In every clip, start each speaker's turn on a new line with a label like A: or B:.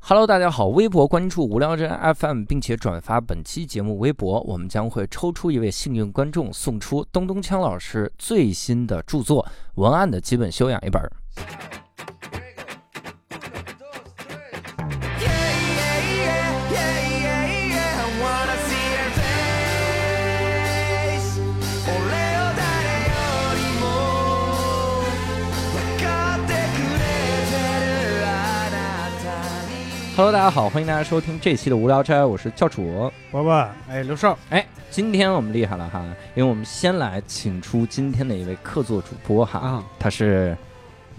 A: Hello，大家好，微博关注无聊斋 FM，并且转发本期节目微博，我们将会抽出一位幸运观众，送出东东锵老师最新的著作《文案的基本修养》一本儿。Hello，大家好，欢迎大家收听这期的无聊斋，我是教主。
B: 伯伯，哎，刘少，
A: 哎，今天我们厉害了哈，因为我们先来请出今天的一位客座主播哈，
C: 啊
A: 他是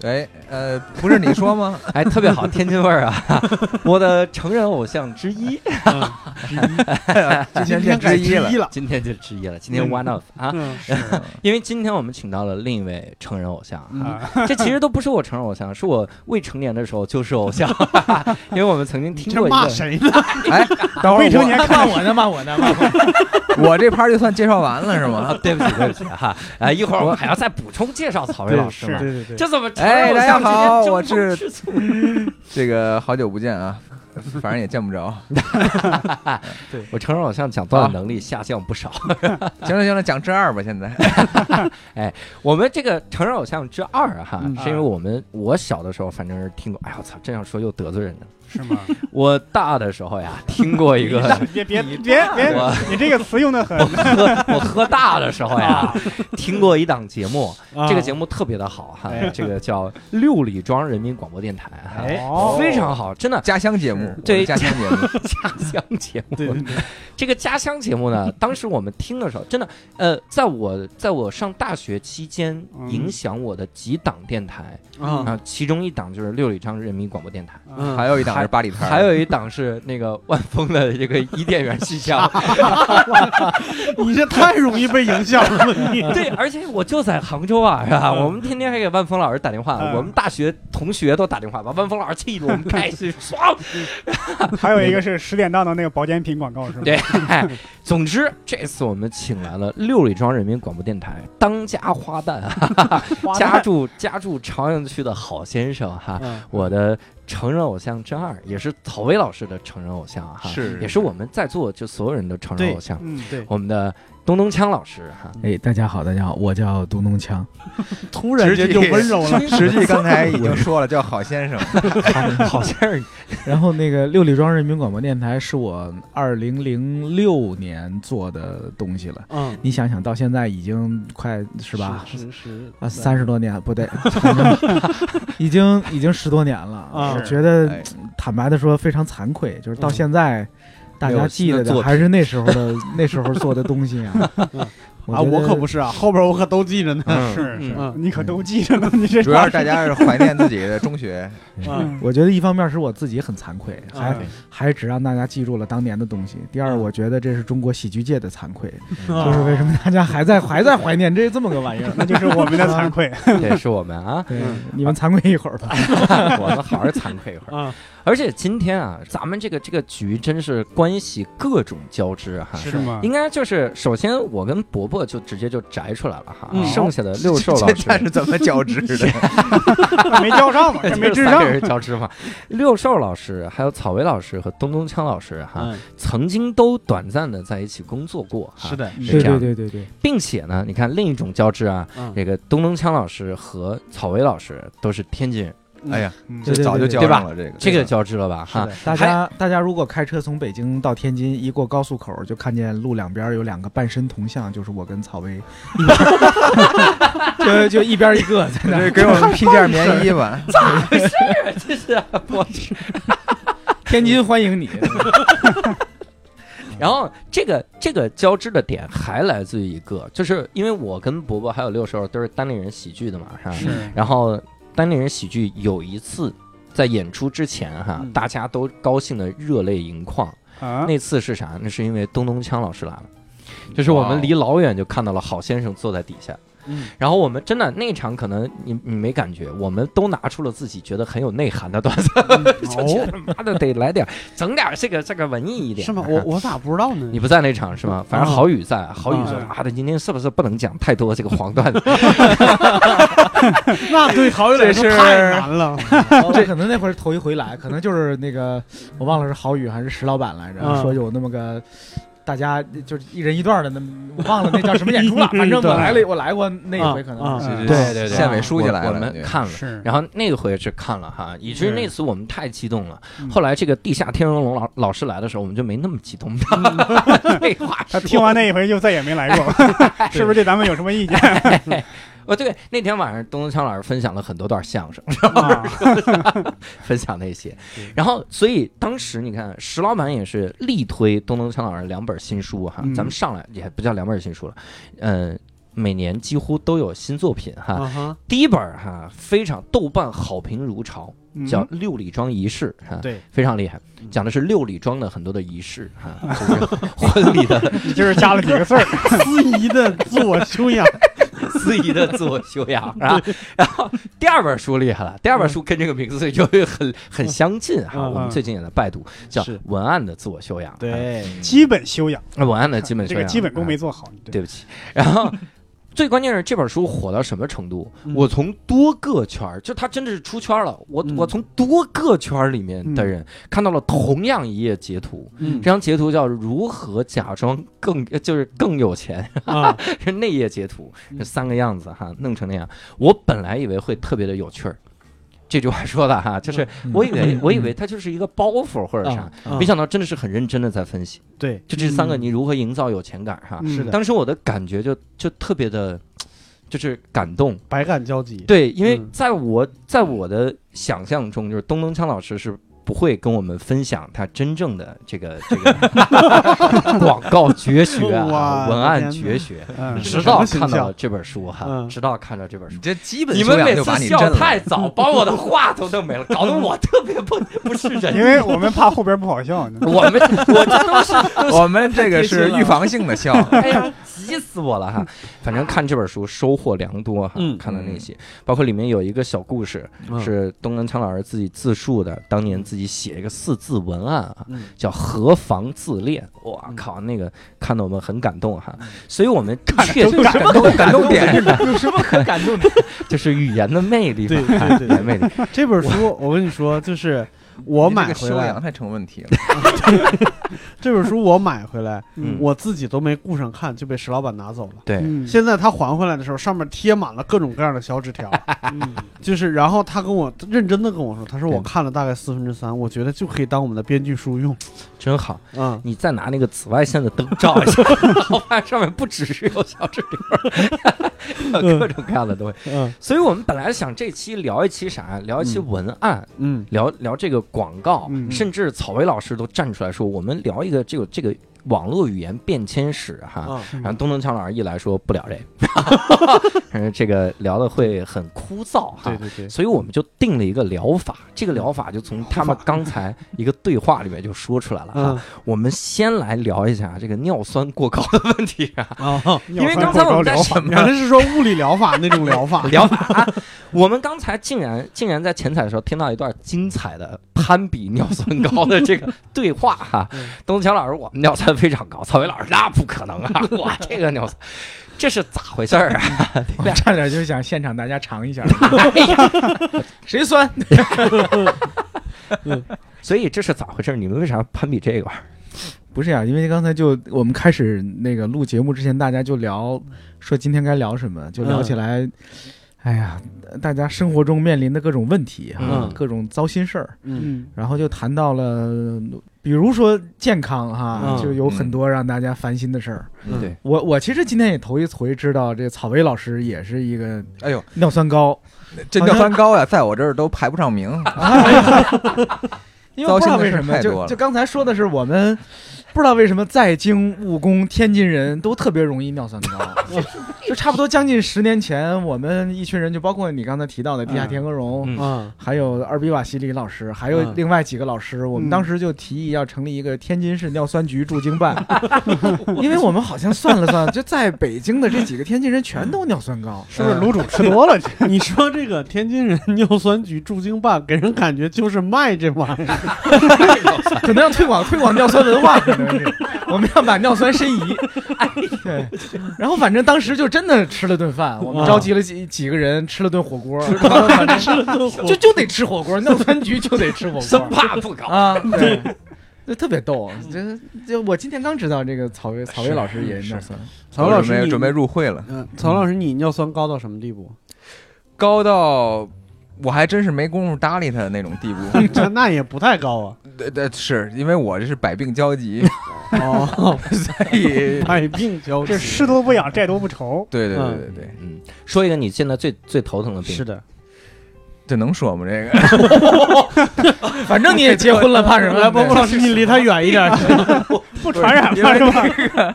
C: 哎，呃，不是你说吗？
A: 哎特别好，天津味儿 啊，我的成人偶像之一，
C: 今天
B: 今天
C: 变
B: 改
C: 之
B: 之
C: 一了
B: 一，了，
A: 今天就之一了，今天 one of 啊，
B: 嗯，
A: 因为今天我们请到了另一位成人偶像哈，
B: 啊，
A: 这其实都不是我成人偶像，是我未成年的时候就是偶像，因为我们曾经听
B: 这
A: 过一
B: 骂
A: 个。
B: 谁呢？
C: 哎， 等会
B: 未成
C: 儿
B: 年看我呢，骂我呢，骂我呢，
C: 我我这盘儿就算介绍完了是吗？
A: 对不起，对不起哈！啊，一会儿我们还要再补充介绍曹睿老师
B: 对
A: 嘛？
B: 对对对，
A: 这怎么成人
C: 哎
A: 偶
C: 大家
A: 像之间
C: 好
A: 争
C: 我
A: 风
C: 是
A: 吃醋
C: 这个好久不见啊，反正也见不着。
A: 我承认偶像讲段子能力下降不少。
C: 行了行了，讲之二吧，现在。
A: 我们这个成人偶像之二啊哈，
B: 嗯
A: 是因为我们我小的时候反正是听过，哎我操，这样说又得罪人了。
B: 是吗？
A: 我大的时候呀，听过一个，
B: 别别别别
A: 我，
B: 你这个词用的很，
A: 喝我喝大的时候呀，听过一档节目，这个节
B: 目，
A: 目特别的好哈
B: 啊哎，
A: 这个叫六里庄人民广播电台哈，
B: 哎，
C: 哦
A: 非常好，真的
C: 家乡节目，
A: 对
C: 我的家乡节 目，
A: 家乡节目，
B: 对对对，
A: 这个家乡节目 呢，当时我们听的时候，真的，呃，在我在我上大学期间，
B: 嗯
A: 影响我的几档电台啊、
B: 啊，
A: 其中一档就是六里庄人民广播电 台。
B: 嗯，
C: 还有一档是八里摊儿，
A: 还有一档是那个万峰的这个伊甸园气 象，
B: 啊你这太容易被影响了，你，
A: 对，而且我就在杭州啊，是吧？
B: 嗯
A: 我们天天还给万峰老师打电话，
B: 嗯
A: 我们大学同学都打电话，把万峰老师气得我们开 心爽。
B: 还有一个是十点档的那个保健品广告是吗？
A: 对，哎总之这次我们请来了六里庄人民广播电台当家花旦啊，
B: 花
A: 家
B: 旦，
A: 住家住朝阳区的好先生哈，
B: 嗯
A: 我的成人偶像之二，也是曹薇老师的成人偶像啊哈，
C: 是
A: 也是我们在座就所有人的成人偶像，
B: 嗯，对，
A: 我们的东东锵老师哈，
D: 哎，大家好，大家好，我叫东东锵。
B: 突然间就温柔了，
C: 实际刚才已经说了，叫好先生，
B: 嗯
A: 好好像是
D: 然后那个六里庄人民广播电台是我二零零六年做的东西了，
B: 嗯，
D: 你想想到现在已经快是 吧？
B: 是是
D: 啊，三十多年 不对， 反正已经已经十多年了。
B: 啊嗯
D: 我觉得
C: 哎
D: 坦白的说非常惭愧，就是到现在大
C: 没有
D: 家记得
C: 新的作
D: 的
C: 品
D: 还是那时候的 那时候做的东 西啊。
B: 啊，我可不是啊，后边我可都记着呢，
C: 嗯
B: 是是啊
A: 嗯，
B: 你可都记着呢，你 这
C: 主要是大家是怀念自己的中学，
B: 嗯
D: 我觉得一方面是我自己很惭愧，还
B: 嗯
D: 还只让大家记住了当年的东西。第二，
B: 嗯
D: 我觉得这是中国喜剧界的惭愧，
A: 嗯
B: 啊
D: 就是为什么大家还在还在怀念这这么个玩 意儿。，
B: 那就是我们的惭愧
A: 这是我们啊
D: 对，你们惭愧一会儿吧。
A: 我们好好惭愧一会儿。
B: 啊，
A: 而且今天啊，咱们这个这个局真是关系各种交织啊哈。
B: 是吗？
A: 应该就是，首先我跟伯伯就直接就摘出来了哈，
B: 嗯
A: 剩下的六兽老
C: 这
A: 师
C: 这是怎么交织的？啊
B: 没交上嘛，这没
A: 就是
B: 智
A: 三
B: 商
A: 个。人交织嘛。六兽老师、还有草薇老师和东东锵老师哈，
B: 嗯，
A: 曾经都短暂的在一起工作过哈。
B: 是，的，
A: 是
D: 对
A: 这样
D: 对对对对，
A: 并且呢，你看另一种交织啊，
B: 嗯
A: 这个东东锵老师和草薇老师都是天津人，
C: 哎呀，
B: 嗯
C: 这
D: 对对
C: 早就
D: 对
C: 交
A: 对吧
C: 上了这个，
A: 这个交织了吧
B: 是
A: 哈
B: 的。
D: 大家大家如果开车从北京到天津，一过高速口就看见路两边有两个半身铜像，就是我跟曹薇， 一边就就一边一个在那
C: 这
D: 儿。
C: 给我们披件棉衣吧，
A: 这是啊我去。
D: 天津欢迎你，
A: 然后这个这个交织的点还来自于一个，就是因为我跟伯伯还有六兽都是单立人喜剧的嘛，是吧？
B: 是
A: 然后单立人喜剧有一次在演出之前哈，
B: 嗯
A: 大家都高兴的热泪盈眶。
B: 啊，
A: 那次是啥？那是因为东东锵老师来了，就是我们离老远就看到了好先生坐在底下。
B: 嗯
A: 然后我们真的那场可能你你没感觉，我们都拿出了自己觉得很有内涵的段子，就觉
B: 哦，
A: 得妈的得来点儿，整点儿这个这个文艺一点。
B: 是吗？我我咋不知道呢？
A: 你不在那场是吗？反正
B: 啊
A: 郝宇在，郝宇说
B: 啊：“
A: 妈的，今天是不是不能讲太多这个黄段子？”
B: 那对陶宇来说
D: 这是
B: 太难 了。
D: 这可能那会儿头一回来，可能就是那个我忘了是郝宇还是石老板来着，
B: 嗯
D: 说有那么个。大家就是一人一段的，那么我忘了那叫什么演 出了，反正
B: 对
D: 我来了，我来过那一回，可
B: 啊
D: 能
B: 啊
D: 是
C: 是是
A: 对对对
C: 县委书记来了，
A: 我们
C: 感觉
A: 看了。
B: 是，
A: 然后那回是看了哈，以至于那次我们太激动了。
B: 嗯
A: 后来这个地下天龙龙老老师来的时候，我们就没那么激 动。废话
B: 他
A: 说，
B: 听完那一回就再也没来过， 是不是对咱们有什么意见？
A: 哦，对，那天晚上东东强老师分享了很多段相 声，
B: 啊
A: 分享那些
B: 对。
A: 然后，所以当时你看，石老板也是力推东东强老师两本新书哈，
B: 嗯
A: 咱们上来也不叫两本新书了，嗯、每年几乎都有新作品哈。
B: 啊哈
A: 第一本哈非常豆瓣好评如潮，
B: 嗯
A: 叫《六里庄仪式》哈，
B: 对，
A: 非常厉害，
B: 嗯
A: 讲的是六里庄的很多的仪式哈，就是婚礼的
B: 你就是加了几个字儿， 司仪的自我修养。
A: 司仪的自我修 养啊。然后第二本书厉害了，第二本书跟这个名字就很很相近哈，
B: 嗯
A: 我们最近也在拜读，叫
B: 是
A: 《文案的自我修养》。啊，
D: 对，
B: 基本修养，
A: 哎文案的基本修
B: 这
A: 养，
B: 哎个基本功没
A: 啊
B: 做好，
A: 对不起。然 后最关键是这本书火到什么程度？
B: 嗯
A: 我从多个圈儿，就它真的是出圈了。我
B: 嗯
A: 我从多个圈儿里面的人看到了同样一页截图，
B: 嗯
A: 这张截图叫“如何假装更呃就是更有钱
D: 嗯
B: 啊，”，
A: 是那页截图，
B: 嗯
A: 这三个样子哈，弄成那样。我本来以为会特别的有趣儿，这句话说的哈，就是我以为
D: 嗯
A: 我以为它就是一个包袱或者啥
D: 啊，
B: 啊
A: 没想到真的是很认真的在分析，
B: 对，
A: 就这三个你如何营造有钱感哈。
B: 嗯
D: 是的
A: 当时我的感觉就就特别的，就是感动。
B: 百感交集，
A: 对，因为
B: 嗯
A: 在我在我的想象中，就是东东锵老师是不会跟我们分享他真正的这个这 个广告绝学啊、
B: 哇
A: 文
B: 天
A: 案
B: 哪
A: 绝学，
B: 嗯，
A: 直到
B: 什
A: 看
B: 么形
A: 到
B: 象
A: 这本书哈
B: 嗯，
A: 直到看到这本书
C: 你。这基本
A: 你
C: 修
A: 们
C: 养
A: 每
C: 就把
A: 次
C: 你震
A: 笑太
C: 了。
A: 早，把我的话都弄没了，搞得我特别不不是
B: 因
A: 人。
B: 为我们怕后边不好笑呢。
A: 我们我这都是
C: 我们这个是预防性的笑，
A: 哎呀，急死我了哈！反正看这本书收获良多哈，
B: 嗯
A: 看了那些，包括里面有一个小故事，是东根强老师自己自述的，当年自己写一个四字文案啊，
B: 嗯
A: 叫“何妨自恋”。哇
B: 嗯
A: 靠，那个看得我们很感动哈，所以我们确 实
B: 都感动
C: 感动点，
D: 有什么可感动的？
A: 就是语言的魅力吧，
B: 对对对
A: 语言魅力。
B: 这本书，我跟你说，就是我
C: 你这
B: 买
C: 个
B: 回
C: 修
B: 来
C: 养太成问题了。
B: 这本书，我买回来，
A: 嗯
B: 我哎自己都没顾上看，就被石老板拿走了。
A: 对，
B: 现在他还回来的时候，上面贴满了各种各样的小纸条，嗯就是，然后他跟我认真的跟我说，他说
A: 对
B: 我看了大概四分之三，我觉得就可以当我们的编剧书用，
A: 真好。
B: 嗯，
A: 你再拿那个紫外线的灯照 一下，我发现上面不只是有小纸条，有各种各样的东西。
B: 嗯
A: 所以我们本来想这期聊一期啥？聊一期文案，
B: 嗯
A: 聊聊这个广告，
B: 嗯
A: 甚至草薇老师都站出来说，我们聊一个这个这个网络语言变迁史哈。
B: 啊，
A: 然后东东强老师一来说不聊 这，嗯，这个聊的会很枯燥哈。
B: 对对对，嗯
A: 所以我们就定了一个疗法，这个疗法就从他们刚才一个对话里面就说出来了哈。
B: 嗯
A: 我们先来聊一下这个尿酸过高的问题 啊。
B: 啊，
A: 因为刚才我们在，
B: 疗法，原来是说物理疗法那种疗法
A: 聊法、啊。我们刚才竟然竟然在前彩的时候听到一段精彩的攀比尿酸高的这个对话 哈
B: 嗯。
A: 东强老师，我们尿酸非常高；曹伟老师，那不可能 啊！哇，这个尿酸，这是咋回事儿啊？
D: 我差点就想现场大家尝一下，谁酸？
A: 所以这是咋回事儿？你们为啥攀比这个玩意儿？
D: 不是呀、啊因为刚才就我们开始那个录节目之前，大家就聊说今天该聊什
B: 嗯
D: 么，就聊起来，哎呀，大家生活中面临的各种问题哈、
A: 嗯
D: 各种糟心事儿，
B: 嗯
D: 然后就谈到了，比如说健康哈、
B: 嗯
D: 就有很多让大家烦心的事儿。
B: 嗯
A: 对，
D: 我我其实今天也头一回知道，这草薇老师也是一个
C: 哎呦，
D: 尿酸高，
C: 这尿酸高呀，在我这儿都排不上名。啊
D: 因为我不知道
C: 糟心的
D: 为
C: 事儿
D: 什么，
C: 太多
D: 就
C: 了
D: 就刚才说的是我们不知道为什么在京、务工、天津人都特别容易尿酸高，就差不多将近十年前，我们一群人就包括你刚才提到的地下
B: 嗯
D: 田鹅绒。
A: 嗯
B: 啊，
D: 还有二比瓦西里老师，还有
B: 嗯
D: 另外几个老师，我们
B: 嗯
D: 当时就提议要成立一个天津市尿酸局驻京办， 因为我们好像算了算，就在北京的这几个天津人全都尿酸高，嗯
B: 是不是卤煮吃多 了？你说这个天津人尿酸局驻京办给人感觉就是卖这玩意儿，
D: 可能要推广推广尿酸文化，可能是我们要把尿酸申遗。 对，然后反正当时就真的吃了顿饭，我们召集了几几个人吃了顿火锅，反正就就得吃火锅，尿酸局就得吃火
A: 生
D: 锅
A: 怕不搞。
D: 啊，对。那特别逗，这这我今天刚知道这个草薇草薇老师也
C: 是
D: 尿酸，
B: 曹老
C: 我准
B: 师，
C: 备
B: 你
C: 准备入会了，
B: 嗯，曹老师，你尿酸高到什么地步？
C: 高到我还真是没工夫搭理他的那种地步。
B: 那那也不太高啊。
C: 对对，是因为我这是百病交集，
B: 哦，
C: 所以
B: 百病交
E: 这吃多不养，债多不愁。
C: 对对对
B: 嗯
C: 对对，
A: 嗯，说一个你现在最最头疼的病。
B: 是的，
C: 这能说吗？这个
D: 反正你也结婚了，怕什么？
B: 来，伯伯老师，你离他远一点。
E: 不传染
C: 因
E: 怕
C: 为
E: 是吧？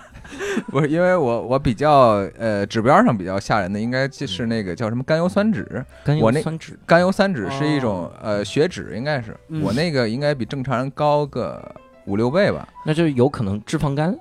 C: 不是因为我我比较呃指标上比较吓人的，应该就是那个叫什么甘油三酯。
A: 甘油
C: 我那
A: 酸酯，
C: 甘油三酯是一种、呃血脂，应该是、
B: 嗯
C: 我那个应该比正常人高个五六倍吧。
A: 那就有可能脂肪肝。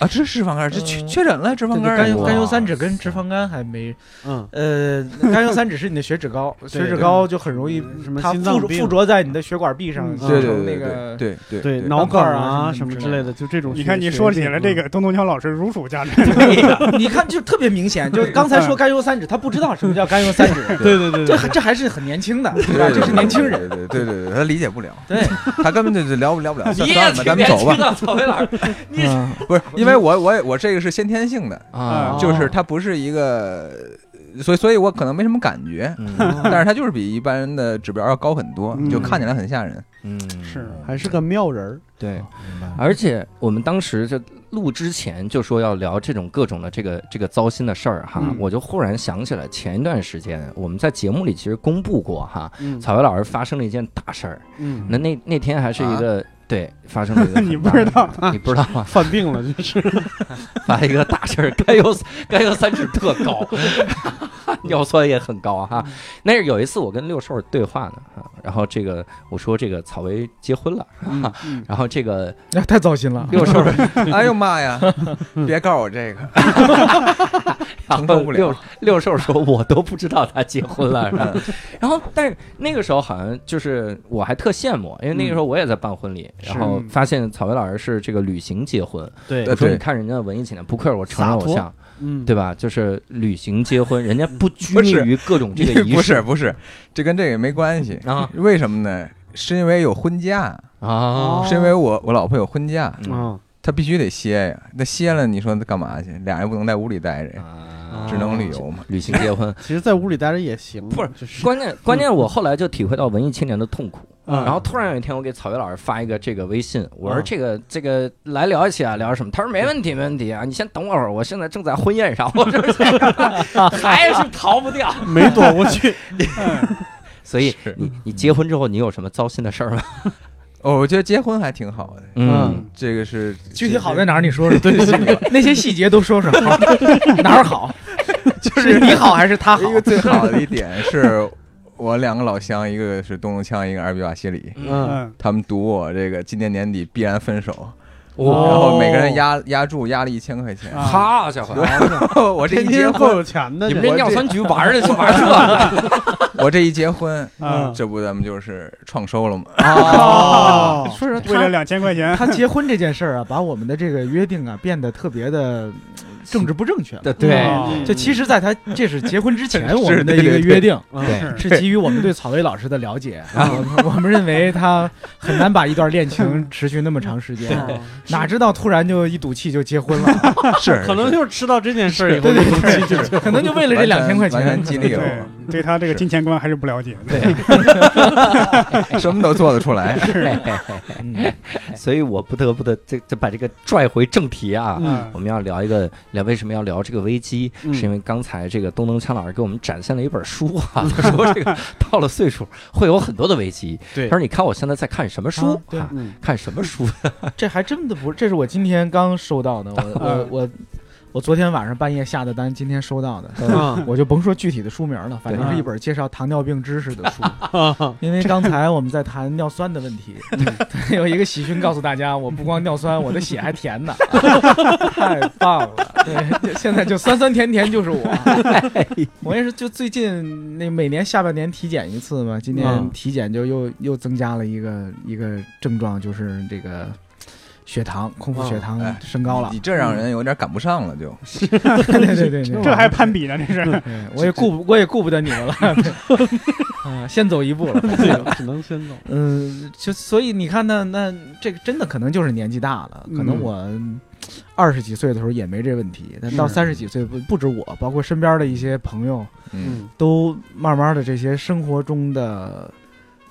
C: 啊，这是脂肪肝，这确
D: 嗯
C: 确诊了脂肪
D: 对
C: 肝。
D: 甘油
A: 哇
D: 甘油三酯跟脂肪肝还没，
B: 嗯，
D: 呃，甘油三酯是你的血 脂高，血脂高就很容易
B: 嗯什么
D: 它
B: 心脏
D: 附着
B: 病
D: 附着在你的血管壁上，
E: 嗯
D: 形
C: 对
D: 成
C: 对
D: 那
C: 对对
D: 个
C: 对对
B: 对，
C: 对
B: 脑梗
D: 脑梗
B: 啊
D: 啊
B: 什么
D: 什么
B: 之
D: 之类
B: 类
D: 的
B: 的，就这嗯种血。
E: 你看，你说起来这
B: 血液
E: 个东东强老师如数家珍，
D: 你看，就特别明显，就是刚才说甘油三酯，他不知道什么叫甘油三 酯，
B: 病，对对对
D: 这
B: 对
D: 还
B: 对，
D: 这还是很年轻的，
C: 对
D: 对吧？这是年轻
C: 对
D: 人，，
C: 对对对对对，他理解不了，
D: 对，
C: 他根本就就聊不聊不了。算了吧，咱们走吧。
A: 吧，曹薇老师。你
D: 嗯
C: 不是，因为我我也我这个是先天性的，
A: 啊，
C: 就是它不是一个，所以所以我可能没什么感觉，
A: 嗯
C: 但是它就是比一般人的指标要高很多，
B: 嗯
C: 就看起来很吓人。
A: 嗯
E: 是
B: 还是个妙人儿。
A: 对。而且我们当时就录之前就说要聊这种各种的这个这个糟心的事儿哈，
B: 嗯
A: 我就忽然想起来前一段时间我们在节目里其实公布过哈，
B: 嗯
A: 草薇老师发生了一件大事儿。
B: 嗯，啊
A: 那那那天还是一个、对发生了一个
E: 你
A: 很大的
E: 不知道
A: 事儿你不知道吗？
B: 犯病了，就是
A: 发一个大事儿， 甘油甘油三酯特高， 尿酸也很高啊哈。
B: 嗯
A: 那是有一次我跟六兽对话呢，啊然后这个我说这个草薇结婚了，
B: 嗯
A: 然后这个
D: 那太糟心了。
A: 六兽，
C: 哎呦妈呀！别告诉我这个，
A: 然
C: 承受
A: 后
C: 不了
A: 六六兽说我都不知道他结婚了，是 吧然后但是那个时候好像就是我还特羡慕，因为那个时候我也在办婚礼，
C: 嗯
A: 然后发现草薇老师是这个旅行结婚，
B: 对
A: 我说
C: 呃对
A: 你看人家的文艺青年，不愧是我承认偶
B: 洒脱
A: 像。
B: 嗯
A: 对吧？就是旅行结婚，人家 不拘
C: 不
A: 泥
C: 是
A: 于各种这个仪式，
C: 不是不是，这跟这个没关系。
A: 啊
C: 为什么呢？是因为有婚假，
A: 啊
B: 哦
C: 是因为我我老婆有婚假，
A: 嗯
B: 啊，
C: 她必须得歇呀。那歇了，你说她干嘛去？俩人不能在屋里待着呀，
A: 啊
C: 只能旅游嘛。
A: 旅行结婚。
B: 其实在屋里待着也行，
A: 不是
B: 就 是
A: 关键关键，我后来就体会到文艺青年的痛苦。
B: 啊
A: 然后突然有一天，我给草莓老师发一个这个微信，我说
B: 嗯
A: 这个这个来聊一起啊，聊什么？他说没问题没问题啊，你先等我会儿，我现在正在婚宴上，我说 还是逃不掉。
B: 嗯没躲过去，
A: 所以你你结婚之后，你有什么糟心的事儿吗？
C: 哦，我觉得结婚还挺好的，
B: 嗯
C: 这个是
D: 具体好在哪儿？你说说，对那些细节都说说， 好哪儿好？就是你好还是他好哦
C: 一？个最好的一点是，我两个老乡，一个是东东锵，一个阿比瓦西里，
A: 嗯，
B: 嗯，
E: 嗯，
C: 他们赌我这个今年年底必然分手，
B: 哦
C: 然后每个人压压注压了一千块钱。
E: 啊
A: 好家 伙，
C: 我这一
B: 天
C: 结
B: 天够
C: 婚，
B: 有钱 的，
A: 你们
B: 这
A: 这尿酸局玩儿的去玩儿去吧。
C: 我这一结婚，
B: 嗯
E: 啊
C: 这不咱们就是创收了吗？
B: 哦
D: 说说
E: 为了
D: 他
E: 两千块钱，
D: 他结婚这件事儿啊，把我们的这个约定啊变得特别的 呃政治不正确了。嗯
A: 对对
E: 哦
D: 就其实，在他这是结婚之 前，
C: 是
D: 我们的
C: 对
D: 一
C: 对
D: 个 约定
B: 嗯
A: 对
E: 是
D: 是基于我们对草薇老师的了解，我们我们认为他很难把一段恋
C: 嗯
D: 情持续那么长时间，哪知道突然就一赌气就结婚 了，
C: 是
B: 可能就是吃到这件事儿以后，
D: 对对
B: 就就
D: 可能就为了这
C: 完全
D: 两千块
C: 完全。
D: 钱
C: 激励
E: 对
C: 了，
E: 对他这个
C: 是
E: 金钱观还是不了解。
A: 对
C: 我，什么都做得出 来。
D: 嗯
B: 哎
A: 所以我不得不的这这把这个拽回正题啊，
E: 嗯
A: 我们要聊一个聊为什么要聊这个危机，
B: 嗯
A: 是因为刚才这个东东锵老师给我们展现了一本书 啊，他说这个到了岁数会有很多的危机，
B: 对
A: 他说你看我现在在看什么书
D: 啊对
A: 啊
B: 嗯
A: 看什么书？
D: 这还真的不是，这是我今天刚收到的，我我我我昨天晚上半夜下的单，今天收 到的。
B: 啊
D: 我就甭说具体的书名了，反正
B: 对
D: 是一本介绍糖尿病知识的书。
B: 啊
D: 因为刚才我们在谈尿酸的问题，有一个喜讯告诉大家，我不光尿酸，我的血还甜呢，太棒了！对，就现在就酸酸甜甜就是我。我也是，就最近那每年下半年体检一次嘛，今年
B: 嗯
D: 体检就又又增加了一个一个症状，就是这个血糖、空腹血糖
C: 哎
D: 升高了。
C: 你这让人有点赶不上了，就
D: 对对对对，
E: 这还攀比呢，这
B: 嗯
E: 是。
D: 对，嗯我也顾不我也顾不得你们 了，嗯，先走一步了。
B: 对，只能先走。
D: 嗯，就所以你看呢，那这个真的可能就是年纪大了，可能
B: 嗯
D: 我二十几岁的时候也没这问题，但到
B: 是
D: 三十几岁不不止我，包括身边的一些朋友，
C: 嗯，
B: 嗯，
D: 都慢慢的这些生活中的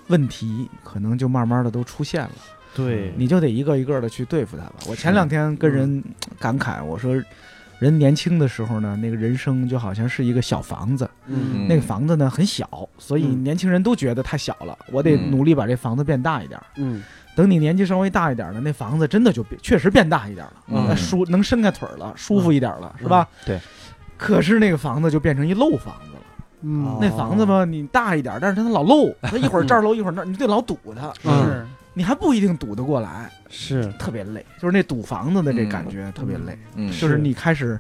D: 问题，可能就慢慢的都出现了，
B: 对
A: 嗯
D: 你就得一个一个的去对付它吧。我前两天跟人感慨，我说。人年轻的时候呢，那个人生就好像是一个小房子，
B: 嗯
D: 那个房子呢很小，所以
B: 嗯
D: 年轻人都觉得太小了，我得
C: 嗯
D: 努力把这房子变大一点儿。
B: 嗯
D: 等你年纪稍微大一点儿了，那房子真的就变确实变大一点儿了，
C: 嗯
D: 那舒能伸开腿儿了，舒服一点儿了，是吧？
A: 对。
D: 可是那个房子就变成一漏房子了。
B: 哦
E: 嗯
D: 那房子吧，你大一点儿，但是它老漏，它一会儿这儿漏，一会儿那儿，你得老堵它，
B: 嗯
E: 是
D: 你还不一定堵得过来，
B: 是，
D: 特别累。就是那堵房子的这感觉特别累，
C: 嗯
D: 就是你开始，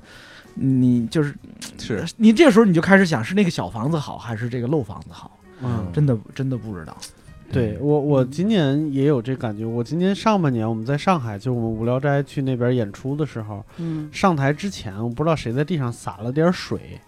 D: 你就是
C: 是
D: 你这时候你就开始想，是那个小房子好，还是这个漏房子好？
B: 嗯，
D: 真的真的不知道。
B: 对我我今年也有这感觉。我今年上半年我们在上海，就我们无聊斋去那边演出的时候，
E: 嗯
B: 上台之前，我不知道谁在地上洒了点水，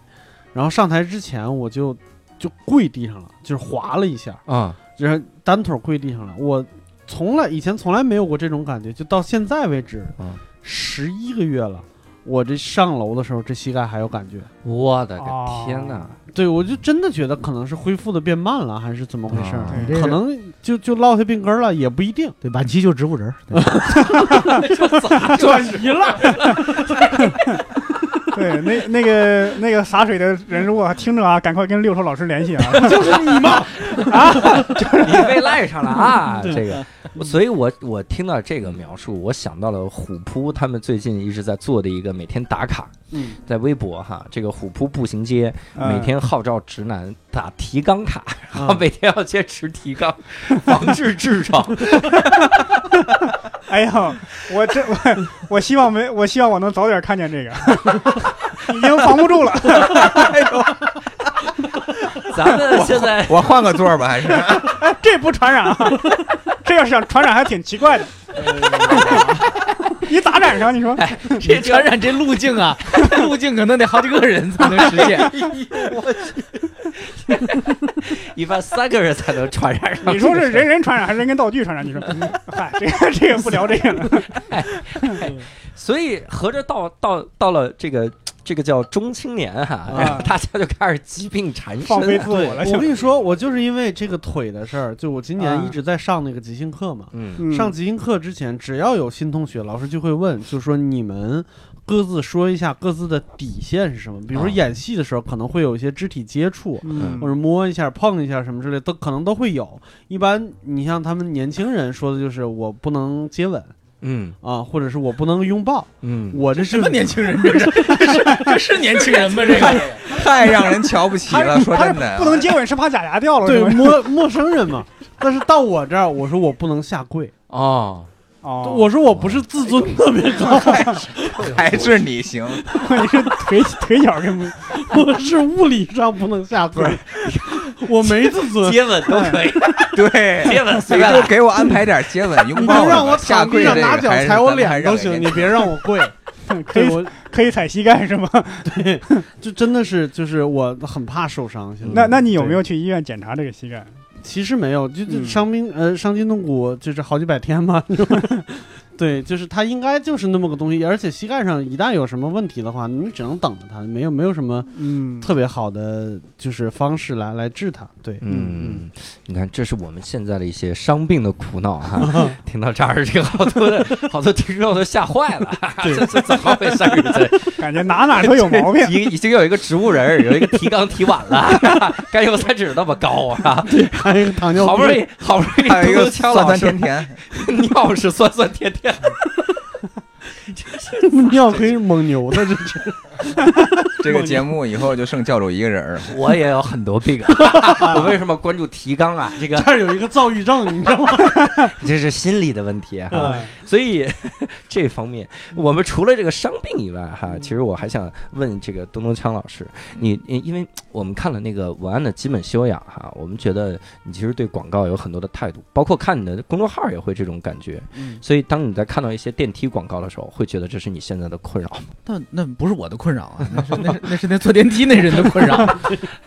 B: 然后上台之前我就就跪地上了，就是滑了一下，
A: 啊，
B: 就是单腿跪地上了。我从来以前从来没有过这种感觉，就到现在为止
A: 嗯，
B: 十一、个月了，我这上楼的时候这膝盖还有感觉。
A: 我的
E: 哦
A: 个天哪！
B: 对，我就真的觉得可能是恢复的变慢了，还是怎么回事儿？
A: 啊
E: 对
D: 这个
B: 可能就就落下病根儿了，也不一定。
D: 对，晚期就植物人儿，对
E: 转 移了。 对，那那个那个洒水的人，如果听着啊，赶快跟六兽老师联系啊。
A: 你被赖上了 啊！这个，所以我我听到这个描述，我想到了虎扑他们最近一直在做的一个每天打卡，
B: 嗯，
A: 在微博哈，这个虎扑步行街
E: 嗯
A: 每天号召直男打提纲卡，然后
B: 啊
A: 每天要坚持提纲，防治痔 疮。
E: 哎呀，我这我我希望没，我希望我能早点看见这个， 已经防不住了。
A: 咱们现 在
C: 我换个座儿吧，还是
E: 这不传染啊？这要是想传染还挺奇怪的。
B: 哎
E: 你咋染上？你说
D: 这传染这路径啊， 路径可能得好几个人才能实现。
A: 一般三个人才能传染上。
E: 你说是人人传染还是人跟道具 传染？你说，嗨，这个这个不聊这个了。
A: 所以合着到到到了这个这个叫中青年哈、
E: 啊
A: 大家就开始疾病缠
E: 放飞
A: 身
E: 自
A: 啊。
E: 我
B: 对，
E: 了，
B: 我跟你说，我就是因为这个腿的事儿，就我今
E: 啊
B: 年一直在上那个即兴课嘛。
A: 嗯，
E: 嗯
B: 上即兴课之前，只要有新同学，老师就会问，就说你们各自说一下各自的底线是什么。比如说
A: 啊
B: 演戏的时候，可能会有一些肢体接触，
E: 嗯
B: 或者摸一下、碰一下什么之类，都可能都会有。一般你像他们年轻人说的就是我不能接吻
A: 嗯
B: 啊，或者是我不能拥抱。
A: 嗯，
B: 我这
D: 什
B: 是
D: 么年轻人？这是这是年轻人吗？这个
C: 太让人瞧不起了。说
E: 他
C: 真
E: 是
C: 的，啊
E: 不能接吻是怕假牙掉了，
B: 对
E: 是吗
B: 陌陌生人嘛。但是到我这儿，我说我不能下跪，
A: 哦，
E: 哦，
B: 我说我不是自尊特别高，
C: 还是你行，
E: 你是腿腿脚跟不
B: 我是物理上不能下跪，我没自 尊。
A: 接吻都可以，
C: 对。
A: 接吻啊随
C: 谁
A: 便
C: 都
A: 来。
C: 给我安排点接吻拥
B: 你
C: 抱
B: 就
C: 吧，
B: 让我
C: 下
B: 躺地
C: 跪
B: 上
C: 这个
B: 拿脚
C: 还是
B: 踩我
C: 咱们还
B: 脸都
C: 让人
B: 行，
C: 家
B: 你别让我 跪。
E: 可
B: 对，
E: 以
B: 我
E: 可以踩膝盖是吗？
B: 就真的是就是我很怕受伤。
A: 嗯
B: 现在
E: 那那你有没有去医院检查这个膝盖？
B: 其实没有，就就
E: 嗯
B: 伤兵呃伤筋动骨就是好几百天嘛。对，就是它应该就是那么个东西，而且膝盖上一旦有什么问题的话，你只能等着它，没有没有什么
E: 嗯，
B: 特别好的就是方式来来治它。对，
A: 嗯，你看，这是我们现在的一些伤病的苦恼哈。 听到这儿，这个好多的好多听众都吓坏了，这这怎么回事儿？这。
E: 感觉哪哪都有毛 病
A: 已已经有一个植物人儿，有一个提纲提晚了， 甘油三酯那么高啊，
B: 还有一个糖尿
A: 好不容
B: 病，
A: 易好不 容易
B: 哎
C: 还有一
A: 都
C: 个
A: 呛老
C: 酸酸
A: 师
C: 甜甜，
A: 尿是酸酸甜甜，
B: 尿可以蒙牛的，这
C: 这个节目以后就剩教主一个人儿了。
A: 我也有很多病啊，我为什么关注提纲啊？这个
B: 这儿有一个躁郁症，你知道吗？
A: 这是心理的问题啊哈、
B: 嗯
A: 所以这方面，我们除了这个伤病以外哈，其实我还想问这个东东锵老师，你你因为我们看了那个文案的基本修养哈，我们觉得你其实对广告有很多的态度，包括看你的公众号也会这种感觉。
B: 嗯
A: 所以当你在看到一些电梯广告的时候，会觉得这是你现在的困扰吗。
D: 那那不是我的困扰啊，那是那是那是那坐电梯那人的困 扰。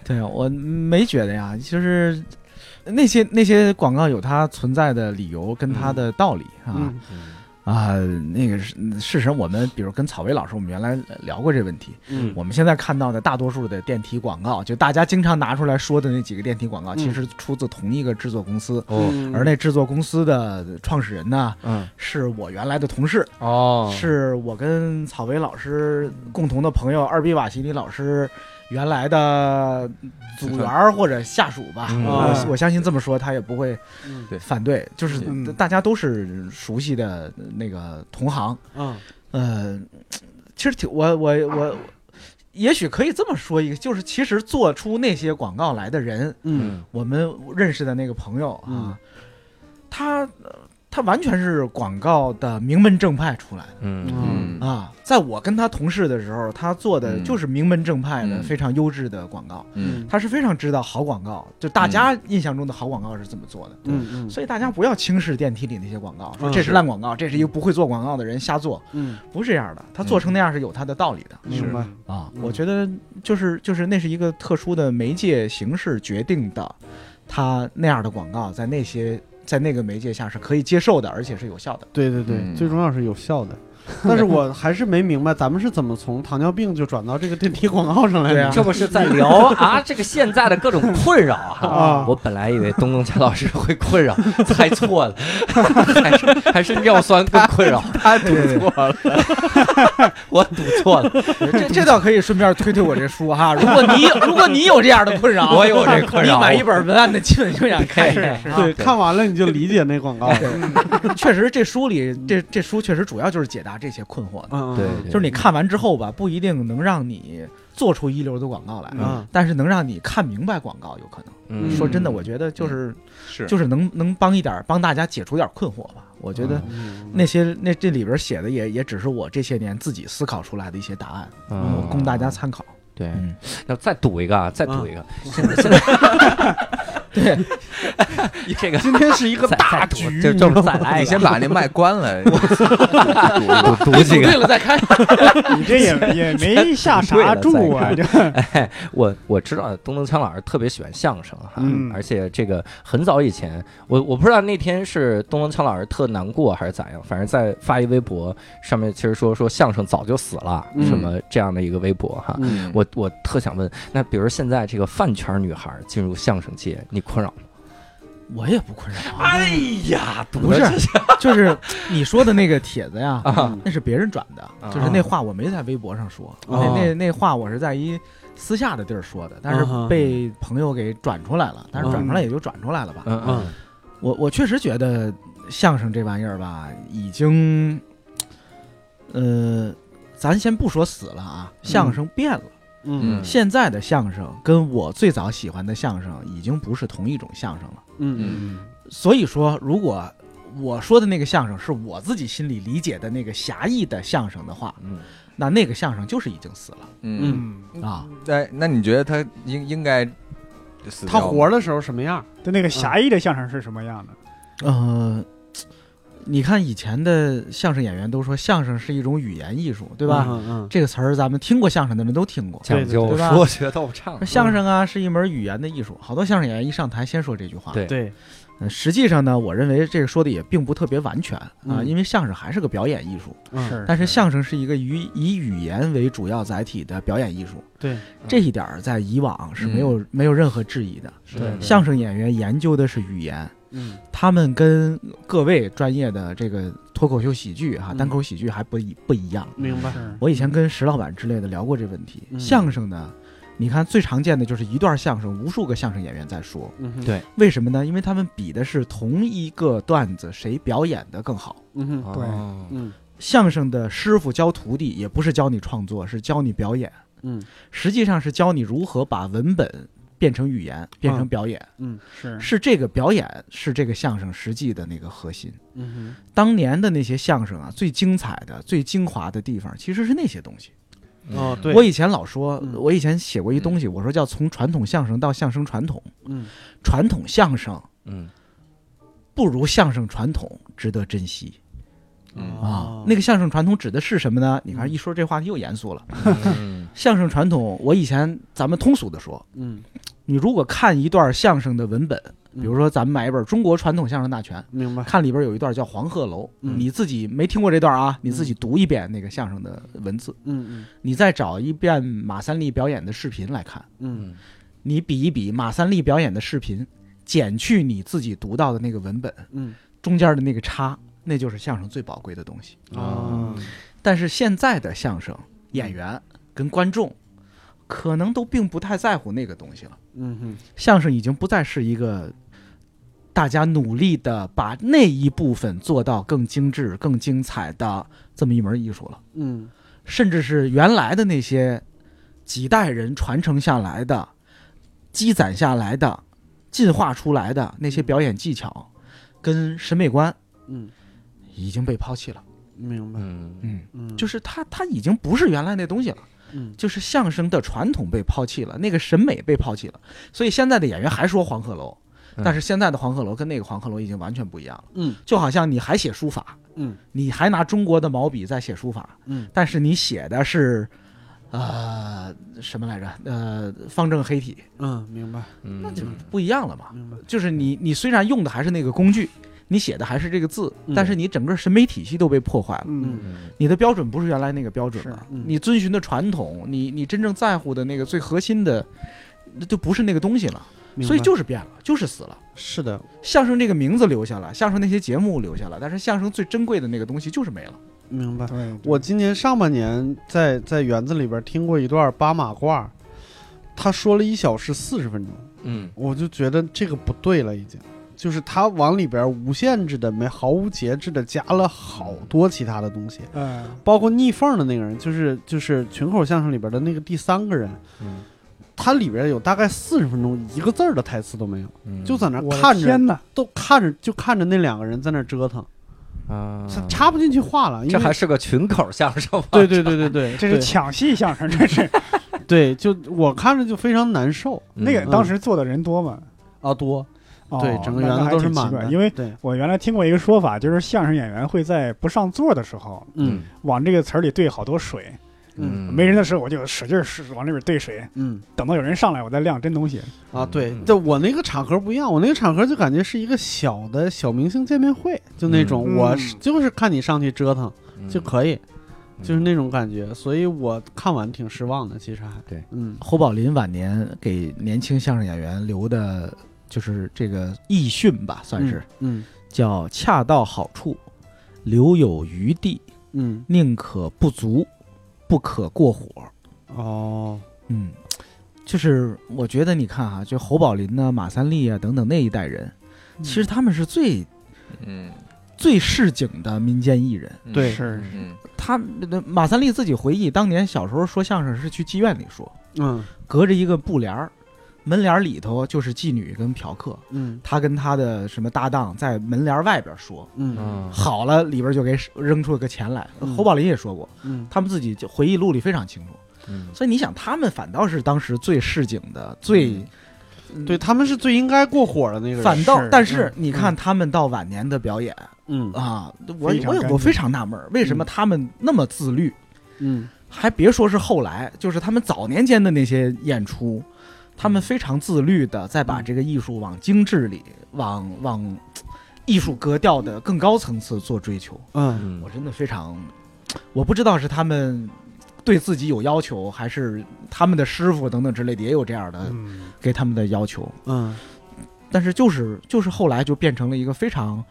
D: 对啊，我没觉得呀，就是那些那些广告有它存在的理由跟它的道理啊。
B: 嗯
D: 啊，那个是事实，我们比如跟草薇老师，我们原来聊过这问题。
A: 嗯
D: 我们现在看到的大多数的电梯广告，就大家经常拿出来说的那几个电梯广告，
B: 嗯
D: 其实出自同一个制作公司，
A: 哦
D: 而那制作公司的创始人呢，
A: 嗯
D: 是我原来的同事，
A: 哦
D: 是我跟草薇老师共同的朋友二比瓦西里老师原来的组员儿或者下属吧。啊
A: 嗯
D: 我我相信这么说他也不会
B: 嗯
C: 对
D: 反对，就是
E: 嗯
D: 大家都是熟悉的那个同行。
B: 嗯
D: 呃，其实挺我我我，也许可以这么说一个，就是其实做出那些广告来的人，
B: 嗯
D: 我们认识的那个朋友啊，
B: 嗯
D: 他呃他完全是广告的名门正派出来的。
A: 嗯
C: 嗯
D: 啊，在我跟他同事的时候，他做的
C: 嗯
D: 就是名门正派的、
C: 嗯
D: 非常优质的广告，
C: 嗯，
D: 他是非常知道好广告，就大家印象中的好广告是怎么做的。
B: 嗯
D: 所以大家不要轻视电梯里那些广告，说
B: 嗯
D: 这是
C: 是
D: 烂广告，这是一个不会做广告的人瞎做。
B: 嗯，
D: 不是这样的，他做成那样是有他的道理的、
B: 明白。
D: 啊。
B: 嗯
D: 我觉得就是就是那是一个特殊的媒介形式决定的，他那样的广告在那些在那个媒介下是可以接受的，而且是有效的。
B: 对对对，
C: 嗯
B: 最重要是有效的。但是我还是没明白，咱们是怎么从糖尿病就转到这个电梯广告上来
D: 对
B: 的
D: 啊？
A: 这不是在 聊啊这个现在的各种困扰哈、
B: 啊
A: 我本来以为东东家老师会困扰， 猜错了，还是还是尿酸更困扰。
D: 他 对对对
A: 我赌错了，
D: 这这倒可以顺便推推我这书哈。如果你如果你有这样的困扰，
A: 我有这困扰
D: 你买一本文案的基本修养看一看。啊
B: 对，看完了你就理解那广告了。
D: 对，确实这书里这这书确实主要就是解答这些困惑的，
B: 嗯，嗯
A: 对，
D: 就是你看完之后吧，不一定能让你做出一流的广告来。
B: 嗯
D: 但是能让你看明白广告，有可能。
A: 嗯
D: 说真的，我觉得就是、
C: 是
D: 就是能能帮一点儿，帮大家解除点儿困惑吧。我觉得
B: 嗯
D: 那些那这里边儿写的也也只是我这些年自己思考出来的一些答案，
A: 嗯
D: 供大家参考。
A: 对
D: 嗯，
A: 那再赌一个啊，再赌一个，现在现在
D: 对，
A: 这个
B: 今天是一个
A: 再
B: 大
A: 再赌
B: 局，
A: 就就是再来一
C: 哎
A: 个
C: 你先把那麦关 了，
A: 赌赌几个。
D: 哎对了再开。
E: 你这也也没下啥注啊，这
A: 哎， 我我知道东东锵老师特别喜欢相声哈，
E: 嗯
A: 而且这个很早以前，我我不知道那天是东东锵老师特难过还是咋样，反正在发一微博上面，其实说说相声早就死了、
B: 嗯
A: 什么这样的一个微博哈。
B: 嗯
A: 我我特想问，那比如现在这个饭圈女孩进入相声界，你困扰吗？
D: 我也不困扰啊，
A: 哎呀，
D: 不是，就是 你说的那个帖子呀，
A: 啊，
D: 那是别人转的，就是那话我没在微博上说，
A: 哦
D: 那那那话我是在一私下的地儿说的，但是
B: 嗯哼
D: 被朋友给转出来了，但是转出来也就转出来了吧。
A: 嗯嗯
D: 我我确实觉得相声这玩意儿吧，已经，呃，咱先不说死了啊，相声变了。
B: 嗯
C: 嗯
D: 现在的相声跟我最早喜欢的相声已经不是同一种相声了。
B: 嗯
D: 所以说，如果我说的那个相声是我自己心里理解的那个狭义的相声的话，
A: 嗯，
D: 那那个相声就是已经死了
C: 嗯，
D: 啊。
C: 哎，那你觉得他应应该死
B: 他
C: 掉吗
B: 活的时候什么样？
E: 就那个狭义的相声是什么样的？
D: 呃，你看以前的相声演员都说相声是一种语言艺术，对吧？
B: 嗯
D: 这个词儿咱们听过相声的人都听过。
A: 讲究
D: 对吧
A: 说学逗唱，嗯
D: 相声啊是一门语言的艺术，好多相声演员一上台先说这句话。
A: 对
B: 嗯，对，
D: 呃，实际上呢，我认为这个说的也并不特别完全啊、
B: 嗯
D: 因为相声还是个表演艺术，
B: 嗯
E: 是，
D: 但是相声是一个以以语言为主要载体的表演艺术，
B: 对，
D: 这一点儿在以往是没有、没有任何质疑的。
A: 对
D: 相声演员研究的是语言，
B: 嗯
D: 他们跟各位专业的这个脱口秀喜剧哈、
B: 嗯
D: 单口喜剧还不一不一样。
B: 明白。
E: 是
D: 我以前跟石老板之类的聊过这问题。
B: 嗯
D: 相声呢，你看最常见的就是一段相声，无数个相声演员在说，
B: 嗯哼
A: 对
D: 为什么呢？因为他们比的是同一个段子，谁表演的更好。
B: 嗯哼
A: 哦
E: 对
B: 嗯
D: 相声的师傅教徒弟，也不是教你创作，是教你表演，
B: 嗯
D: 实际上是教你如何把文本变成语言，变成表演。
B: 嗯
E: 是
D: 是这个表演，是这个相声实际的那个核心。
B: 嗯
D: 当年的那些相声啊，最精彩的、最精华的地方，其实是那些东西。
B: 哼，
A: 嗯
B: 哦对，
D: 我以前老说，
B: 嗯
D: 我以前写过一东西，我说叫从传统相声到相声传统，
B: 嗯
D: 传统相声
A: 嗯，
D: 不如相声传统值得珍惜。
C: 嗯
D: 啊
B: 哦，
D: 那个相声传统指的是什么呢？你看
B: 嗯
D: 一说这话题又严肃了。
A: 嗯
D: 相声传统，我以前咱们通俗的说，
B: 嗯，
D: 你如果看一段相声的文本，比
B: 嗯
D: 如说咱们买一本《中国传统相声大全》，
B: 明白，
D: 看里边有一段叫《黄鹤楼》，
B: 嗯
D: 你自己没听过这段啊，你自己读一遍那个相声的文字，
B: 嗯
D: 你再找一遍马三立表演的视频来看，
B: 嗯
A: 嗯
D: 你比一比马三立表演的视频，减去你自己读到的那个文本
B: 嗯
D: 中间的那个差，那就是相声最宝贵的东西。
B: 嗯，哦，
D: 但是现在的相声演员跟观众，可能都并不太在乎那个东西了。
B: 嗯哼，
D: 相声已经不再是一个大家努力的把那一部分做到更精致、更精彩的这么一门艺术了，
B: 嗯
D: 甚至是原来的那些几代人传承下来的、积攒下来的、进化出来的那些表演技巧跟审美观
B: 嗯，
D: 已经被抛弃了。
B: 明白，
A: 嗯
D: 嗯，
B: 嗯，
D: 就是是它它已经不是原来那东西了。
B: 嗯
D: 就是相声的传统被抛弃了，那个审美被抛弃了，所以现在的演员还说黄鹤楼，
A: 嗯
D: 但是现在的黄鹤楼跟那个黄鹤楼已经完全不一样了，
B: 嗯
D: 就好像你还写书法，
B: 嗯
D: 你还拿中国的毛笔在写书法，
B: 嗯
D: 但是你写的是，呃，什么来着？呃，方正黑体，
B: 嗯，明白
A: 嗯，
D: 那就不一样了嘛。
B: 明白，
D: 就是你你虽然用的还是那个工具，你写的还是这个字，
B: 嗯
D: 但是你整个审美体系都被破坏了。
E: 嗯
A: 嗯
D: 你的标准不是原来那个标准了
E: 是，
B: 嗯
D: 你遵循的传统，你你真正在乎的那个最核心的，那就不是那个东西了，所以就是变了，就是死了。
B: 是的，
D: 相声这个名字留下了，相声那些节目留下了，但是相声最珍贵的那个东西就是没了。
B: 明白。
E: 对，
B: 我今年上半年在在园子里边听过一段八马褂，他说了一小时四十分钟，
A: 嗯
B: 我就觉得这个不对了，已经。就是他往里边无限制的、没毫无节制的加了好多其他的东西，
E: 嗯
B: 包括逆缝的那个人，就是就是群口相声里边的那个第三个人，
A: 嗯
B: 他里边有大概四十分钟一个字儿的台词都没有，
A: 嗯，
B: 就在那
E: 我的
B: 看着
E: 天，哪，
B: 都看着就看着那两个人在那折腾，
E: 嗯
A: 啊，
B: 他插不进去话了，因
A: 这
B: 为
A: 还是个群口相声吧？
B: 对对对对对，
E: 啊这是抢戏相声，这是
B: 对，对就我看着就非常难 受
A: 嗯，
E: 那个当时坐的人多吗？
B: 啊，多
E: 哦
B: 对，整个
E: 那
B: 园
E: 那
B: 子
E: 还
B: 都是
E: 挺奇
B: 满
E: 怪
B: 的，
E: 因为
B: 对，
E: 我原来听过一个说法，就是相声演员会在不上座的时候，
B: 嗯
E: 往这个词儿里兑好多水，
A: 嗯
E: 没人的时候我就使劲儿使往里边兑水，
B: 嗯
E: 等到有人上来我再亮真东西。
B: 啊，对
A: 嗯，
B: 这我那个场合不一样，我那个场合就感觉是一个小的小明星见面会，就那种
E: 嗯
B: 我
E: 嗯
B: 是就是看你上去折腾
A: 嗯
B: 就可以，就是那种感觉，所以我看完挺失望的，其实还
A: 对，
B: 嗯
D: 侯宝林晚年给年轻相声演员留的就是这个遗训吧，算是、
B: 嗯
D: 叫恰到好处，留有余地，
B: 嗯
D: 宁可不足，不可过火。
B: 嗯哦，
D: 嗯，就是我觉得你看哈、就侯宝林呐、马三立啊等等那一代人，
B: 嗯
D: 其实他们是最
C: 嗯，
D: 最市井的民间艺人。
C: 嗯
B: 对
E: 是
C: 嗯
D: 他马三立自己回忆，当年小时候说相声是去妓院里说，
B: 嗯
D: 隔着一个布帘儿，门帘儿里头就是妓女跟嫖客，
B: 嗯
D: 他跟他的什么搭档在门帘儿外边说。
B: 嗯
A: 嗯
D: 好了，里边就给扔出个钱来。
B: 嗯
D: 侯宝林也说过，
B: 嗯
D: 他们自己就回忆录里非常清楚。
A: 嗯
D: 所以你想，他们反倒是当时最市井的、最
B: 嗯，对他们是最应该过火的那个嗯人，
D: 反倒
E: 是，
D: 但是你看他们到晚年的表演
B: 嗯
D: 啊，我
E: 非常
D: 我有
E: 干
D: 我
E: 净
D: 非常纳闷儿，为什么他们那么自律？
B: 嗯
D: 还别说是后来，就是他们早年间的那些演出，他们非常自律的在把
B: 嗯
D: 这个艺术往精致里、往往艺术格调的更高层次做追求。
B: 嗯
A: 嗯
D: 我真的非常，我不知道是他们对自己有要求，还是他们的师傅等等之类的也有这样的
E: 嗯，
D: 给他们的要求。
B: 嗯
D: 但是就是就是后来就变成了一个非常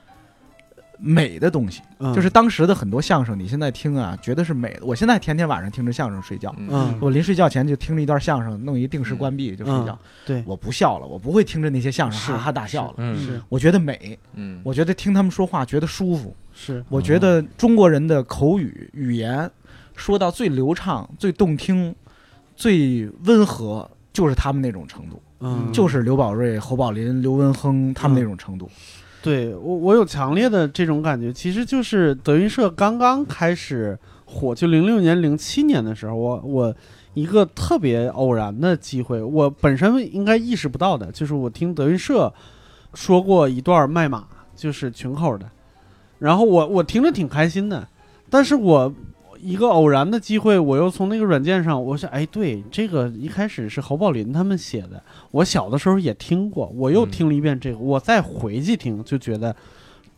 D: 美的东西，
B: 嗯
D: 就是当时的很多相声，你现在听啊，觉得是美的。我现在天天晚上听着相声睡觉，
B: 嗯
D: 我临睡觉前就听了一段相声，弄一定时关闭就睡觉。
B: 嗯对
D: 我不笑了，我不会听着那些相
B: 是
D: 声哈哈大笑了。
A: 嗯
B: 是
D: 我觉得美，
C: 嗯，
D: 我觉得听他们说话觉得舒服，
B: 是
D: 我觉得中国人的口语语言说到最流畅、最动听、最温和，就是他们那种程度，
B: 嗯，
D: 就是刘宝瑞、侯宝林、刘文亨他们那种程度。
B: 对我我有强烈的这种感觉，其实就是德云社刚刚开始火，就零六年、零七年的时候，我我一个特别偶然的机会，我本身应该意识不到的，就是我听德云社说过一段卖马，就是群口的，然后我我听着挺开心的，但是我。一个偶然的机会，我又从那个软件上，我说，哎，对，这个一开始是侯宝林他们写的，我小的时候也听过，我又
A: 嗯
B: 听了一遍这个，我再回去听就觉得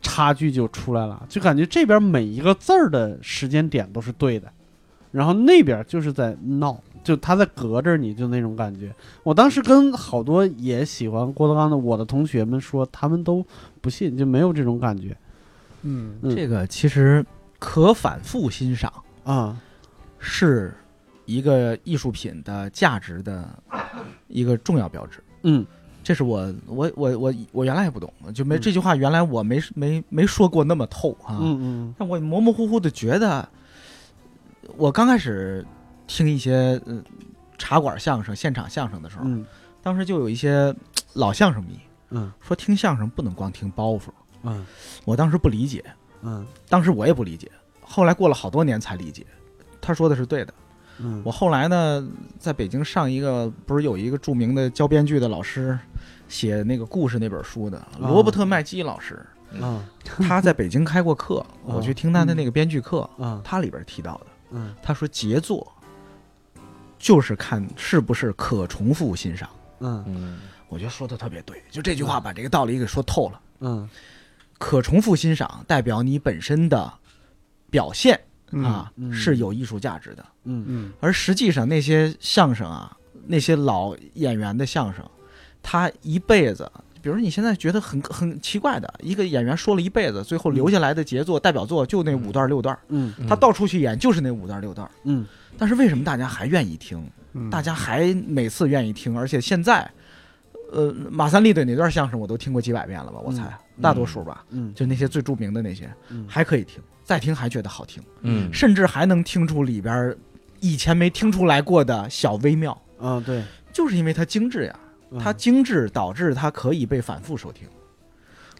B: 差距就出来了，就感觉这边每一个字儿的时间点都是对的，然后那边就是在闹，就他在隔着你，就那种感觉。我当时跟好多也喜欢郭德纲的我的同学们说，他们都不信，就没有这种感觉
D: 嗯
B: 嗯
D: 这个其实可反复欣赏，
B: 啊。
D: 是一个艺术品的价值的一个重要标志。
B: 嗯
D: 这是我我我我我原来也不懂，就没这句话原来我没没没说过那么透啊。
B: 嗯嗯
D: 但我模模糊糊的觉得，我刚开始听一些呃茶馆相声、现场相声的时候，
B: 嗯
D: 当时就有一些嘖老相声迷
B: 嗯
D: 说听相声不能光听包袱，
B: 嗯
D: 我当时不理解，
B: 嗯
D: 当时我也不理解，后来过了好多年才理解，他说的是对的。
B: 嗯，
D: 我后来呢，在北京上一个不是有一个著名的教编剧的老师，写那个故事那本书的
B: 哦
D: 罗伯特麦基 老师，
B: 啊
D: 他在北京开过课，
B: 哦
D: 我去听他的那个编剧课，
B: 啊
D: 他里边提到的，
B: 嗯
D: 他说杰作就是看是不是可重复欣赏。
B: 嗯
A: 嗯
D: 我觉得说的特别对，就这句话把这个道理给说透了。
B: 嗯
D: 可重复欣赏代表你本身的表现啊、
B: 嗯嗯
D: 是有艺术价值的，
B: 嗯
E: 嗯
D: 而实际上那些相声啊，那些老演员的相声，他一辈子，比如你现在觉得很很奇怪的，一个演员说了一辈子，最后留下来的杰作、代表作就那五段六段，
B: 嗯
A: 嗯
D: 他到处去演就是那五段六段。
B: 嗯
D: 但是为什么大家还愿意听？
E: 嗯，
D: 大家还每次愿意听，而且现在，呃，马三立的哪段相声我都听过几百遍了吧？我猜
B: 嗯
D: 大多数吧，
B: 嗯
D: 就那些最著名的那些
B: 嗯，
D: 还可以听，再听还觉得好听。
A: 嗯
D: 甚至还能听出里边儿以前没听出来过的小微妙，
B: 啊对，
D: 就是因为它精致呀，它
B: 嗯
D: 精致导致它可以被反复收听。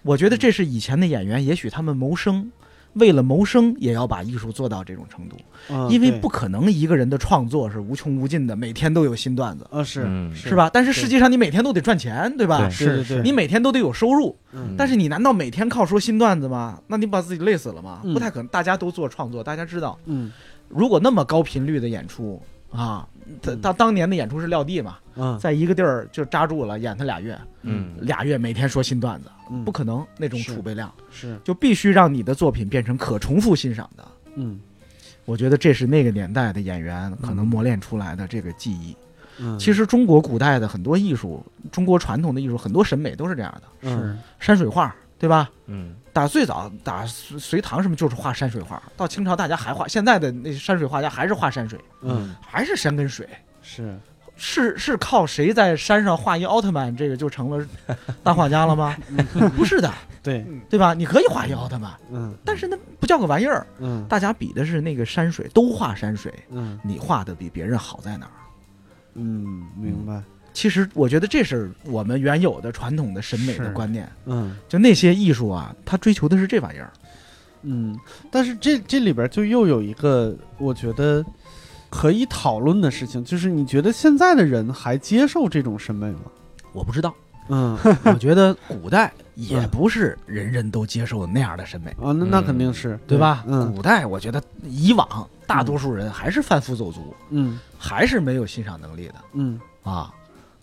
D: 我觉得这是以前的演员，也许他们谋生，为了谋生也要把艺术做到这种程度，
B: 啊
D: 因为
B: 对
D: 不可能一个人的创作是无穷无尽的，每天都有新段子，
B: 啊是
A: 嗯
D: 是？吧？但是实际上你每天都得赚钱，对吧
A: 对？
B: 对对对，
D: 你每天都得有收入，
B: 嗯
D: 但是你难道每天靠说新段子吗？那你把自己累死了吗？
B: 嗯
D: 不太可能。大家都做创作，大家知道，
B: 嗯
D: 如果那么高频率的演出啊，他
B: 嗯
D: 他当年的演出是撂地嘛，
B: 啊
D: 在一个地儿就扎住了，演他俩月，
A: 嗯
D: 俩月每天说新段子，
B: 嗯
D: 不可能那种
B: 是
D: 储备量，
B: 是
D: 就必须让你的作品变成可重复欣赏的。
B: 嗯
D: 我觉得这是那个年代的演员可能磨练出来的这个技艺。
B: 嗯
D: 其实中国古代的很多艺术，中国传统的艺术很多审美都是这样的，
B: 嗯
D: 山水画，对吧？
A: 嗯
D: 打最早打隋隋唐什么就是画山水画，到清朝大家还画，现在的那山水画家还是画山水，
B: 嗯
D: 还是山跟水。
B: 是
D: 是是靠谁在山上画一奥特曼，这个就成了大画家了吗？不是的，
B: 对
D: 对吧？你可以画一奥特曼，
B: 嗯
D: 但是那不叫个玩意儿。
B: 嗯
D: 大家比的是那个山水，都画山水，
B: 嗯
D: 你画的比别人好在哪儿？
B: 嗯明白
D: 其实我觉得这是我们原有的传统的审美的
E: 是
D: 观念，
B: 嗯
D: 就那些艺术啊，他追求的是这玩意儿。
B: 嗯，但是这这里边就又有一个我觉得可以讨论的事情，就是你觉得现在的人还接受这种审美吗？
D: 我不知道，
B: 嗯
D: 我觉得古代也不是人人都接受那样的审美，
B: 啊，那那肯定是
D: 对吧？
B: 嗯
D: 古代我觉得以往大多数人还是贩夫走卒，
B: 嗯
D: 还是没有欣赏能力的。
B: 嗯
D: 啊。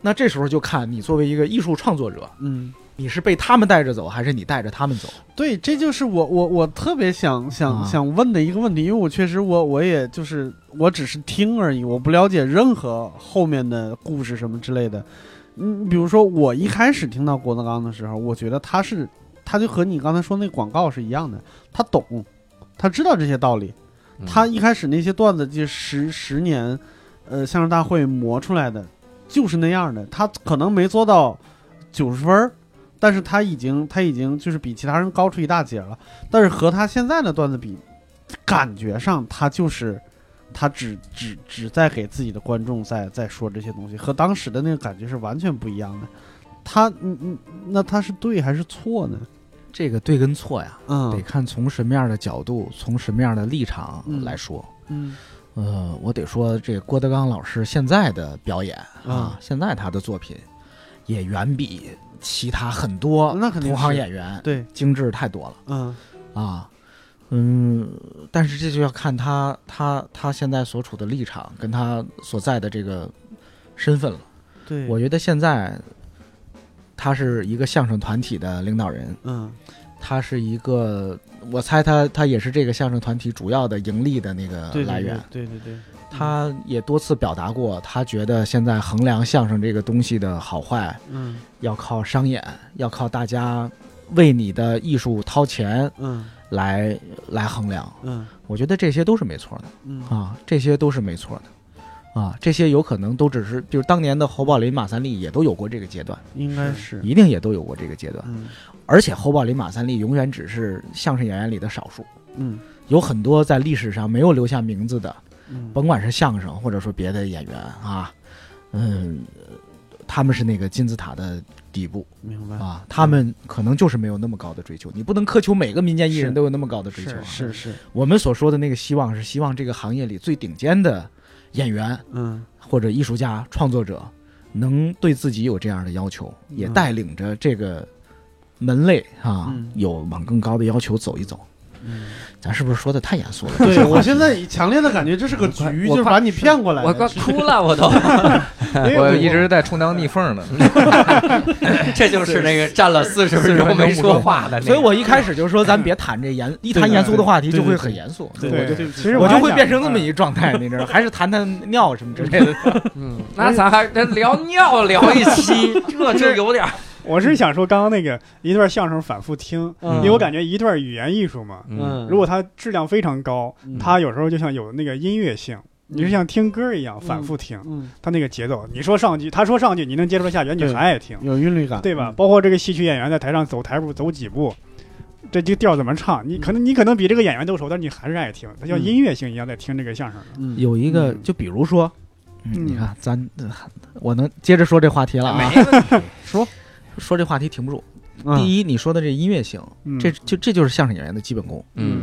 D: 那这时候就看你作为一个艺术创作者，
B: 嗯，
D: 你是被他们带着走，还是你带着他们走？
B: 对，这就是我我我特别想想
D: 啊
B: 想问的一个问题，因为我确实我我也就是我只是听而已，我不了解任何后面的故事什么之类的。嗯，比如说我一开始听到郭德纲的时候，我觉得他是他就和你刚才说那广告是一样的，他懂，他知道这些道理。
A: 嗯
B: 他一开始那些段子就十十年，呃，相声大会磨出来的就是那样的。他可能没做到九十分儿，但是他已经他已经就是比其他人高出一大截了。但是和他现在的段子比，感觉上他就是他只只只在给自己的观众在在说这些东西，和当时的那个感觉是完全不一样的。他嗯嗯，那他是对还是错呢？
D: 这个对跟错呀，得
B: 嗯
D: 看从什么样的角度，从什么样的立场
B: 嗯
D: 来说。
B: 嗯
D: 呃，我得说，这郭德纲老师现在的表演
B: 啊
D: 啊，现在他的作品也远比其他很多
B: 哦那肯定
D: 同行
B: 是
D: 演员
B: 对
D: 精致太多了
B: 嗯
D: 啊。嗯，但是这就要看他他他现在所处的立场跟他所在的这个身份了。
B: 对
D: 我觉得现在他是一个相声团体的领导人，
B: 嗯
D: 他是一个，我猜他他也是这个相声团体主要的盈利的那个
B: 对对
D: 来源。
B: 对对对对
D: 他也多次表达过，他觉得现在衡量相声这个东西的好坏，
B: 嗯
D: 要靠商演，要靠大家为你的艺术掏钱
B: 嗯
D: 来来衡量。
B: 嗯
D: 我觉得这些都是没错的
B: 嗯
D: 啊，这些都是没错的啊，这些有可能都只是，就是当年的侯宝林、马三立也都有过这个阶段，
B: 应该是
D: 一定也都有过这个阶段。
B: 嗯
D: 而且侯宝林、马三立永远只是相声演员里的少数，
B: 嗯
D: 有很多在历史上没有留下名字的，
B: 嗯
D: 甭管是相声或者说别的演员啊，嗯，他们是那个金字塔的底部
B: 明白
D: 啊，他们可能就是没有那么高的追求。你不能苛求每个民间艺人
B: 是
D: 都有那么高的追求啊。
B: 是是是
D: 我们所说的那个希望是希望这个行业里最顶尖的演员
B: 嗯
D: 或者艺术家、创作者能对自己有这样的要求，也
B: 嗯
D: 带领着这个门类啊
B: 嗯，
D: 有往更高的要求走一走。
B: 嗯。
D: 咱是不是说的太严肃了？
B: 对我现在强烈的感觉这是个局，
A: 我
B: 就是
A: 快
B: 把你骗过来的。
A: 我快
B: 是
A: 哭了，我都，
C: 我一直在充当逆缝呢。
A: 这就是那个站了四十分钟没说话的那个。
D: 所以我一开始就说，咱别谈这严，一谈严肃的话题就会很严肃，
B: 对
E: 对
B: 我就
E: 其实
D: 我
E: 还
D: 就会
E: 想
D: 变成这么一状态，你知道，还是谈谈尿什么之类的。
A: 嗯，那咱还得聊尿聊一期，这就有点儿。
E: 我是想说，刚刚那个一段相声反复听，
B: 嗯
E: 因为我感觉一段语言艺术嘛，
A: 嗯，
B: 嗯，
E: 如果它质量非常高，
B: 嗯
E: 它有时候就像有那个音乐性，你是像听歌一样反复听，
B: 嗯
E: 它那个节奏，你说上句，他说上句，你能接受下原句，
B: 对
E: 还爱听，
B: 有韵律感，
A: 嗯
E: 对
C: 嗯
E: 吧？包括这个戏曲演员在台上走台步走几步。这这调怎么唱？你可能你可能比这个演员都熟，但是你还是爱听，它像
B: 嗯
E: 音乐性一样在听这个相声呢。
B: 嗯？嗯，
D: 有一个，
E: 嗯
D: 就比如说，嗯
E: 嗯
D: 你看，咱呃我能接着说这话题了啊，
A: 没问题。
D: 说这话题停不住。
B: 嗯
D: 第一，你说的这音乐性，
E: 嗯
D: 这就这就是相声演员的基本功。
A: 嗯，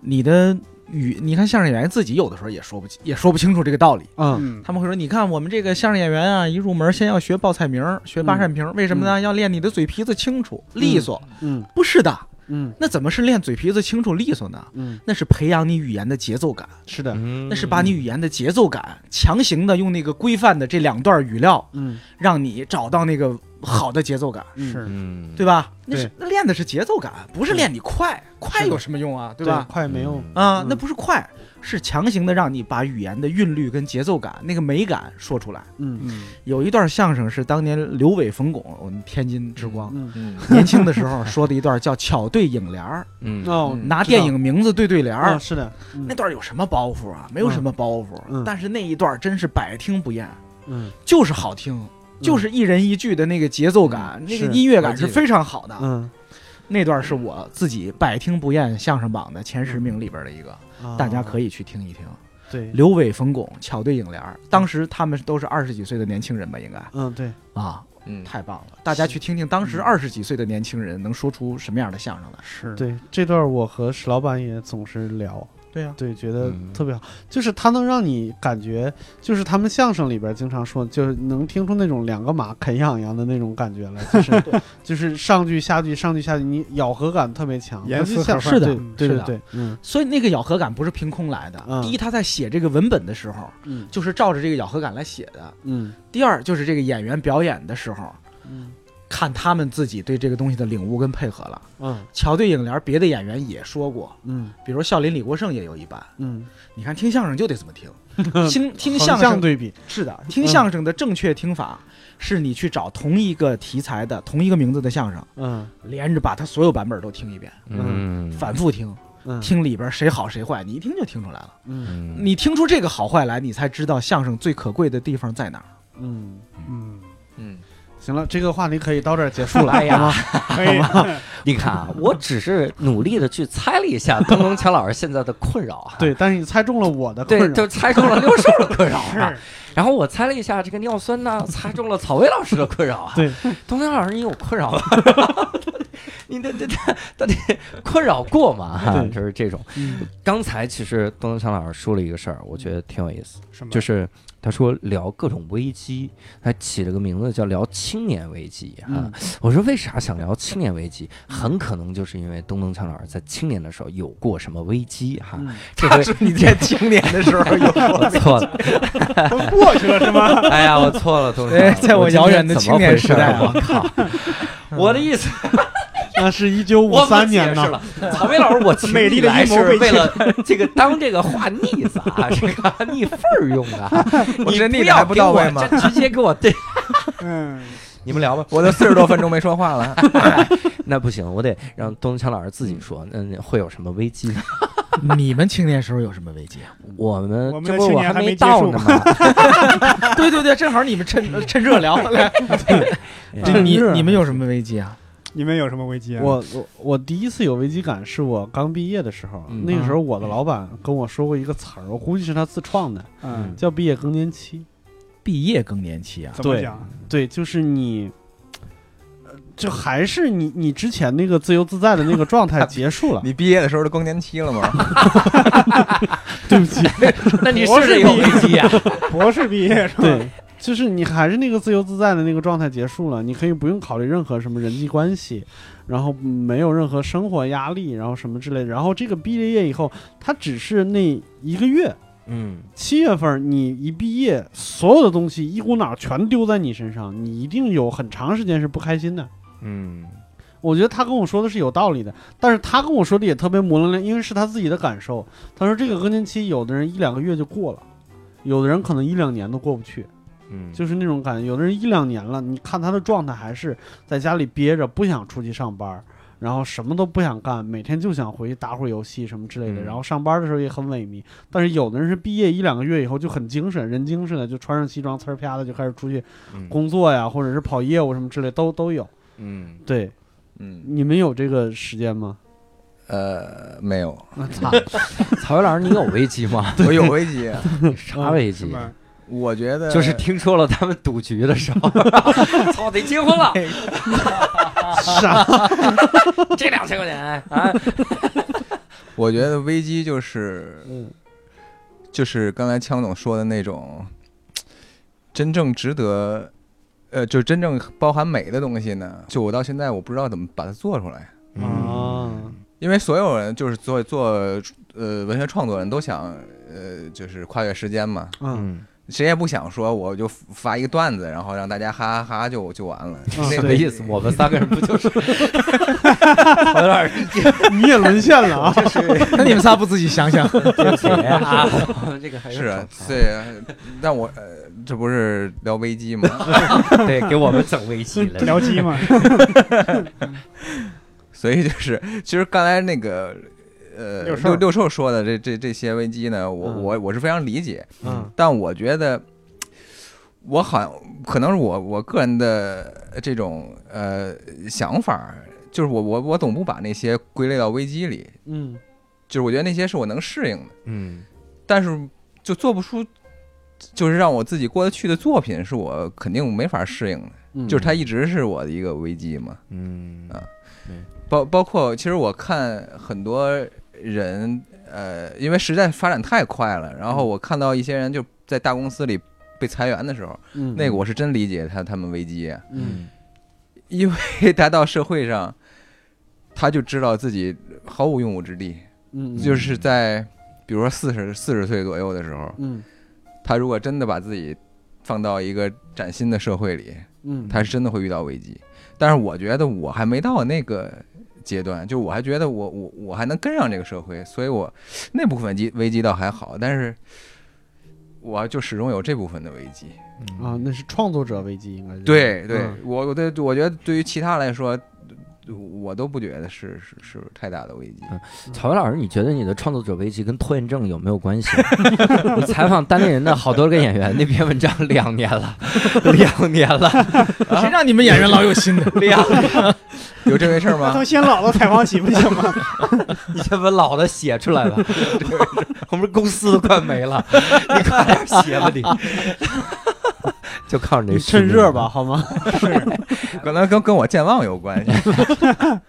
D: 你的语，你看相声演员自己有的时候也说不清也说不清楚这个道理。
B: 嗯
E: 嗯，
D: 他们会说：“你看，我们这个相声演员啊，一入门先要学报菜名儿，学八扇屏儿，为什么呢？要练你的嘴皮子清楚、利索。
B: 嗯
D: 不是的，
B: 嗯
D: 那怎么是练嘴皮子清楚利索呢？
B: 嗯，
D: 那是培养你语言的节奏感，
B: 是的，
A: 那
D: 那是把你语言的节奏感强行的用那个规范的这两段语料，
B: 嗯
D: 让你找到那个好的节奏感，
B: 嗯
E: 是
A: 嗯，
D: 对吧？那
B: 对
D: 是那练的是节奏感，不是练你快，快有什么用啊？对吧？
B: 快没有，
D: 啊
B: 嗯，
D: 那不是快，是强行的让你把语言的韵律跟节奏感那个美感说出来。
B: 嗯
E: 嗯
D: 有一段相声是当年刘伟、冯巩，我们天津之光。
B: 嗯，
C: 嗯，
D: 年轻的时候说的一段叫“巧对影联儿
A: 嗯，
B: 哦，”，
D: 拿电影名字对对联
B: 啊，
D: 儿，
B: 是的，嗯
D: 那段有什么包袱啊？没有什么包袱，
B: 嗯
D: 但是那一段真是百听不厌，
B: 嗯
D: 就是好听，就是一人一句的那个节奏感，那
B: 是
D: 个音乐感
A: 我记
D: 嗯是
A: 得
D: 非常好的。
B: 嗯，
D: 那段是我自己百听不厌相声榜的前十名里边的一个，大家可
B: 以
D: 以去听一听。
B: 啊对，
D: 刘伟、冯巩、巧对影联儿，当时他们都是二十几岁的年轻人吧，应该
B: 嗯对，
D: 啊，嗯
C: 嗯，
D: 太棒了！大家去听听当时二十几岁的年轻人能说出什么样的相声来。
E: 是，
B: 对这段，我和石老板也总是聊，
D: 对呀、
B: 对，觉得
A: 嗯
B: 特别好，就是它能让你感觉，就是他们相声里边经常说，就是能听出那种两个马啃痒痒的那种感觉来，就是就是上句下句上句下句，你咬合感特别强，
E: 严丝
B: 它就像
E: 合缝
D: 是的
B: 对对
D: 是
B: 对
D: 的
B: 对，嗯
D: 所以那个咬合感不是凭空来的。
B: 嗯
D: 第一，他在写这个文本的时候，
B: 嗯
D: 就是照着这个咬合感来写的；
B: 嗯
D: 第二，就是这个演员表演的时候，看他们自己对这个东西的领悟跟配合了。
B: 嗯
D: 桥对影联，别的演员也说过，
B: 嗯
D: 比如笑林、李国盛也有一版。
B: 嗯，
D: 你看听相声就得这么 听，听听
B: 横
D: 相
B: 向
D: 声
B: 对比，
D: 是的，听相声的正确听法是你去找同一个题材的同一个名字的相声，
B: 嗯
D: 连着把它所有版本都听一遍，
A: 嗯，
D: 反复听，
B: 嗯
D: 听里边谁好谁坏，你一听就听出来了。
B: 嗯
A: 嗯，
D: 你听出这个好坏来，你才知道相声最可贵的地方在哪儿。
B: 嗯，
E: 嗯，
C: 嗯，
B: 行了，这个话题可以到这儿结束 了，
A: 哎呀
B: 好吗？
E: 可以，
A: 你看啊，我只是努力的去猜了一 下东东强老师现在的困扰啊，
B: 对，但是你猜中了我的
A: 对，
B: 困扰
A: 就，猜中了六兽的困扰 啊
E: 是。
A: 然后我猜了一下这个尿酸呢，猜中了草薇老师的困扰啊。
B: 对，
A: 东强老师，你有困 扰吗？你的这这到底困扰过吗？哈
B: 对，
A: 就是这种。
B: 嗯
A: 刚才其实东强老师说了一个事儿，我觉得挺有意思，
B: 嗯
E: 什么？
A: 就是他说聊各种危机，他起了个名字叫聊青年危机啊。
B: 嗯
A: 我说为啥想聊青年危机？很可能就是因为东东强老师在青年的时候有过什么危机哈。
B: 嗯
A: 这 回
C: 你在青年的时候有
A: 我错了，
E: 都过去了是吗？
A: 哎呀，我错了，东
D: 哎
A: 强，
D: 在我
A: 今
D: 遥
A: 天
D: 远的
A: 怎
D: 青
A: 么
D: 年
A: 回
D: 时
A: 事儿
D: 代啊
A: 我 靠！ 我的意思，
B: 那是一九五
A: 我
B: 三
A: 不解
B: 年
A: 释
B: 呢，
A: 了。草莓老师，我请
E: 美丽
A: 你
E: 的
A: 来
E: 阴
A: 是
E: 谋被
A: 为了这个当这个话腻子啊，这 个腻缝儿用的啊。
C: 我
A: 你
C: 这腻
A: 不
C: 子还
A: 要
C: 不
A: 给
C: 到
A: 我
C: 位吗
A: 这直接 给我对，
E: 嗯，
A: 你们聊吧。
C: 我都四十多分钟没说话 了，
A: 那不行，我得让东强老师自己说，嗯，会有什么危机呢？
D: 你们青年时候有什么危机啊？
A: 我们
E: 我们
A: 这
E: 的
A: 不
E: 青
A: 我
E: 年还
A: 没
E: 没
A: 到
E: 结束
A: 呢吗？
D: 对对对，正好你们趁趁热聊 来。
A: 哎
B: 趁
D: 你
B: 热
D: 你们有什么危机啊？
E: 你们有什么危机啊？
B: 我我我第一次有危机感是我刚毕业的时候，
A: 嗯
B: 那个时候我的老板跟我说过一个词儿，我估计是他自创的，
E: 嗯，
B: 叫毕业更年期。
D: 毕业更年期 啊，
E: 怎么
B: 对
E: 讲？
B: 对，就是你，呃就还是你你之前那个自由自在的那 个状态结束了。
C: 你毕业的时候都更年期了吗？
B: 对不起，
A: 那你
E: 我
A: 是得
E: 是
A: 有
E: 你
A: 危机啊呀。
E: 博士 毕业是吧？
B: 对，就是你还是那个自由自在的那个状态结束了，你可以不用考虑任何什么人际关系，然后没有任何生活压力，然后什么之类的。然后这个毕了业以后，它只是那一个月，
A: 嗯，
B: 七月份你一毕业，所有的东西一股脑儿全丢在你身上，你一定有很长时间是不开心的。
A: 嗯，
B: 我觉得他跟我说的是有道理的，但是他跟我说的也特别模棱两，因为是他自己的感受。他说这个更年期，有的人一两个月就过了，有的人可能一两年都过不去，
A: 嗯，
B: 就是那种感觉。有的人一两年了，你看他的状态还是在家里憋着，不想出去上班，然后什么都不想干，每天就想回去打会儿游戏什么之类的。
A: 嗯
B: 然后上班的时候也很萎靡，但是有的人是毕业一两个月以后就很精神，人精神了，就穿上西装呲儿啪的就开始出去
A: 嗯
B: 工作呀，或者是跑业务什么之类都都有。
A: 嗯，
B: 对，
C: 嗯，
B: 你们有这个时间吗？
C: 呃，没有，
B: 那操，
A: 草莓老师，你有危机吗？
C: 我有危机，啊
A: 啥危
E: 是
A: 机？啊
E: 吗？
C: 我觉得
A: 就是听说了他们赌局的时候， 操，得结婚了，
B: 啥？
A: 这两千块钱啊，
C: 我觉得危机就是
B: 嗯
C: 就是刚才枪总说的那种，真正值得，呃，就真正包含美的东西呢，就我到现在我不知道怎么把它做出来，
B: 啊，
C: 因为所有人就是做做呃文学创作人都想呃就是跨越时间嘛，
B: 嗯，
A: 嗯，
C: 谁也不想说我就发一个段子，然后让大家哈哈哈就就完了，
B: 嗯
A: 什
C: 那
A: 么
B: 对
A: 意思？我们三个人不就是 曹老师
B: 你也沦陷了啊！
D: 那你们仨不自己想想？
A: 啊？ 我们这个还有
C: 是啊
A: 手，
C: 对啊，但我呃这不是聊危机 吗？
A: 残 对，给我们整危机了。
E: 僚机嘛，
C: 所以就是，其实刚才那个，呃，
E: 六兽
C: 六六兽说的这这这些危机呢，我、
B: 嗯
C: 我我是非常理解，
B: 嗯
C: 但我觉得，我好像可能是我我个人的呃这种呃想法，就是我我我总不把那些归类到危机里，
B: 嗯
C: 就是我觉得那些是我能适应的，
A: 嗯
C: 但是就做不出。就是让我自己过得去的作品，是我肯定没法适应的。
B: 嗯，
C: 就是它一直是我的一个危机嘛。
A: 嗯
C: 啊包包括，其实我看很多人，呃，因为时代发展太快了，然
B: 嗯
C: 后我看到一些人就在大公司里被裁员的时候，
B: 嗯
C: 那个我是真理解他他们危机，啊
B: 嗯
C: 因为 他到社会上，他就知道自己毫无用武之地，
B: 嗯
C: 就是在比如说四十四十岁左右的时候，
B: 嗯
C: 他如果真的把自己放到一个崭新的社会里，
B: 嗯，
C: 他是真的会遇到危机。但是我觉得我还没到那个阶段，就我还觉得我我我还能跟上这个社会，所以我那部分危机危机倒还好，但是我就始终有这部分的危机。
B: 啊，那是创作者危机，应该是
C: 对对
B: 嗯，
C: 我我对我觉得对于其他来说，我都不觉得是是是太大的危机。
A: 草莓老师，你觉得你的创作者危机跟拖延症有没有关系？ 你采访单立人的好多个演员，那篇文章两年了，两年了，
D: 谁让你们演员老有心的？
A: 两年，
C: 有这回事儿
E: 那
C: 吗？
E: 从先老的采访起不行吗？
A: 你先把老的写出来吧，我们公司都快没了，你快点写吧你。 就靠你
B: 你
A: 这
B: 趁
A: 实力
B: 热吧，。好吗？
C: 可能跟跟我健忘有关系。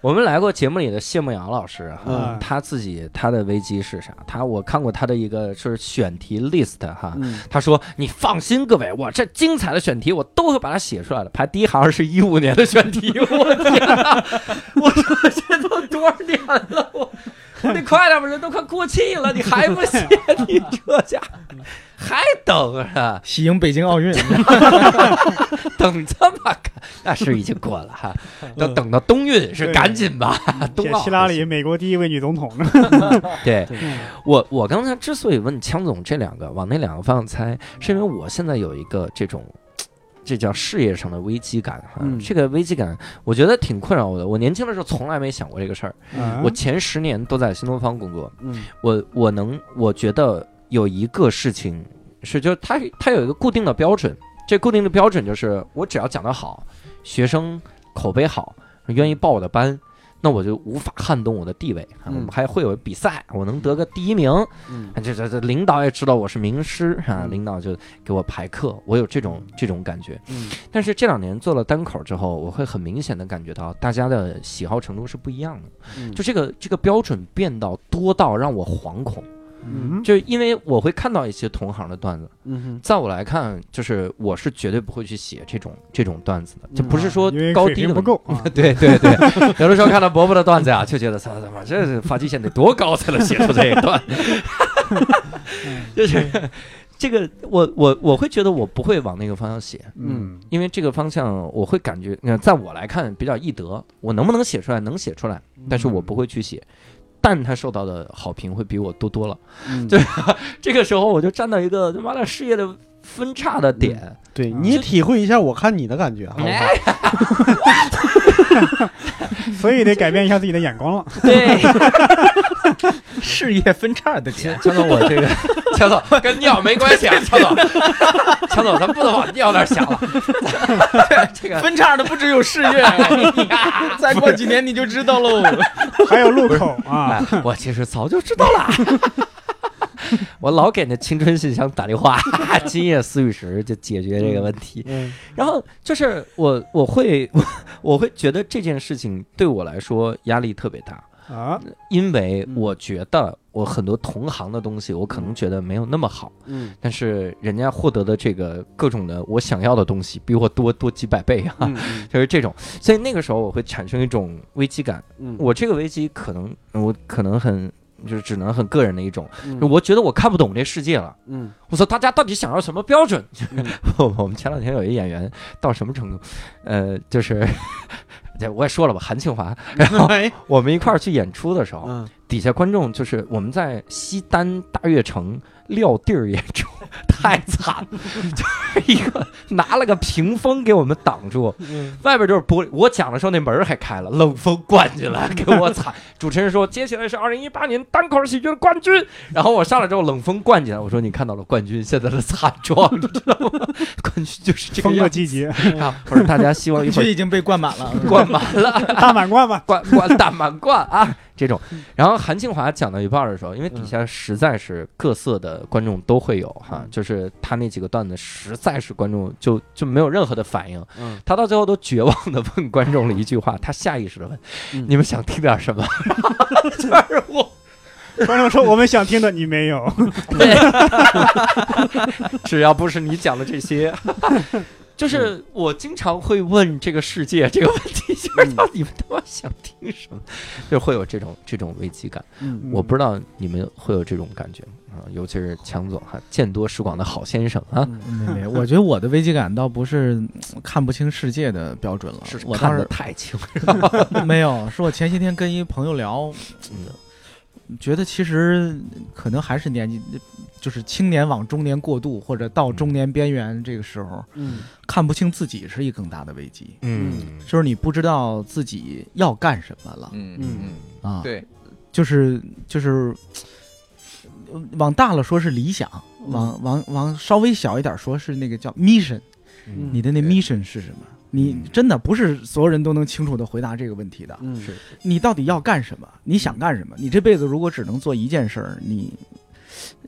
A: 我们来过节目里的谢梦阳老师哈，
B: 嗯
A: 他自己他的危机是啥？他我看过他的一个就是选题 list 哈，
B: 嗯，
A: 他说：“你放心，各位，我这精彩的选题我都会把它写出来的。排第一行是一五年的选题，我天哪！我说这都多少年了，我我得快点吧，人都快过气了，你还不写？你这家伙还等啊？
D: 喜迎北京奥运，
A: 等这么赶？那是已经过了哈，等等到冬运是赶紧吧，冬
E: 写
A: 奥
E: 嗯希拉里美国第一位女总统呢？
A: 对
B: 对
A: 我，我刚才之所以问枪总这两个往那两个方向猜，是因为我现在有一个这种，这叫事业上的危机感哈。
B: 嗯
A: 这个危机感，我觉得挺困扰我的。我年轻的时候从来没想过这个事儿。
E: 啊
A: 我前十年都在新东方工作，
B: 嗯
A: 我我能，我觉得有一个事情是，就是它它有一个固定的标准，这固定的标准就是我只要讲得好，学生口碑好，愿意报我的班。那我就无法撼动我的地位，啊我
B: 嗯
A: 们还会有比赛，我能得个第一名，
B: 嗯
A: 啊这这这领导也知道我是名师啊，
B: 嗯
A: 领导就给我排课，我有这种这种感觉。
B: 嗯
A: 但是这两年做了单口之后，我会很明显的感觉到大家的喜好程度是不一样的，
B: 嗯，
A: 就这个这个标准变到多到让我惶恐，
E: 嗯，
A: 就是因为我会看到一些同行的段子，
B: 嗯哼
A: 在我来看，就是我是绝对不会去写这种这种段子的，
B: 嗯
A: 就不是说
E: 啊因为
A: 高
E: 水
A: 低
E: 平
A: 的
E: 不
A: 问题。
E: 够啊。
A: 对 对对，有的时候看到伯伯的段子啊，就觉得操他妈，这是发际线得多高才能写出这一段，
E: 嗯
A: 就是 这个，我我我会觉得我不会往那个方向写，
B: 嗯
A: 因为这个方向我会感觉，呃在我来看比较易得，我能不能写出来能写出来，但是我
E: 嗯
A: 不会去写。但他受到的好评会比我多多了。
B: 嗯
A: 对这个时候我就站到一个他妈的事业的分叉的点，
B: 对，你也体会一下我看你的感嗯
E: 啊
B: 觉，好不好？
A: 哎，
E: 所以得改变一下自己的眼光了。
A: 对，
D: 事业分 叉的
A: 强
D: 点。
A: 强总，我这个强总 跟尿没关系啊，强总，强总，咱不能往尿那儿想了。 这个，哎
D: 分叉的不只有事业， 再过几年你就知道喽。
E: 还有路口啊，
A: 哎，我其实早就知道了。 我老给那青春信箱打电话， 今夜思雨时就解决这个问题。
B: 嗯
A: 然后就是我，我会，我我会觉得这件事情对我来说压力特别大，
E: 啊，
A: 因为
B: 嗯
A: 我觉得我很多同行的东西，我可能觉得没有那么好。
B: 嗯
A: 但是人家获得的这个各种的我想要的东西，比我多多几百倍啊，
B: 嗯
A: 就是这种。所以那个时候我会产生一种危机感。
B: 嗯，
A: 我这个危机可能我可能很就是只能很个人的一种，
B: 嗯
A: 我觉得我看不懂这世界了。
B: 嗯
A: 我说大家到底想要什么标准？
B: 嗯
A: 我我们前两天有一演员到什么程度？呃，就是 对我也说了吧，韩庆华。然后
B: 哎
A: 我们一块儿去演出的时候，
B: 嗯
A: 底下观众就是我们在西单大悦城撂地儿演出， 太惨了， 就是一个拿了个屏风给我们挡住，
B: 嗯
A: 外边就是玻璃。我讲的时候那门儿还开了，冷风灌进来，给我惨。主持人说接下来是二零一八年单口喜剧的冠军，然后我上来之后冷风灌进来，我说你看到了冠军现在的惨状，你知道吗？冠军 就是这个
E: 风
A: 样
E: 格
A: 子
E: 积极，
A: 啊！我说大家希望一会
D: 这
A: 儿
D: 已经被灌满了，
A: 灌满了。
E: 大满贯吧。
A: 灌灌大满贯啊这种。然后韩庆华讲到一半儿的时候，因为底下实在是各色的观众都会有哈，
B: 嗯
A: 就是他那几个段子实在是观众就就没有任何的反应，
B: 嗯
A: 他到最后都绝望的问观众了一句话，他下意识的问、
B: 嗯
A: 你们想听点什么？就是我。
E: 观众说我们想听的你没有，
A: 对，只要不是你 讲的这些，就是我经常会问这个世界这个问题，就到你们他妈想听什么，就会有这种这种危机感。
B: 嗯，
A: 我不知道你们会有这种感觉吗啊，尤其是强总哈，见多识广的好先生啊，
D: 没没，我觉得我的危机感倒不是嗯看不清世界的标准了，我
A: 看
D: 当
A: 得
D: 时
A: 太清了。
D: 没有，是我前些天跟一朋友聊，
A: 嗯
D: 觉得其实可能还是年纪，就是青年往中年过渡，或者到
A: 嗯
D: 中年边缘这个时候，
B: 嗯
D: 看不清自己是一更大的危机，
A: 嗯
D: 就是你不知道自己要干什么了
C: 嗯
B: 嗯
C: 嗯，
D: 啊。，
C: 对，
D: 就是就是，呃往大了说是理想，往往往稍微小一点说是那个叫 mission，
A: 嗯
D: 你的那
C: 对
D: mission 是什么？你
A: 嗯
D: 真的不是所有人都能清楚的回答这个问题的。
B: 嗯
A: 是
D: 你到底要干什么？你想干什么？你这辈子如果只能做一件事儿，你，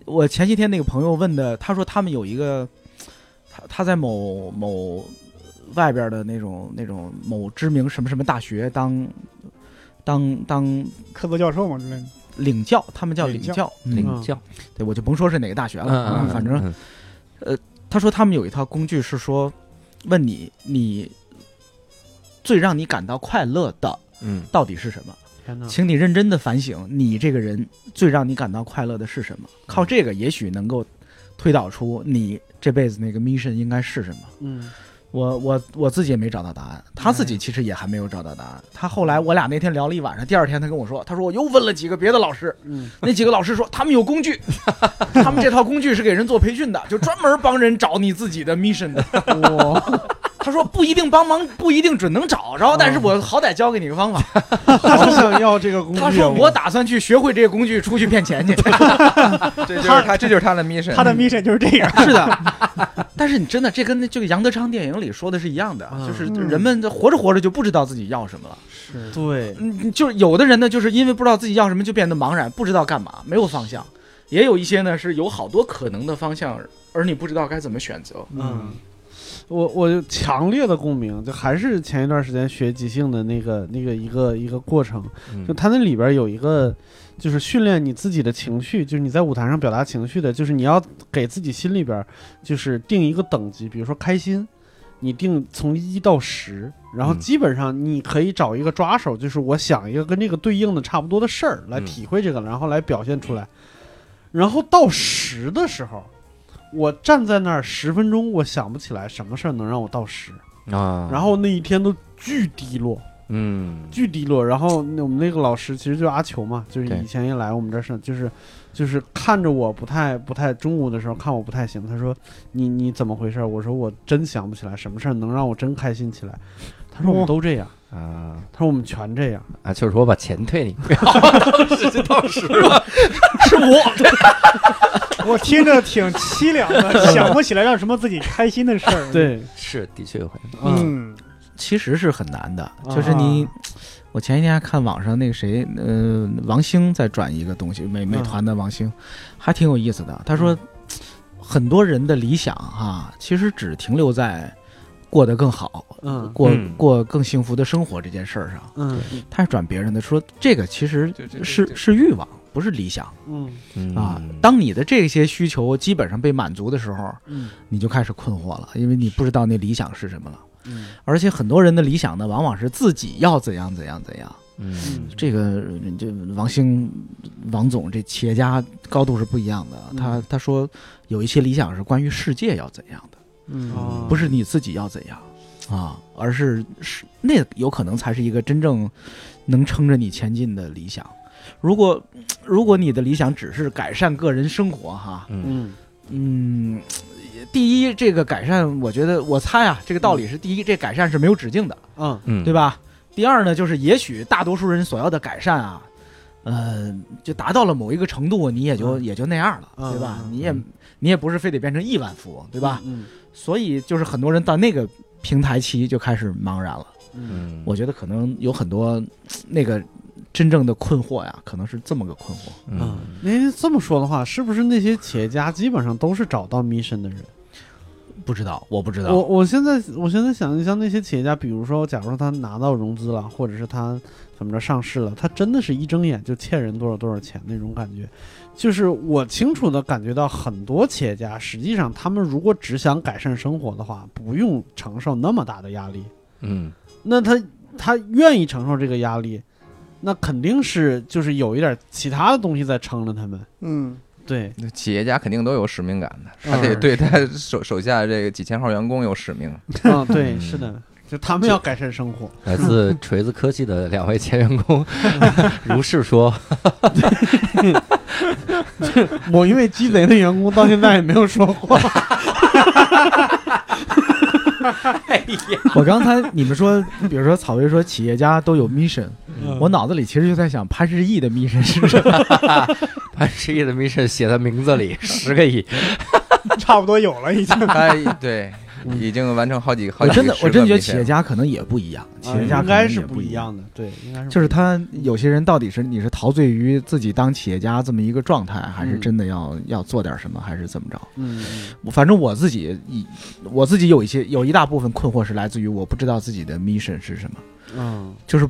D: 我前些天那个朋友问的，他说他们有一个，他他在某某外边的那种那种某知名什么什么大学当当当
E: 科座教授嘛之类的。
D: 领教，他们叫
E: 领
D: 领
E: 教
D: 教，嗯
A: 领教，
D: 对我就甭说是哪个大学了，啊
A: 嗯，
D: 反正
A: 嗯
D: 他说他们有一套工具是说，问你你最让你感到快乐的
A: 嗯
D: 到底是什么？
B: 天哪，
D: 请你认真的反省，你这个人最让你感到快乐的是什么？
A: 嗯
D: 靠这个，也许能够推导出你这辈子那个 mission 应该是什么。
B: 嗯
D: 我我我自己也没找到答案，他自
A: 嗯
D: 己其实也还没有找到答案。他后来我俩那天聊了一晚上，第二天他跟我说，他说我又问了几个别的老师，
B: 嗯
D: 那几个老师说他们有工具，他们这套工具是给人做培训的，就专门帮人找你自己的 mission 的。
B: 我
D: 他说不一定帮忙，不一定准能找，然后但是我好歹教给你个方 法。
B: 好想要这个工具啊。
D: 他说我打算去学会这个工具，出去骗钱去。
C: 这就是他，这就是他的 mission，
E: 他的 mission 就是这样，
D: 是的， 但是你真的这跟那这个杨德昌电影里说的是一样的，
B: 嗯
D: 就是
E: 嗯
D: 人们活着活着就不知道自己要什么了。
B: 是对，
D: 嗯，就是有的人呢，就是因为不知道自己要什么，就变得茫然，不知道干嘛，没有方向；也有一些呢是有好多可能的方向，而你不知道该怎么选择。
B: 嗯，我我就强烈的共鸣，就还是前一段时间学即兴的那个那个一个一个过程，
A: 嗯
B: 就它那里边有一个，就是训练你自己的情绪，就是你在舞台上表达情绪的，就是你要给自己心里边就是定一个等级，比如说开心，你定从一到十，然后
A: 嗯
B: 基本上你可以找一个抓手，就是我想一个跟这个对应的差不多的事儿来
A: 嗯
B: 体会这个，然后来表现出来。然后到十的时候，我站在那儿十分钟，我想不起来什么事儿能让我到十，
A: 啊，
B: 然后那一天都巨低落。
A: 嗯
B: 巨低落。然后那我们那个老师其实就是阿球嘛，就是
A: 对
B: 以前一来我们这儿上，就是就是看着我不太不太，中午的时候看我不太行，他说你你怎么回事儿？我说我真想不起来什么事儿能让我真开心起来。他说我们都这样，
A: 啊
B: 他说我们全这样。
A: 啊，就是说把钱退你，
D: 是我，
E: 我听着挺凄凉的，想不起来让什么自己开心的事儿。，
B: 对，
A: 是的确会，
B: 嗯
E: 嗯，
D: 其实是很难的，就是你。
E: 啊
D: 我前一天还看网上那个谁，呃，王兴在转一个东西，美
A: 嗯
D: 美团的王兴，还挺有意思的。他说，很多人的理想哈、其实只停留在过得更好、
B: 嗯
D: 过、
A: 嗯
D: 过更幸福的生活这件事儿上。
B: 嗯
D: 他是转别人的，说这个其实
C: 就这
D: 是
C: 这
D: 是欲望，不是理想
B: 嗯
D: 啊
A: 嗯。
D: 当你的这些需求基本上被满足的时候，
B: 嗯
D: 你就开始困惑了，因为你不知道那理想是什么了。
B: 嗯
D: 而且很多人的理想呢，往往是自己要怎样怎样怎样。
A: 嗯
D: 这个这王兴王总这企业家高度是不一样的，
B: 嗯
D: 他他说有一些理想是关于世界要怎样的，
B: 哦
D: 不是你自己要怎样啊，而是是那有可能才是一个真正能撑着你前进的理想。如果如果你的理想只是改善个人生活哈，
A: 嗯
B: 嗯
D: 嗯，第一这个改善，我觉得我猜啊，这个道理是第一，这改善是没有止境的。
B: 嗯
A: 嗯，
D: 对？吧？第二呢，就是也许大多数人所要的改善啊，呃，就达到了某一个程度，你也就、
B: 嗯
D: 也就那样了，
B: 嗯
D: 对吧？
B: 嗯
D: 你也
A: 嗯
D: 你也不是非得变成亿万富翁，对吧？
B: 嗯
D: 所以就是很多人到那个平台期就开始茫然了。
B: 嗯
A: 嗯，
D: 我觉得可能有很多那个真正的困惑呀，可能是这么个困惑。
B: 嗯
A: 嗯，
B: 您这么说的话，是不是那些企业家基本上都是找到 mission 的人？
D: 不知道，我不知
B: 我
D: 道。
B: 我现在我现在想，像那些企业家，比如说，假如说他拿到融资了，或者是他怎么着上市了，他真的是一睁眼就欠人多少多少钱那种感觉。就是我清楚的感觉到，很多企业家实际上他们如果只想改善生活的话，不用承受那么大的压力。
A: 嗯
B: 那他他愿意承受这个压力，那肯定是就是有一点其他的东西在撑着他们。
E: 嗯，
B: 对，
C: 那企业家肯定都有使命感的，
B: 嗯
C: 他得对他手手下这个几千号员工有使命。
B: 嗯，对，
A: 嗯
B: 是的，就他们要改善生活。
A: 来自锤子科技的两位前员 工如是说，
B: 我因为鸡贼的员工到现在也没有说话。哎
D: 我刚才你们说，比如说草薇说企业家都有 mission，
B: 嗯
D: 我脑子里其实就在想潘石屹的 mission 是 什么？
A: 潘石屹的 mission 写在名字 里，十个亿，
E: 差不多有了已经。
C: 他 对
B: 嗯
C: 已经完成好几好
D: 我
C: 几
D: 真
C: 个
D: 的
C: 十
D: 我真
C: 个
D: 觉得
C: 明
D: 企
C: 显
D: 业家可能也不一样，企业家
B: 啊应该
D: 可能
B: 是
D: 也
B: 不
D: 不
B: 一
D: 一。
B: 样的，对，应该是
D: 就是是他有些人到底是你是陶醉于自己当企业家这么一个状态，还是
B: 嗯
D: 真的要、要做点什么，还是怎么着？
B: 嗯嗯
D: 我反正我自己以我自己有一些有一大部分困惑是来自于我不知道自己的 mission 是什么，
B: 嗯
D: 就是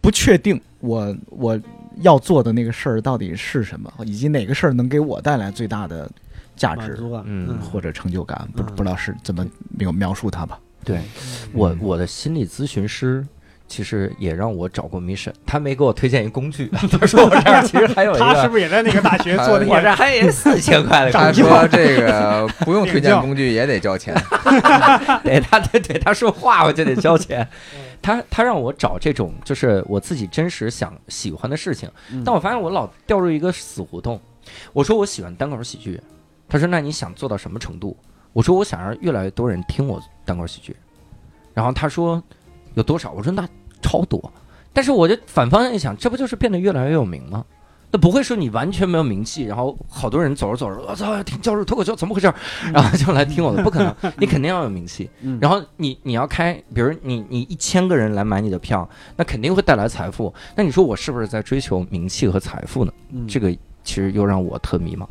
D: 不确定我我要做的那个事儿到底是什么，以及哪个事儿能给我带来最大的价
B: 满
D: 值
B: 足感，
A: 嗯
D: 或者成就感，不
B: 嗯
D: 不知道是怎么描描述它吧。
A: 对我我的心理咨询师。其实也让我找过 mission，他没给我推荐一工 具，他说我这儿其实还有一
E: 他
A: 个，
E: 是
A: 呃
E: 不是也在那个大学做那
A: 我这
E: 个？
A: 儿还有一四千块的
C: 他
A: 工具，
C: 说这个不 用推
E: 领
C: 荐
E: 教
C: 工具也得交钱，
A: 得他得得他说话我就得交钱，他他让我找这种就是我自己真实想喜欢的事情，
B: 嗯
A: 但我发现我老掉入一个死胡同。我说我喜欢单口喜剧，他说那你想做到什么程度？我说我想让越来越多人听我单口喜剧，然后他说有多少？我说那超多，但是我就反方向一想，这不就是变得越来越有名吗？那不会说你完全没有名气，然后好多人走着走着，我操，听教授脱口秀怎么回事儿？ 然后就来听我的，不可能，你肯定要有名气。
B: 嗯
A: 然后你你要开，比如你你一千个人来买你的票，那肯定会带来财富。那你说我是不是在追求名气和财富呢？
B: 嗯
A: 这个其实又让我特迷茫。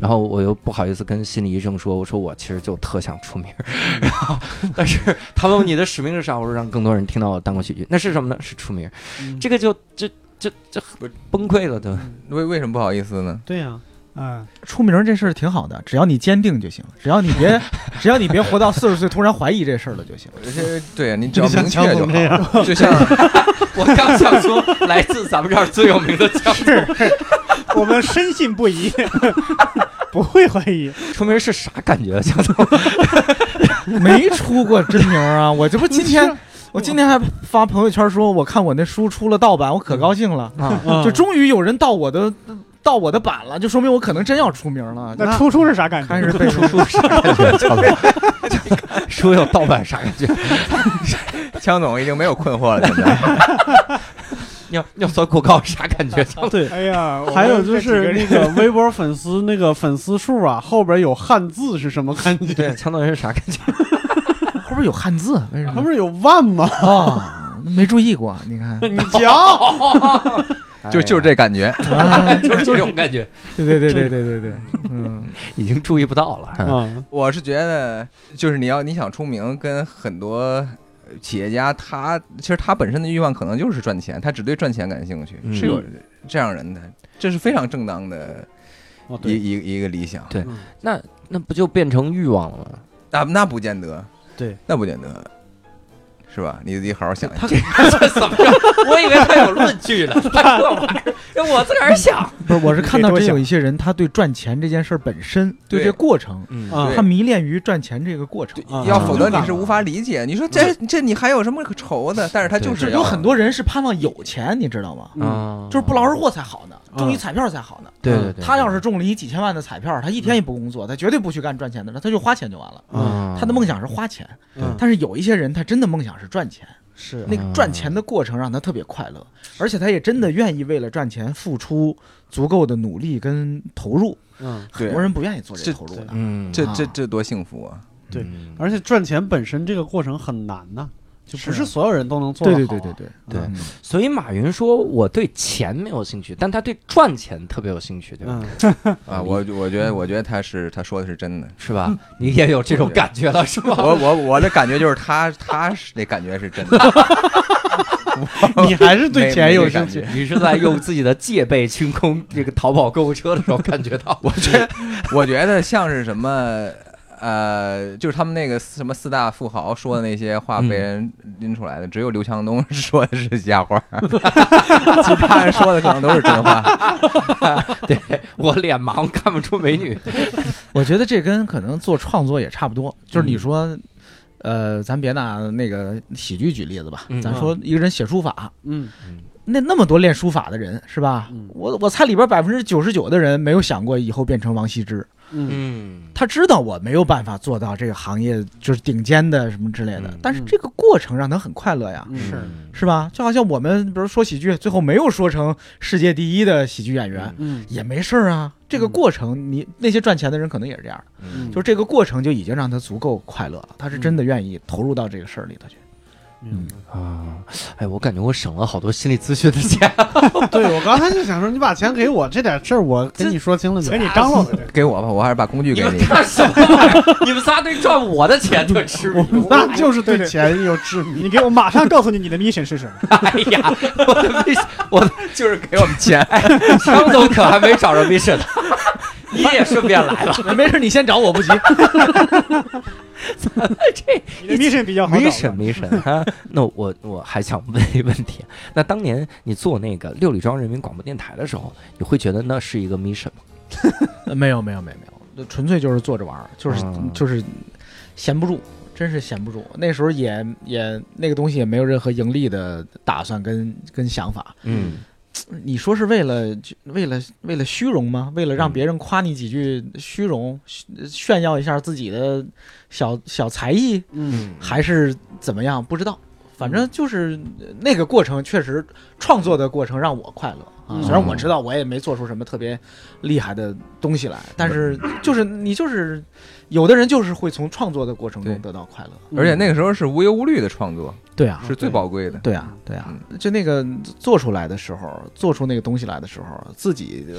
A: 然后我又不好意思跟心理医生说，我说我其实就特想出名儿， 然后但是他问我你的使命是啥，我说让更多人听到我单口喜剧，那是什么呢？是出名儿，
B: 嗯
A: 这个就这这这
C: 不是
A: 崩溃了，对吧？
C: 为为什么不好意思呢？
B: 对呀，啊
E: 嗯，
D: 出名儿这事儿挺好的，只要你坚定就行，只要你 别只要你别活到四十岁突然怀疑这事儿了 就行。
C: 这对啊你只要
B: 就像
C: 明确就
B: 强总这样
C: 好，就像
A: 我刚想说来自咱们这儿最有名的教授，
E: 我们深信 不疑，不会怀疑。
A: 出名儿是啥感觉？教授，
D: 没出过真名儿啊！我这不今天，我今天还发朋友圈说，我看我那书出了盗版，我可高兴了，
B: 嗯
D: 就终于有人盗我的盗我的版了，就说明我可能真要出名了。
E: 那出书是啥感
D: 开
E: 觉？
D: 始被
A: 出书啥感觉？教授，书有盗版啥感觉？
C: 强总已经没有困惑 了，现在。
D: 哎
A: 尿尿酸过高啥感觉？教授
B: 对，
E: 哎呀，我们
B: 还有就
E: 这几
B: 是
E: 人
B: 那个微博粉丝那个粉丝数啊，后边有汉字是什么感觉？
A: 对，强总是啥感觉？
D: 后边有汉字，为什
B: 它
D: 么
B: 不是有万吗？
D: 啊？没注意过，你看，
B: 你瞧，
C: 就就是这感觉，
D: 啊
A: 这，就是这种感觉，
D: 对对对对对对对，嗯，
A: 已经注意不到了。
B: 嗯
C: 我是觉得，就是你要你想出名，跟很多企业家他其实他本身的欲望可能就是赚钱，他只对赚钱感兴趣，
A: 嗯
C: 是有这样人的，这是非常正当的
B: 哦
C: 一
B: 对
C: 一一个理想。
A: 对那那不就变成欲望了吗？
C: 那那不见得，
B: 对，
C: 那不见得，是吧？你自己好好想一想。
A: 这怎么着？ 我以为他有论 据呢，他这玩意儿，我自个儿想。
D: 不是，我是看到
E: 你可以多
D: 真
E: 想
D: 有一些人，他对赚钱这件事儿本身，对
C: 对
D: 这过程，
A: 嗯
B: 啊
C: 对
D: 他迷恋于赚钱这个过程。
B: 啊
C: 要否则你是无法理解。你说这这你还有什么可愁的？但是他就
A: 对
C: 是
D: 有
C: 要
D: 很多人是盼望有钱，你知道吗？
B: 嗯
D: 就是不劳而。获才好呢，中一
B: 嗯
D: 彩票才好呢。
A: 对对对，
D: 他要是中了一几千万的彩票，他一天也不工作，他绝对不去干赚钱的事，他就花钱就完了。
B: 嗯
A: 嗯
D: 他的梦想是花钱，
A: 啊
B: 嗯，
D: 但是有一些人，他真的梦想是啊赚钱，
B: 是
D: 那个赚钱的过程让他特别快乐，而且他也真的愿意为了赚钱付出足够的努力跟投入。
B: 嗯，
C: 对
D: 很多人不愿意做这
C: 这
D: 投入的，
A: 嗯
C: 这这这多幸福啊！
B: 对
A: 嗯
B: 而且赚钱本身这个过程很难呐，就不是所有人都能做
D: 对
B: 得
D: 对
B: 好
D: 对
B: 啊
D: 对对
A: 对
D: 嗯
A: 所以马云说我对钱没有兴趣，但他对赚钱特别有兴趣，对吧？
B: 嗯，
C: 啊，我我觉得我觉得他是他说的是真的。
A: 是吧？你也有这种感觉了，是 吧？
C: 我我我的感觉就是他他是那感觉是真的。
D: 嗯
B: 你还是对钱有兴
C: 没没这
B: 趣
C: 感，
A: 你是在用自己的戒备清 空这个淘宝购物车的时候感觉到，
C: 我觉得我觉得像是什么呃，就是他们那个四什么四大富豪说的那些话被人拎出来的，只有刘强东说的是假 话，其他人说的可能都是真话。
A: 对我脸盲看不出美女，
D: 我觉得这跟可能做创作也差不多，就是你
A: 嗯
D: 说，呃，咱别拿那个喜剧举例子吧，
A: 嗯
D: 咱说一个人写书法，
B: 嗯
D: 那那么多练书法的人是吧？
B: 嗯
D: 我我猜里边百分之九十九的人没有想过以后变成王羲之，
B: 嗯
A: 嗯，
D: 他知道我没有办法做到这个行业就是顶尖的什么之类的，
A: 嗯
D: 但是这个过程让他很快乐呀。
B: 嗯
E: 是
D: 是吧？就好像我们，比如说喜剧，最后没有说成世界第一的喜剧演员，
B: 嗯
D: 也没事儿啊。这个
B: 嗯
D: 过程，你那些赚钱的人可能也是这样的，
B: 嗯，
D: 就是这个过程就已经让他足够快乐了。他是真的愿意投入到这个事儿里头去。
B: 明白
A: 啊，哎，我感觉我省了好多心理咨询的钱。
B: 对我刚才就想说，你把钱给我，这点事儿我跟你说清了就
E: 给。你张罗的，
C: 给我吧，我还是把工具
A: 你
C: 给
A: 们
C: 你。
A: 干什么玩意儿？你们仨对赚我的钱特痴迷。
B: 那就是对
E: 对对
B: 钱有痴迷。
E: 你给我马上告诉你你的 mission 是什 么。
A: 哎呀，我的 v i 我的
C: 就是给我们钱，
A: 张总可还没找着 vision 呢，你也顺便来了。
D: 没事，你先找我不急。
E: 你的 mission 比较好找
A: 没
E: 吧
A: 神没神哈。那我我还想问一个问题，那当年你做那个六里庄人民广播电台的时候，你会觉得那是一个 mission 吗？
D: 呃没有，没有，没有，没有，纯粹就是坐着玩儿，就是、
A: 嗯
D: 就是闲不住，真是闲不住。那时候也也那个东西也没有任何盈利的打算跟跟想法，
A: 嗯
D: 你说是为了为了为了虚荣吗？为了让别人夸你几句虚荣，炫炫耀一下自己的小小才艺，
B: 嗯，
D: 还是怎么样？不知道，反正就是呃那个过程，确实创作的过程让我快乐啊。
B: 嗯
D: 虽然我知道我也没做出什么特别厉害的东西来，但是就是你就是有的人就是会从创作的过程
C: 对
D: 中得到快乐。
C: 而且那个时候是无忧无虑的创作，
D: 嗯对啊
C: 是最宝贵的。
D: 对啊，对啊，就那个做出来的时候，做出那个东西来的时候，自己就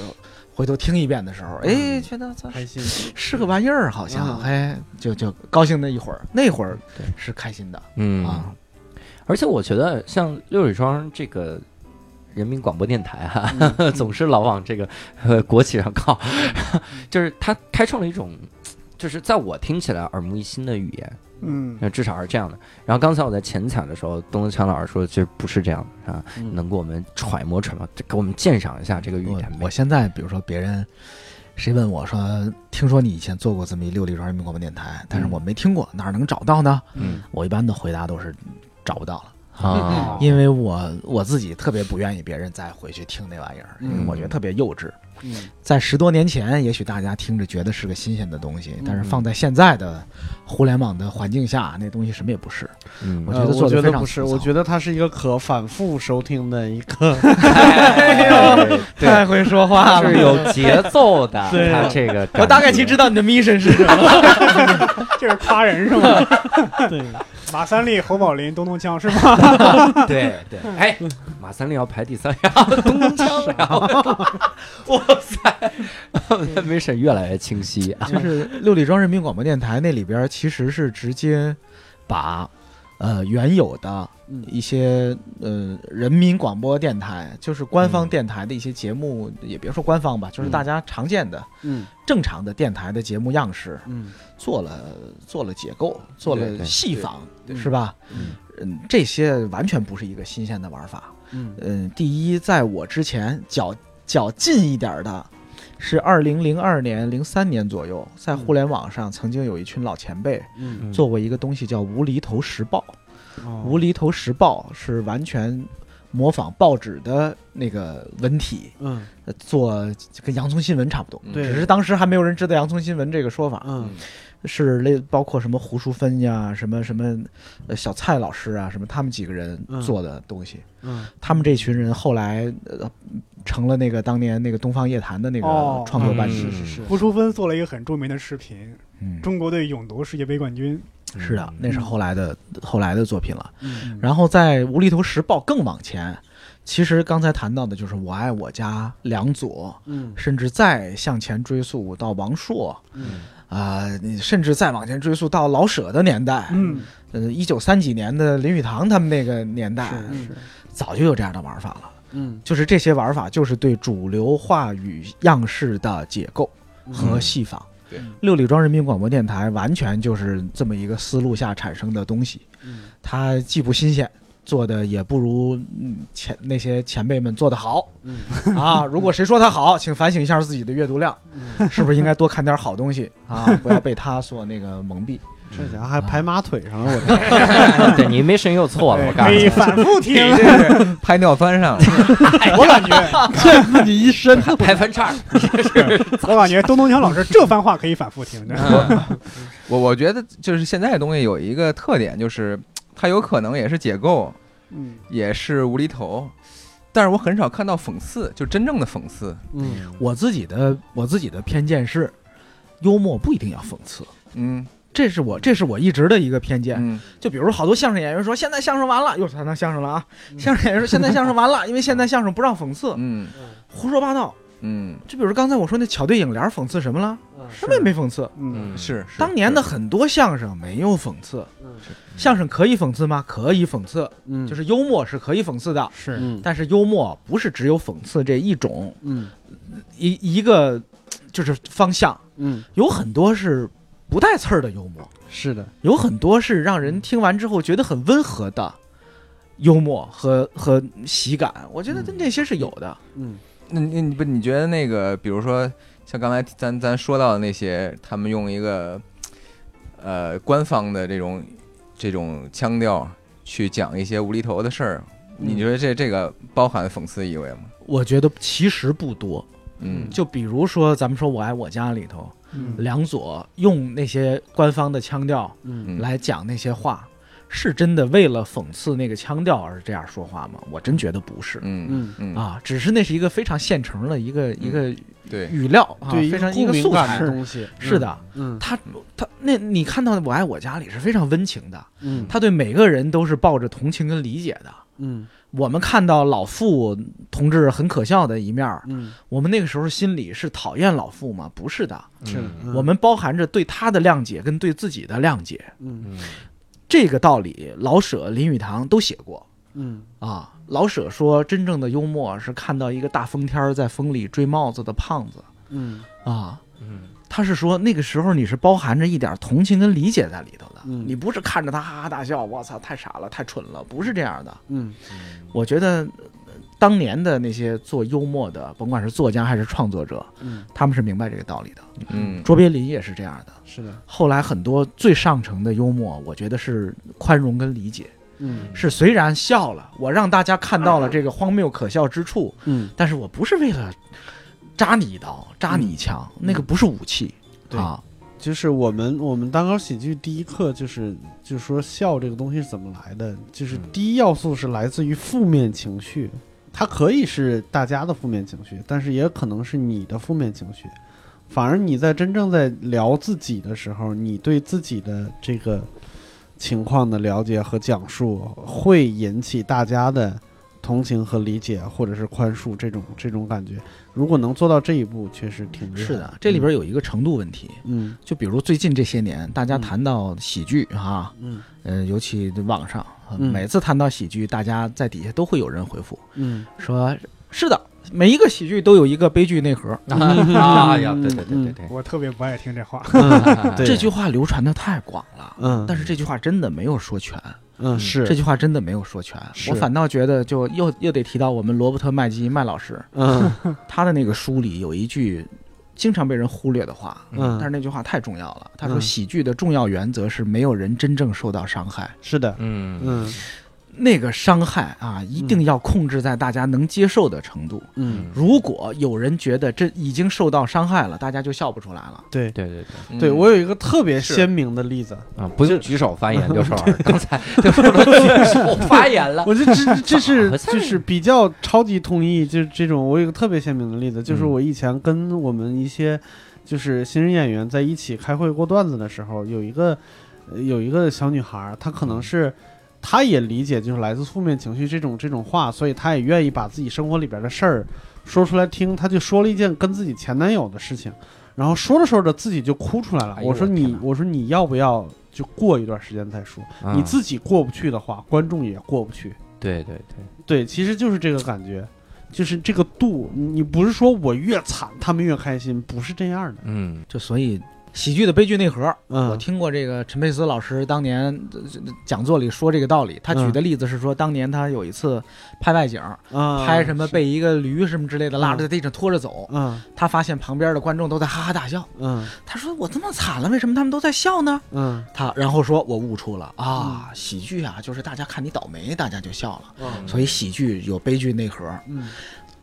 D: 回头听一遍的时候，哎，觉得操
B: 开心。
D: 是个玩意儿，好像，
B: 嗯
D: 哎，就就高兴那一会儿，那会儿
A: 对
D: 是开心的
A: 嗯
D: 啊。
A: 而且我觉得像六里庄这个。人民广播电台哈、
B: 嗯嗯
A: 总是老往这个呃国企上靠， 就是它开创了一种，就是在我听起来耳目一新的语言，呃
E: 嗯，
A: 那至少是这样的。然后刚才我在前采的时候，东东强老师说，其实不是这样的啊，
B: 嗯
A: 能给我们揣摩揣摩，给我们鉴赏一下这个语
D: 我
A: 言呗。
D: 我现在比如说别人。谁问我说：“听说你以前做过这么一六里庄人民广播电台，但是
A: 嗯
D: 我没听过，哪儿能找到呢
A: 嗯？”
D: 我一般的回答都是找不到了。
A: 啊，
D: 因为我我自己特别不愿意别人再回去听那玩意儿，因为
B: 嗯
D: 我觉得特别幼稚。
B: 嗯
D: 在十多年前，也许大家听着觉得是个新鲜的东西
B: 嗯，
D: 但是放在现在的互联网的环境下，那东西什么也不是。
A: 嗯
D: 我
B: 呃
D: 觉得
B: 我
D: 做得
B: 觉
D: 非
B: 得
D: 常
B: 不是，
D: 粗糙
B: 我觉得它是一个可反复收听的一个，
D: 哎太会说话
A: 是有节奏的，
B: 对
A: 他这个
D: 我大概其实知道你的 mission 是什么了。
E: 这是夸人是吗？
B: 对，
E: 马三立、侯宝林、东东锵是吗？
A: 道， 对对。哎，马三立要排第三，然后 东东锵，然后哇塞，没事，越来越清晰啊。
D: 就是六里庄人民广播电台那里边，其实是直接把呃原有的
B: 嗯
D: 一些呃人民广播电台，就是官方
A: 嗯
D: 电台的一些节目，也别说官方吧，就是大家常见的
B: 嗯
D: 正常的电台的节目样式，
B: 嗯
D: 做了做了解构，做
A: 对
D: 了
A: 对
D: 戏仿，
B: 对
D: 是吧？
A: 嗯
D: 嗯，这些完全不是一个新鲜的玩法。
B: 嗯
D: 嗯，第一，在我之前较较近一点儿的，是二零零二年、零三年左右，在互联网上曾经有一群老前辈
B: 嗯，
D: 做过一个东西叫“无厘头时报”。无
B: 理，
D: 厘头时报是完全模仿报纸的那个文体，
B: 嗯
D: 呃做跟洋葱新闻差不
C: 嗯
D: 多。
B: 对
D: 只是当时还没有人知道洋葱新闻这个说法，
B: 嗯
D: 是类包括什么胡淑芬呀、什么什么呃小蔡老师啊、什么他们几个人
B: 嗯
D: 做的东西。
B: 嗯
D: 他们这群人后来呃成了那个当年那个东方夜谭的那个
E: 哦
D: 创作班
A: 嗯是
D: 底。
A: 是是
E: 胡淑芬做了一个很著名的视频，
D: 嗯，
E: 中国队勇夺世界杯冠军。
D: 是的，那是
E: 嗯
D: 后来的后来的作品了。
B: 嗯
D: 然后在无厘头时报更往前，其实刚才谈到的就是我爱我家梁左，
B: 嗯
D: 甚至再向前追溯到王朔
B: 嗯
D: 啊、你甚至再往前追溯到老舍的年代，
E: 嗯，
D: 呃，一九三几年的林语堂他们那个年代，
B: 是是
D: 早就有这样的玩法了。
B: 嗯
D: 就是
B: 嗯
D: 这些玩法，就是对主流话语样式的解构和戏仿。
C: 对
D: 六里庄人民广播电台完全就是这么一个思路下产生的东西，
B: 嗯
D: 它既不新鲜，做的也不如嗯前那些前辈们做的好
B: 嗯
D: 啊。如果谁说它好，请反省一下自己的阅读量，
B: 嗯，
D: 是不是应该多看点好东西啊？不要被它所那个蒙蔽。
B: 这家伙还排马腿上了，我 这
A: 对你没神又错
B: 哎
A: 了，我告诉
E: 可以
A: 你，
E: 反复
C: 你
E: 听，
D: 啊
C: 这是拍尿翻上了，
E: 我感觉，
B: 溅自己一身。
A: 排分叉。
E: 我感觉东东强老师这番话可以反复听，真的
C: 我我觉得就是现在的东西有一个特点，就是它有可能也是解构，
E: 嗯，
C: 也是无厘头，但是我很少看到讽刺，就真正的讽刺。
B: 嗯，
D: 我自己的我自己的偏见是，幽默不一定要讽刺。
C: 嗯
D: 这是我这是我一直的一个偏见，
C: 嗯，
D: 就比如好多相声演员说现在相声完了，又谈到相声了啊，相声演员说现在相声完了，因为现在相声不让讽刺，
C: 嗯
D: 胡说八道。
C: 嗯，
D: 就比如刚才我说那巧对影联讽刺什么了，什么也没讽刺。
E: 嗯，
C: 是是
D: 当年的很多相声没有讽刺，相声可以讽刺吗？可以讽刺，
B: 嗯，
D: 就是幽默是可以讽刺的，
E: 是
B: 嗯
D: 但是幽默不是只有讽刺这一种
B: 嗯
D: 一一个就是方向，
B: 嗯，
D: 有很多是不带刺儿的幽默。
B: 是的，
D: 有很多是让人听完之后觉得很温和的幽默和和喜感，我觉得
B: 嗯
D: 那些是有的。
B: 嗯
C: 那你你不你觉得那个，比如说像刚才咱咱说到的那些，他们用一个呃官方的这种这种腔调去讲一些无厘头的事儿，
B: 嗯
C: 你觉得这这个包含讽刺意味吗？
D: 我觉得其实不多，
C: 嗯
D: 就比如说咱们说《我爱我家》里头，
E: 嗯
D: 梁左用那些官方的腔调
B: 嗯
C: 嗯
D: 来讲那些话，是真的为了讽刺那个腔调而这样说话吗？我真觉得不是。
C: 嗯嗯嗯，
D: 啊，只是那是一个非常现成的一个、一个
C: 对，
D: 语料啊，
B: 嗯对，
D: 非常一
B: 一
D: 个素材
B: 的，东西，
D: 是的，
B: 嗯
D: 他他那你看到的《我爱我家》里是非常温情的，
B: 嗯
D: 他对每个人都是抱着同情跟理解的。
B: 嗯
D: 我们看到老傅同志很可笑的一面儿，
B: 嗯，
D: 我们那个时候心里是讨厌老傅吗？不是的，
B: 是的，嗯
D: 我们包含着对他的谅解跟对自己的谅解，
B: 嗯
A: 嗯
D: 这个道理老舍、林语堂都写过
B: 嗯
D: 啊。老舍说，真正的幽默是看到一个大风天儿在风里追帽子的胖子
B: 嗯
D: 啊，
A: 嗯
D: 他是说那个时候你是包含着一点同情跟理解在里头的，
B: 嗯
D: 你不是看着他哈哈大笑，我操，太傻了，太蠢了，不是这样的。
B: 嗯
D: 我觉得呃当年的那些做幽默的，甭管是作家还是创作者，
B: 嗯，
D: 他们是明白这个道理的。
C: 嗯
D: 卓别林也是这样的。
B: 是的，
D: 后来很多最上乘的幽默，我觉得是宽容跟理解，
B: 嗯
D: 是虽然笑了，我让大家看到了这个荒谬可笑之处，
B: 嗯
D: 但是我不是为了扎你一刀、扎你一枪，那个不是武器
B: 对
D: 啊。
B: 就是我们我们单口喜剧第一课就是就是说笑这个东西是怎么来的，就是
A: 嗯
B: 第一要素是来自于负面情绪，它可以是大家的负面情绪，但是也可能是你的负面情绪。反而你在真正在聊自己的时候，你对自己的这个情况的了解和讲述，会引起大家的同情和理解，或者是宽恕这种这种感觉。如果能做到这一步，确实挺厉害
D: 是的，这里边有一个程度问题，
B: 嗯
D: 就比如最近这些年，大家谈到喜剧啊，
B: 嗯
D: 嗯、尤其网上，呃
B: 嗯
D: 每次谈到喜剧，大家在底下都会有人回复
B: 嗯
D: 说：“是的，每一个喜剧都有一个悲剧内核。
A: 啊呀，对对对对对，
E: 我特别不爱听这话，
B: 嗯对
D: 这句话流传的太广了。
B: 嗯，
D: 但是这句话真的没有说全，
B: 嗯是
D: 这句话真的没有说全。
B: 是
D: 我反倒觉得，就又又得提到我们罗伯特麦基麦老师，
B: 嗯
D: 他的那个书里有一句经常被人忽略的话，
B: 嗯
D: 但是那句话太重要了。他说，
B: 嗯
D: 喜剧的重要原则是没有人真正受到伤害。
B: 是的，
A: 嗯
B: 嗯
D: 那个伤害啊，一定要控制在大家能接受的程度。
B: 嗯
D: 如果有人觉得这已经受到伤害了，大家就笑不出来了。
B: 对。
A: 对对对
D: 嗯
B: 对，我有一个特别
C: 是
B: 鲜明的例子，
A: 啊，不用举手发言就是玩儿，刚才 就说到举手发言了。
B: 我就这这是
A: 咋回事儿
B: 就是比较超级同意，就是这种我有一个特别鲜明的例子，就是
A: 嗯
B: 我以前跟我们一些就是新人演员在一起开会过段子的时候，有一个呃有一个小女孩儿，她可
A: 嗯
B: 能是。她也理解，就是来自负面情绪这种这种话，所以她也愿意把自己生活里边的事儿说出来听。她就说了一件跟自己前男友的事情，然后说着说着自己就哭出来了。
A: 哎呦
B: 我
A: 我
B: 说
A: 天
B: 你
A: 哪，嗯
B: 我说你要不要就过一段时间再说？你自己过不去的话，观众也过不去。
A: 对对对，
B: 对，其实就是这个感觉，就是这个度。你你不是说我越惨他们越开心，不是这样的。
A: 嗯
D: 就所以喜剧的悲剧内核。我
B: 嗯
D: 听过这个陈佩斯老师当年呃讲座里说这个道理，他
B: 嗯
D: 举的例子是说，当年他有一次拍外景，
B: 啊，
D: 拍什么被一个驴什么之类的拉
B: 嗯
D: 着在地上拖着走，
B: 嗯
D: 他发现旁边的观众都在哈哈大笑，
B: 嗯
D: 他说我这么惨了，为什么他们都在笑呢？
B: 嗯
D: 他然后说我悟出了啊，喜剧啊，就是大家看你倒霉，大家就笑了，所以喜剧有悲剧内核，
B: 嗯，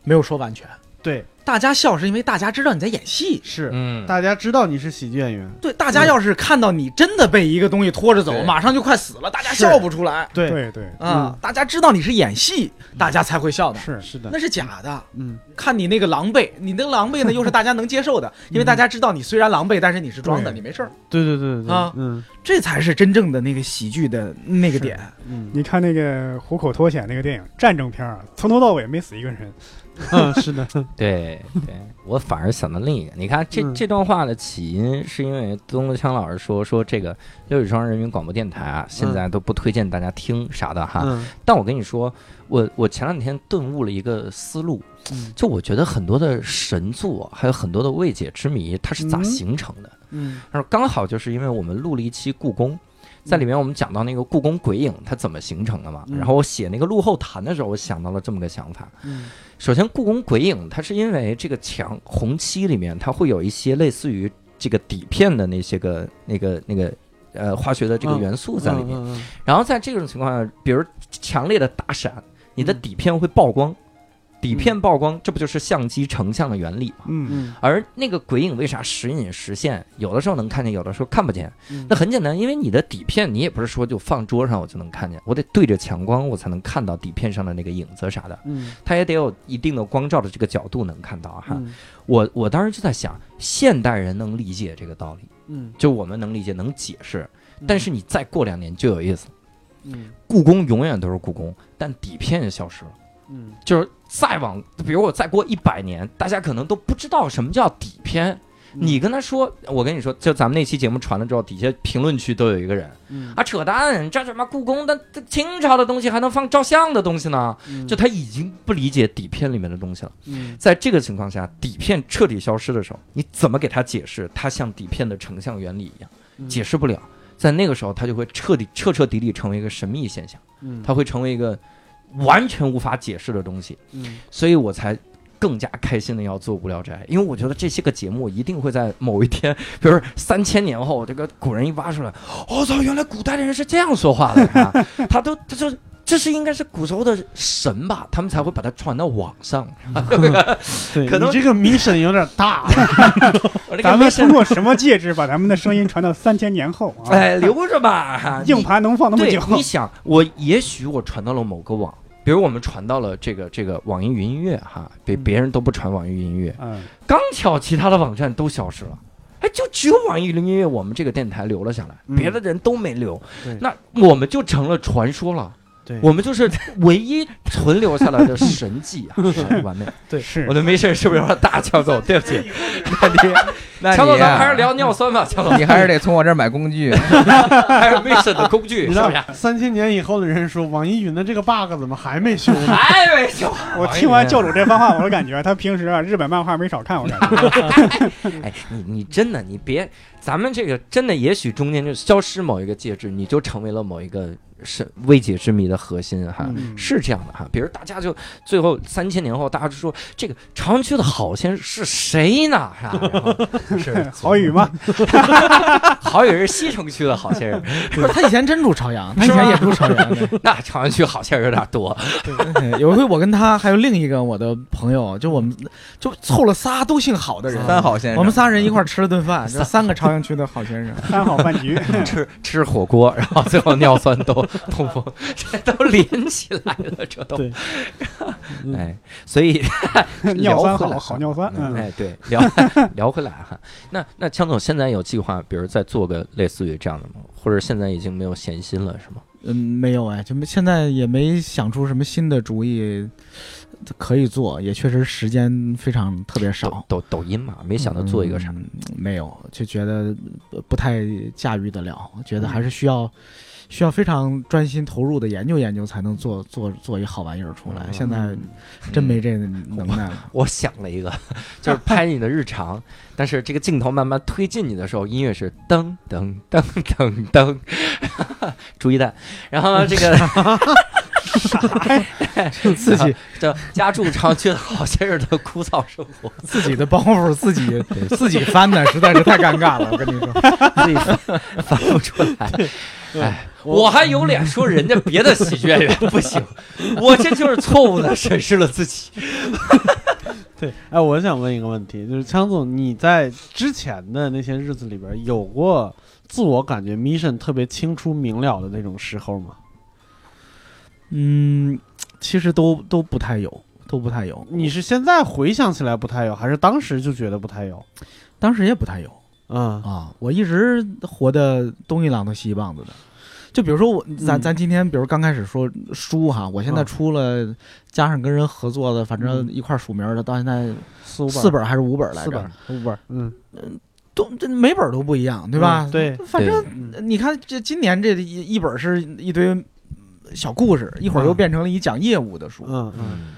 D: 没有说完全，
B: 对，
D: 大家笑是因为大家知道你在演戏。
B: 是
A: 嗯，
B: 大家知道你是喜剧演员，
D: 对，大家要是看到你真的被一个东西拖着走
C: 对，
D: 马上就快死了，大家
B: 是
D: 笑不出来。
B: 对，
E: 对对，
D: 啊、
B: 嗯
D: 大家知道你是演戏，大家才会笑的，
E: 是
B: 是的，
D: 嗯那是假的。
B: 嗯
D: 看你那个狼狈，你那个狼狈呢，又是大家能接受的，因为大家知道你虽然狼狈，但是你是装的，
E: 对
D: 你没事儿，
B: 对对对对
D: 啊
B: 嗯
D: 这才是真正的那个喜剧的那个点。
B: 嗯
E: 你看那个虎口脱险那个电影，战争片儿啊，从头到尾没死一个人。
B: 嗯，是的，
A: 对对，我反而想到另一个。你看这
B: 嗯
A: 这段话的起因，是因为东东强老师说说这个六里庄人民广播电台啊，现
B: 嗯
A: 在都不推荐大家听啥的哈。
B: 嗯
A: 但我跟你说，我我前两天顿悟了一个思路，
B: 嗯
A: 就我觉得很多的神作，还有很多的未解之谜，它是咋
B: 嗯
A: 形成的？
B: 嗯
A: 他说刚好就是因为我们录了一期故宫。在里面我们讲到那个故宫鬼影它怎么形成的嘛，
B: 嗯
A: 然后我写那个录后谈的时候，我想到了这么个想法，
B: 嗯
A: 首先，故宫鬼影它是因为这个墙红漆里面它会有一些类似于这个底片的那些个那个那个呃化学的这个
B: 嗯
A: 元素在里面。
B: 嗯
A: 然后在这种情况下，比如强烈的打闪，你的
B: 嗯
A: 底片会曝光，底片曝光，这不就是相机成像的原理吗？
E: 嗯，
B: 嗯
A: 而那个鬼影为啥时隐时现？有的时候能看见，有的时候看不见。
B: 嗯，
A: 那很简单，因为你的底片你也不是说就放桌上我就能看见，我得对着强光我才能看到底片上的那个影子啥的。
B: 嗯
A: 它也得有一定的光照的这个角度能看到哈。
B: 嗯
A: 我我当时就在想，现代人能理解这个道理，
B: 嗯，
A: 就我们能理解能解释，但是你再过两年就有意思了，
B: 嗯
A: 故宫永远都是故宫，但底片也消失了，
B: 嗯
A: 就是再往，比如我再过一百年，大家可能都不知道什么叫底片。
B: 嗯
A: 你跟他说，我跟你说，就咱们那期节目传了之后，底下评论区都有一个人
B: 嗯
A: 啊，扯淡，这什么故宫的这清朝的东西还能放照相的东西呢？
B: 嗯
A: 就他已经不理解底片里面的东西了。
B: 嗯
A: 在这个情况下，底片彻底消失的时候，你怎么给他解释它像底片的成像原理一样？
B: 嗯
A: 解释不了。在那个时候，它就会彻底、彻彻底底成为一个神秘现象，
B: 嗯
A: 它会成为一个完全无法解释的东西。
B: 嗯
A: 所以我才更加开心的要做无聊斋，因为我觉得这些个节目一定会在某一天，比如三千年后，这个古人一挖出来，我、操，原来古代的人是这样说话的呀、他都他就。这是应该是古时候的神吧，他们才会把它传到网上。
B: 对，
A: 可能
B: 你这个迷神有点大，
A: 我这个
E: 咱
A: 没
E: 们
A: 事
E: 通过什么介质把咱们的声音传到三千年后啊？，
A: 哎，留着吧
E: 硬盘能放那
A: 你
E: 么
A: 对
E: 久？，
A: 你想，我也许我传到了某个网，比如我们传到了这个这个网易云音乐哈，别
E: 嗯
A: 别人都不传网易云音乐，
E: 嗯，
A: 刚巧其他的网站都消失了。哎，就只有网易云音乐我们这个电台留了下来，
B: 嗯
A: 别的人都没留
B: 对，
A: 那我们就成了传说了。
B: 对
A: 我们就是唯一存留下来的神迹啊！是完美，
E: 对，是
A: 我。的没事是不是有点大？强总，对不起，
C: 那你那
A: 强总，
C: 你
A: 咱们
C: 呀
A: 还是聊尿酸吧。强总，
C: 你还是得从我这儿买工 具。
A: 还是 Mason 的工具，
B: 你
A: 是
B: 知道
A: 不是？
B: 三千年以后的人说网易云的这个 bug 怎么还没修呢？
A: 还没修。
E: 我听完教主这番话，我就感觉他平时啊日本漫画没少看，我感觉。
A: 哎，你你真的你别，咱们这个真的，也许中间就消失某一个介质，你就成为了某一个是未解之谜的核心哈。
E: 嗯
A: 是这样的哈，比如大家就最后三千年后，大家就说这个朝阳区的好先生是谁呢？哈，然 后是
E: 好雨 吗？？
A: 郝宇是西城区的好先生，
D: 不是他以前真住朝阳，他以
A: 是
D: 前
A: 吗
D: 也住朝 阳的。
A: 那朝阳区好先生有点多。
D: 对哎有一回我跟他还有另一个我的朋友，就我们就凑了仨都姓郝的人，
C: 三好先生，
D: 我们仨人一块儿吃了顿饭，就三个朝阳区的郝先生。
E: 三好饭 局，
A: 吃吃火锅，然后最后尿酸都痛风， 这都连起来了，这都
B: 对。
A: 哎，所以
E: 尿
A: 聊
E: 酸
A: 回来
E: 好，好尿酸。嗯，
A: 哎，对，聊 聊回来哈。那那强总现在有计划，比如再做个类似于这样的吗？或者现在已经没有闲心了，是吗？
D: 嗯，没有哎，就没现在也没想出什么新的主意，可以做，也确实时间非常特别
A: 抖
D: 少。
A: 抖抖音嘛，没想到做一个啥，
D: 嗯没有，就觉得呃不太驾驭得了，觉得还是需要需要非常专心投入的研究研究，才能做做做一好玩意儿出来。
A: 嗯
D: 现在真没这能耐 了。
A: 我想了一个，就是拍你的日常，但是这个镜头慢慢推进你的时候，音乐是噔噔噔噔噔， 朱一蛋，然后这个
D: 自己
A: 叫家住长居的好些日的枯燥生活，
D: 自己的包袱自 己自己翻的，实在是太尴尬了。我跟你说，
A: 自己翻翻不出来。哎，我还有脸说人家别的喜剧演 员不行，我这就是错误的审视了自己。
B: 对，哎，我想问一个问题，就是枪总，你在之前的那些日子里边，有过自我感觉 mission 特别清楚明了的那种时候吗？
D: 嗯，其实都都不太有，都不太有。
B: 你是现在回想起来不太有，还是当时就觉得不太有？
D: 当时也不太有
B: 嗯
D: 啊，我一直活得东一榔头西一棒子的。就比如说我，咱
B: 嗯
D: 咱今天，比如刚开始说书哈，我现在
B: 嗯
D: 出了，加上跟人合作的，反正一块儿署名的，到现在
B: 四五本，
D: 四本还是五本来
B: 四
D: 着
B: 本，，五本，嗯，
D: 都这每本都不一样，对吧？
B: 嗯对，
D: 反正
B: 嗯
D: 你看这今年这一一本是一堆小故事，一会儿又
B: 嗯
D: 变成了一讲业务的书。
B: 嗯嗯，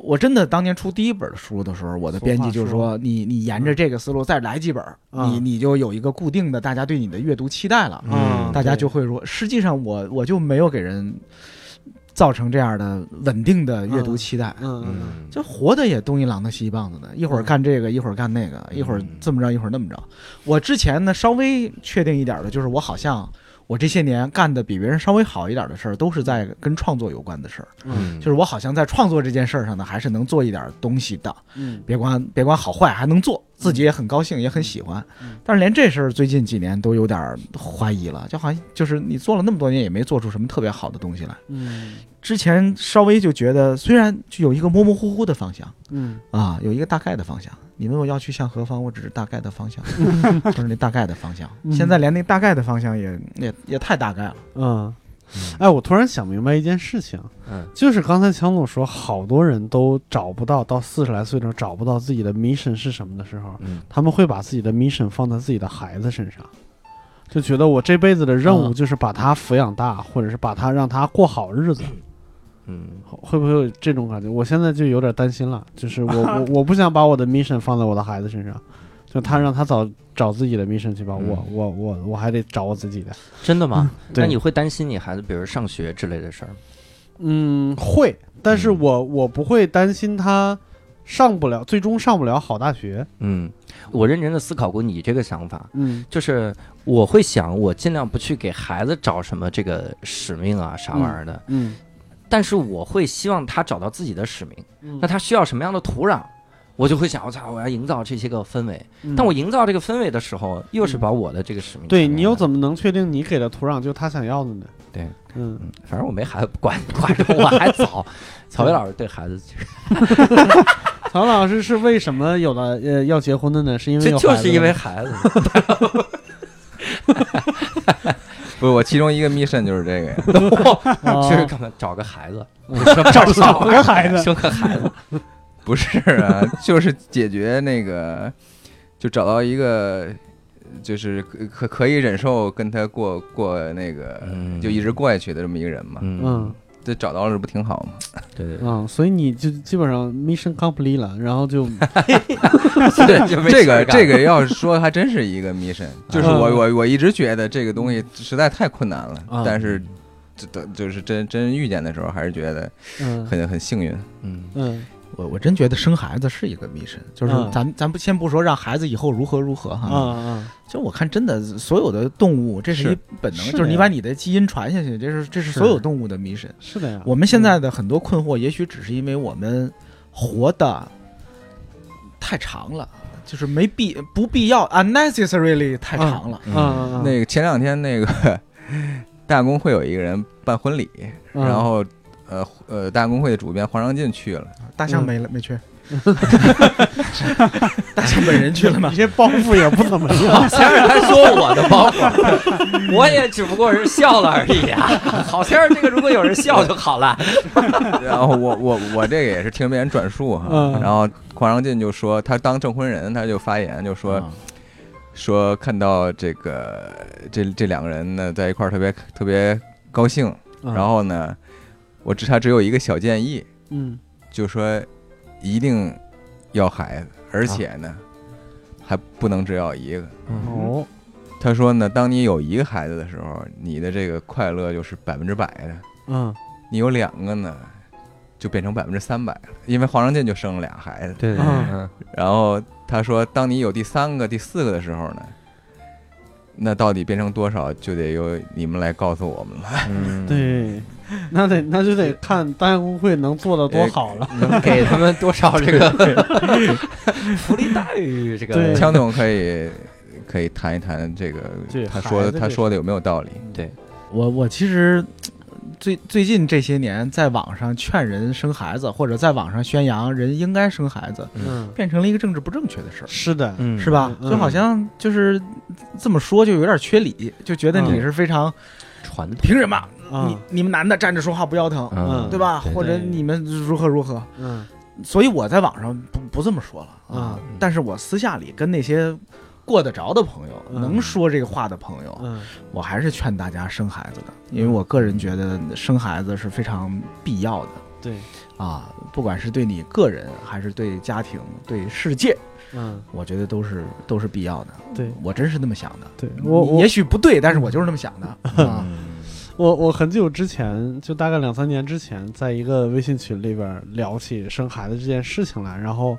D: 我真的当年出第一本书的时候，我的编辑就
B: 俗话
D: 说：“你你沿着这个思路再来几本，
B: 嗯
D: 你你就有一个固定的大家对你的阅读期待了。啊
A: 嗯
D: 大家
B: 对
D: 就会说，实际上我我就没有给人造成这样的稳定的阅读期待。
B: 嗯嗯嗯，
D: 就活的也东一榔头西一棒子的，一会儿
B: 嗯
D: 干这个，一会儿干那个，一会儿
A: 嗯
D: 这么着，一会儿那么着。我之前呢稍微确定一点的，就是我好像我这些年干的比别人稍微好一点的事儿，都是在跟创作有关的事儿。
B: 嗯
D: 就是我好像在创作这件事儿上呢，还是能做一点东西的，
B: 嗯
D: 别管别管好坏，还能做，自己也很高兴，也很喜欢
B: 嗯。
D: 但是连这事儿最近几年都有点怀疑了，就好像就是你做了那么多年，也没做出什么特别好的东西来。
B: 嗯
D: 之前稍微就觉得，虽然就有一个模模糊糊的方向。
B: 嗯
D: 啊，有一个大概的方向。你问我要去向何方，我只是大概 的方向，就是那大概的方向。
B: 嗯
D: 现在连那大概的方向也也也太大概了。
B: 嗯，哎，我突然想明白一件事情，
A: 嗯，
B: 就是刚才强总说，好多人都找不到，到四十来岁的时候找不到自己的 mission 是什么的时候，
A: 嗯
B: 他们会把自己的 mission 放在自己的孩子身上，就觉得我这辈子的任务
D: 嗯
B: 就是把他抚养大，或者是把他让他过好日子，
A: 嗯，
B: 会不会有这种感觉？我现在就有点担心了，就是我 我我不想把我的 mission 放在我的孩子身上。就他让他早找自己的 mission 去吧，
A: 嗯
B: 我我我我还得找我自己的。
A: 真的吗？
B: 对
A: 那你会担心你孩子，比如上学之类的事儿吗？
B: 嗯，会，但是
A: 嗯
B: 我我不会担心他上不了，最终上不了好大学。
A: 嗯，我认真的思考过你这个想法，
B: 嗯
A: 就是我会想，我尽量不去给孩子找什么这个使命啊啥玩意儿的，
B: 嗯，
A: 但是我会希望他找到自己的使命。那
E: 嗯
B: 那
A: 他需要什么样的土壤？我就会想，我操，我要营造这些个氛围。但我营造这个氛围的时候，又是把我的这个使命。
B: 嗯对你又怎么能确定你给的土壤就是他想要的呢？
A: 对，
B: 嗯，
A: 嗯？反正我没孩子，管 管着我还 早。曹伟老师对孩子，
B: 曹老师是为什么有了呃要结婚的呢？是因为
A: 这
B: 有
A: 就
B: 孩子
A: 是因为
B: 吗
A: 孩子。
C: 不是我其中一个 mission 就是这个呀，
B: 哦
A: 就是可能找个孩子，
E: 找个 孩子，
A: 生个孩子。
C: 不是啊，就是解决那个，就找到一个，就是可可可以忍受跟他过过那个，
A: 嗯
C: 就一直过下去的这么一个人嘛，
B: 嗯，
C: 这找到了不挺好吗？
A: 对对
B: 嗯，所以你就基本上 mission complete 了，然 后就 嗯
A: 对，就没
C: 这
A: 事
C: 个
A: 儿干
C: 这个要是说还真是一个 mission，就 是我
B: 嗯
C: 我我一直觉得这个东西实在太困难
B: 嗯
C: 了，但是这这就是真真遇见的时候，还是觉得
B: 嗯
C: 很很幸运。
A: 嗯
B: 嗯
D: 我我真觉得生孩子是一个 mission，就是
B: 嗯
D: 咱、咱不先不说让孩子以后如何如何
B: 啊
D: 哈，
B: 啊
D: 就我看真的所有的动物，这是
C: 是
D: 一本能，
B: 是的
D: 就是你
B: 呀
D: 把你的基因传下去，这是这是
B: 是啊嗯
D: 所有动物的 mission。
B: 是的呀。
D: 我们现在的很多困惑，也许只是因为我们活的太长了，就是没必不必要 unnecessarily 太长了。
B: 嗯嗯嗯
C: 那个前两天那个 大公会有一个人办婚礼，
B: 嗯
C: 然后呃呃，大公会的主编黄长进去了，
B: 嗯
D: 大象没了没去， 大象本人去了吗
B: 你？这包袱也不怎么 样。
A: 先生还说我的包袱，我也只不过是笑了而已啊。 好先生，这个如果有人笑就好了。
C: 然后我我我这个也是听别人转述哈，
B: 嗯
C: 然后黄长进就说他当证婚人，他就发言就说、
B: 嗯
D: 啊
C: 说看到这个这这两个人呢在一块儿特别特别高兴，
B: 嗯
C: 然后呢，我只他只有一个小建议，
B: 嗯，
C: 就说一定要孩子，
B: 啊
C: 而且呢、还不能只要一个。
A: 嗯
B: 哦，
C: 他说呢，当你有一个孩子的时候，你的这个快乐就是百分之百的；
B: 嗯，
C: 你有两个呢，就变成百分之三百了。因为黄长进就生了俩孩子，
A: 对
B: 对嗯
C: 然后他说，当你有第三个、第四个的时候呢，那到底变成多少，就得由你们来告诉我们了。
A: 嗯，
B: 对，那得那就得看大象公会能做到多好了。
A: 能给他们多少这个福利待遇？这个
B: 对
C: 枪总可以可以谈一谈这个
B: 这，
C: 他
B: 孩
C: 说
B: 子
C: 他
B: 这
C: 说的有没有道理？
D: 我我其实最最近这些年在网上劝人生孩子，或者在网上宣扬人应该生孩子，
B: 嗯，
D: 变成了一个政治不正确的事儿。
B: 是的，
A: 嗯
D: 是？吧？
B: 嗯
D: 就好像就是这么说，就有点缺理，就觉得你
B: 嗯
D: 是非常
A: 传统，
D: 凭什么？你
B: 嗯
D: 你们男的站着说话不腰疼，
B: 嗯
D: 对吧？
A: 对
D: 或者你们如何如何？
B: 嗯
D: 所以我在网上不不这么说了
A: 嗯
B: 啊
D: 但是我私下里跟那些过得着的朋友，
B: 嗯
D: 能说这个话的朋友，
B: 嗯
D: 我还是劝大家生孩子的，因为
E: 嗯
D: 我个人觉得生孩子是非常必要的。
B: 对，
D: 啊，不管是对你个人，还是对家庭、对世界，
B: 嗯
D: 我觉得都是都是必要的。
B: 对
D: 我真是那么想的，
B: 对，我我
D: 也许不对，但是我就是那么想的。
E: 嗯
D: 啊
B: 我我很久之前，就大概两三年之前，在一个微信群里边聊起生孩子这件事情来，然后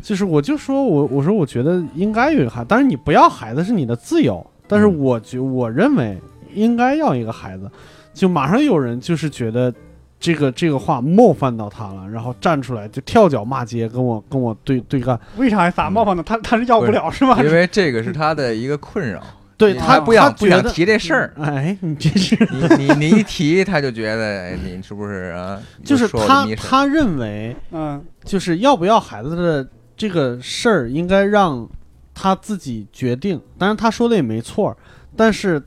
B: 就是我就说我我说我觉得应该有一个孩子，但是你不要孩子是你的自由，但是
A: 嗯
B: 我觉我认为应该要一个孩子，就马上有人就是觉得这个这个话冒犯到他了，然后站出来就跳脚骂街，跟我跟我对对干，
E: 为啥咋冒犯呢？他他是要不了是
A: 嗯
E: 吧？
C: 因为这个是他的一个困扰，
B: 对
C: 你
B: 他
C: 不想
B: 他
C: 不
B: 觉
C: 想
B: 得
C: 提这事儿。
B: 哎，你这是
C: 你你你一提他就觉得，哎，你是不是啊？
B: 就是
C: 说我
B: 他
C: 的迷神
B: 他认为。
E: 嗯，
B: 就是要不要孩子的这个事儿，应该让他自己决定。当然，他说的也没错儿，但是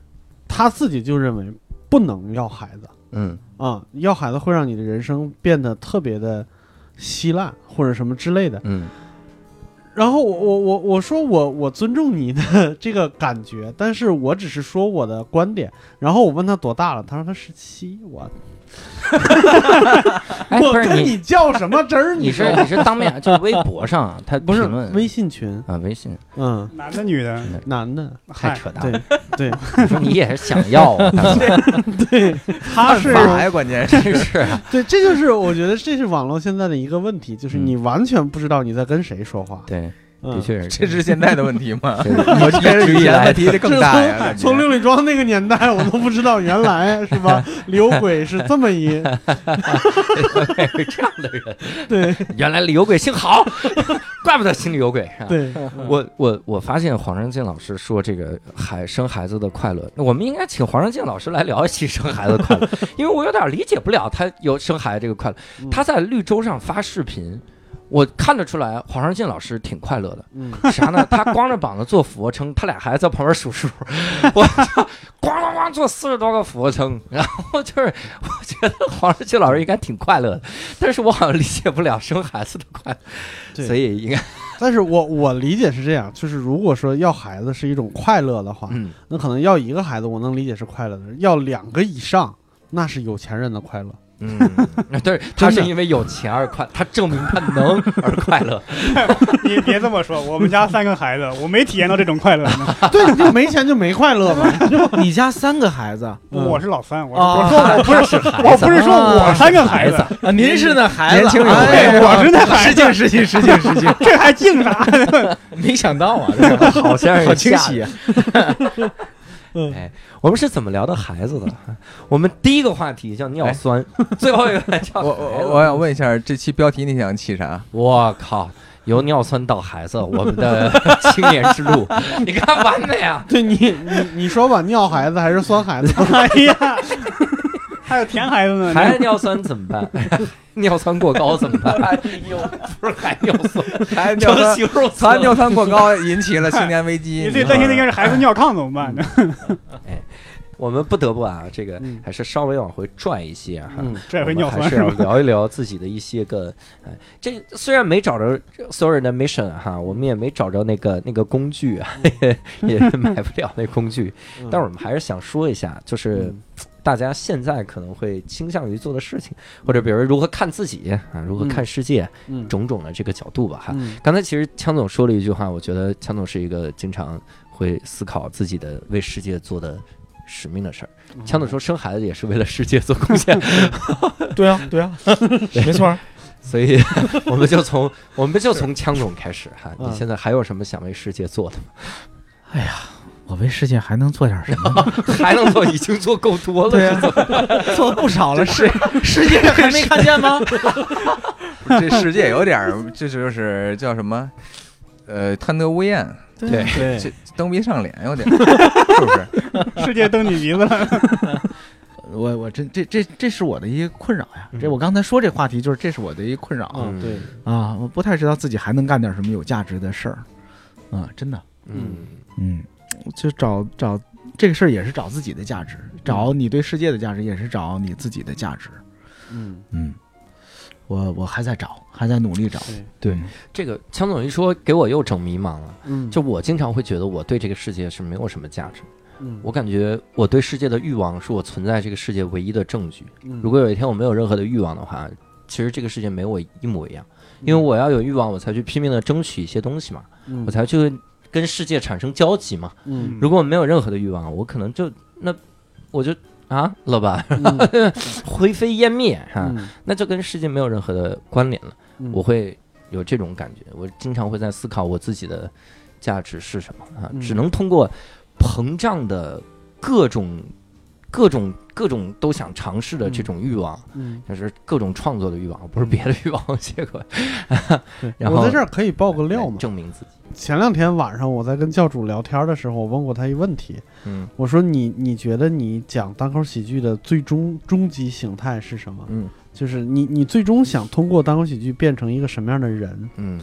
B: 他自己就认为不能要孩子
A: 嗯
B: 啊、要孩子会让你的人生变得特别的稀烂或者什么之类的。
A: 嗯
B: 然后我我我我说我我尊重你的 这个感觉，但是我只是说我的观点。然后我问他多大了，他说他十七。我
A: 哎，
B: 我
A: 不是
E: 嗯
B: 跟
A: 你，
B: 你较什么真儿？
A: 你
B: 说
A: 是你是当 面就微博上啊他
B: 不是
A: 评论
B: 微信群？
A: 啊微信
B: 嗯，
E: 男的女的，
B: 男的，
A: 太
E: 嗨，
A: 扯淡了
B: 对，对。
A: 你说你也是想要啊？大 哥
E: 他是
C: 犯法呀，关键是
A: 真是啊
B: 对，这就是我觉得这是网络现在的一个问题，就是你完全不知道你在跟谁说话。
A: 对，
B: 嗯、
A: 的，确是
C: 这是现在的问题吗？
A: 这个
C: 我觉得
A: 直
C: 以
A: 以
C: 前
A: 来
C: 问题这 更大呀，感觉
B: 从六里庄那个年代，我都不知道原来是吧？刘鬼是这么一
A: 是 这样的人，
B: 对
A: 原来李有鬼姓郝， 怪不得心里有鬼是吧？
B: 对，
A: 我我我发现黄仁健老师说这个孩生孩子的快乐，那我们应该请黄仁健老师来聊一期生孩子的快乐， 因为我有点理解不了他有生孩子这个快乐
B: 嗯。
A: 他在绿洲上发视频，我看得出来黄仁健老师挺快乐的。
B: 嗯
A: 啥呢？他光着膀子做俯卧撑，他俩孩子在旁边数数， 我操，咣咣咣做四十多个俯卧撑，然后就是我觉得黄仁健老师应该挺快乐的，但是我好像理解不了生孩子的快乐，
B: 对
A: 所以应该
B: 但是我我理解是这样，就是如果说要孩子是一种快乐的话，
A: 嗯
B: 那可能要一个孩子，我能理解是快乐的；要两个以上，那是有钱人的快乐。
A: 嗯， 对，他是因为有钱而快， 他证明他能而快 乐。
E: 你别这么说，我们家三个孩子，我没体验到这种快乐呢。
B: 对，你就没钱就没快乐嘛。
D: 你家三个孩子啊？
B: 嗯
E: 我是老三，我
A: 哦
D: 啊
E: 我说我不是，我不是说我三个孩子，
D: 您是那孩子？
A: 年轻人
D: 哎
E: 对
D: 呀
E: 我是那孩子
D: 失敬失敬失敬失敬，
E: 这还敬啥？ 哎
D: 没想到 啊，这个
A: 好先生
D: 好清晰。啊。
A: 我们是怎么聊到孩子的？我们第一个话题叫尿酸， 最后一个叫
C: 我我我想问一下，这期标题你想起 啥？
A: 我靠，由尿酸到孩子，我们 的青年之路，你看完美啊！
B: 对你你你说吧，尿孩子还是酸孩子？
E: 哎呀， 还有甜孩子呢，
A: 还是尿酸怎么办？嗯 尿酸过高怎么 办？
C: 哎呦，
A: 不是含尿 酸，
C: 含尿
A: 这
C: 酸，
A: 形容词
C: 含尿酸过 高引起了青年危机。
E: 你
C: 知
E: 最
C: 道
E: 担
C: 吗
E: 心的应该是孩子尿炕怎么办呢？
A: 嗯我们不得不啊，这个
B: 嗯
A: 还是稍微往回拽一些哈、
B: 嗯，
E: 这回
A: 我们
E: 尿
A: 还
E: 酸
A: 是
E: 是
A: 要
E: 吧？
A: 聊一聊自己的一些个，哎，这虽然没找着 sorry 的 mission 哈，我们也没找着那个那个工具啊，
E: 嗯
A: 也也买不了那工具，
B: 嗯
A: 但是我们还是想说一下，就是
B: 嗯
A: 大家现在可能会倾向于做的事情，或者比如如何看自己啊，如何看世界，
B: 嗯
A: 种种的这个角度吧哈。
B: 嗯
A: 刚才其实强总说了一句话，我觉得强总是一个经常会思考自己的为世界做的使命的事儿。
D: 嗯
A: 强总说生孩子也是为了世界做贡献，
D: 对啊， 对啊，没错儿。
A: 所以我们就从我们就从强总开始哈。
B: 嗯
A: 你现在还有什么想为世界做的 吗？
D: 我为世界还能做点什么？
A: 还能做，已经做够多了。
D: 对啊， 做的不少 了，世
E: 啊
D: 世界还没看见吗？
C: 这世界有点儿，这就是叫什么？呃，贪得无厌，
A: 对
B: 对
C: 这蹬鼻上脸有 点儿，是不是？
E: 世界蹬你鼻子了，
D: 我我真这这这是我的一个困扰呀
A: 嗯。
D: 这我刚才说这话题，就是这是我的一个困扰啊
A: 嗯
B: 嗯对，
D: 啊，我不太知道自己还能干点什么有价值的事儿啊，真的，
A: 嗯，
D: 嗯，就找找这个事儿也是找自己的价值，找
A: 嗯
D: 你对世界的价值，也是找你自己的价值。
B: 嗯
D: 嗯，我我还在找，还在努
A: 嗯
D: 力找。嗯
A: 对这个强总一说，给我又整迷茫了。
B: 嗯
A: 就我经常会觉得我对这个世界是没有什么价值的，
B: 嗯
A: 我感觉我对世界的欲望是我存在这个世界唯一的证据。
B: 嗯
A: 如果有一天我没有任何的欲望的话，其实这个世界没我一模一样，因为我要有欲望，我才去拼命的争取一些东西嘛，
B: 嗯
A: 我才去跟世界产生交集嘛。
B: 嗯
A: 如果我没有任何的欲望，我可能就那我就啊了吧，
B: 嗯
A: 灰飞烟灭哈、
B: 嗯
A: 那就跟世界没有任何的关联了。
B: 嗯
A: 啊我会有这种感觉，我经常会在思考我自己的价值是什么啊，
B: 嗯
A: 只能通过膨胀的各种。各种各种都想尝试的这种欲望，
B: 嗯，
A: 就是各种创作的欲望，不是别的欲望。结果
B: 对
A: 然后
B: 我在这儿可以爆个料
A: 来
B: 嘛？
A: 证明自己。
B: 前两天晚上我在跟教主聊天的时候，我问过他一问题，
A: 嗯
B: 我说你你觉得你讲单口喜剧的最终终极形态是什么？
A: 嗯
B: 就是你你最终想通过单口喜剧变成一个什么样的人？
A: 嗯，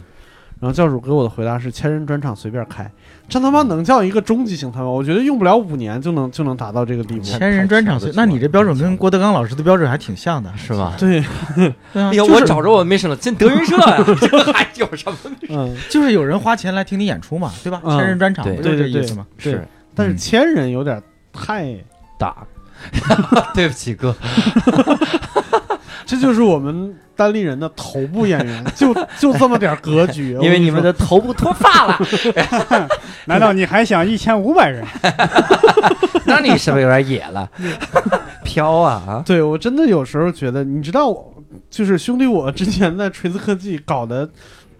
B: 然后教主给我的回答是千人专场随便开，这他妈能叫一个终极形态吗？我觉得用不了五年就能就能达到这个地步。
D: 千人专场，那你这标准跟郭德纲老师的标准还挺像的，
A: 是吧？
B: 对，
D: 对啊，
A: 哎呀，
D: 就是
A: 我找着我没什么进德云社呀， 这还有什么？
B: 嗯，
D: 就是有人花钱来听你演出嘛，对吧？
B: 嗯
D: 千人专场
A: 对
D: 不就是这意思吗？
B: 对
A: 是
B: 但是千人有点太，
A: 打， 对不起哥，
B: 这就是我们单立人的头部演员，就就这么点格 局。
A: 因为你们的头部脱发了，
E: 难道你还想一千五百人？
A: 那你是不是有点野了？ 飘啊啊！
B: 对我真的有时候觉得，你知道我，就是兄弟，我之前在锤子科技搞的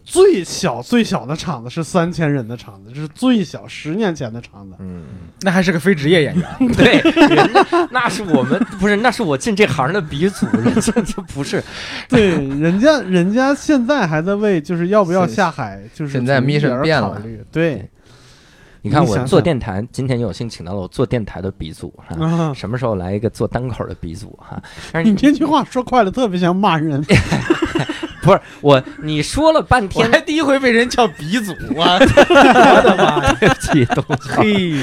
B: 最小最小的场子是三千人的场子，这是最小十年前的场 子。
A: 嗯，
D: 那还是个非职业演员，
A: 对，人家那是我们不是，那是我进这行的鼻祖，人家就不是。
B: 对，人家人家现在还在为就是要不要下海，就是
C: 现在
B: 从
C: mission
B: 这儿
C: 变了
B: 考虑。对，
A: 你看
B: 你想
A: 我
B: 想
A: 做电台，今天有幸请到了我做电台的鼻祖啊
B: 啊，
A: 什么时候来一个做单口的鼻祖哈？但是
B: 你这句话说快了，特别想骂人。
A: 不是我，你说了半
D: 我
A: 天
D: 还第一回被人叫鼻祖 啊！我的妈呀！
A: 对不起，东哥，
D: 嘿，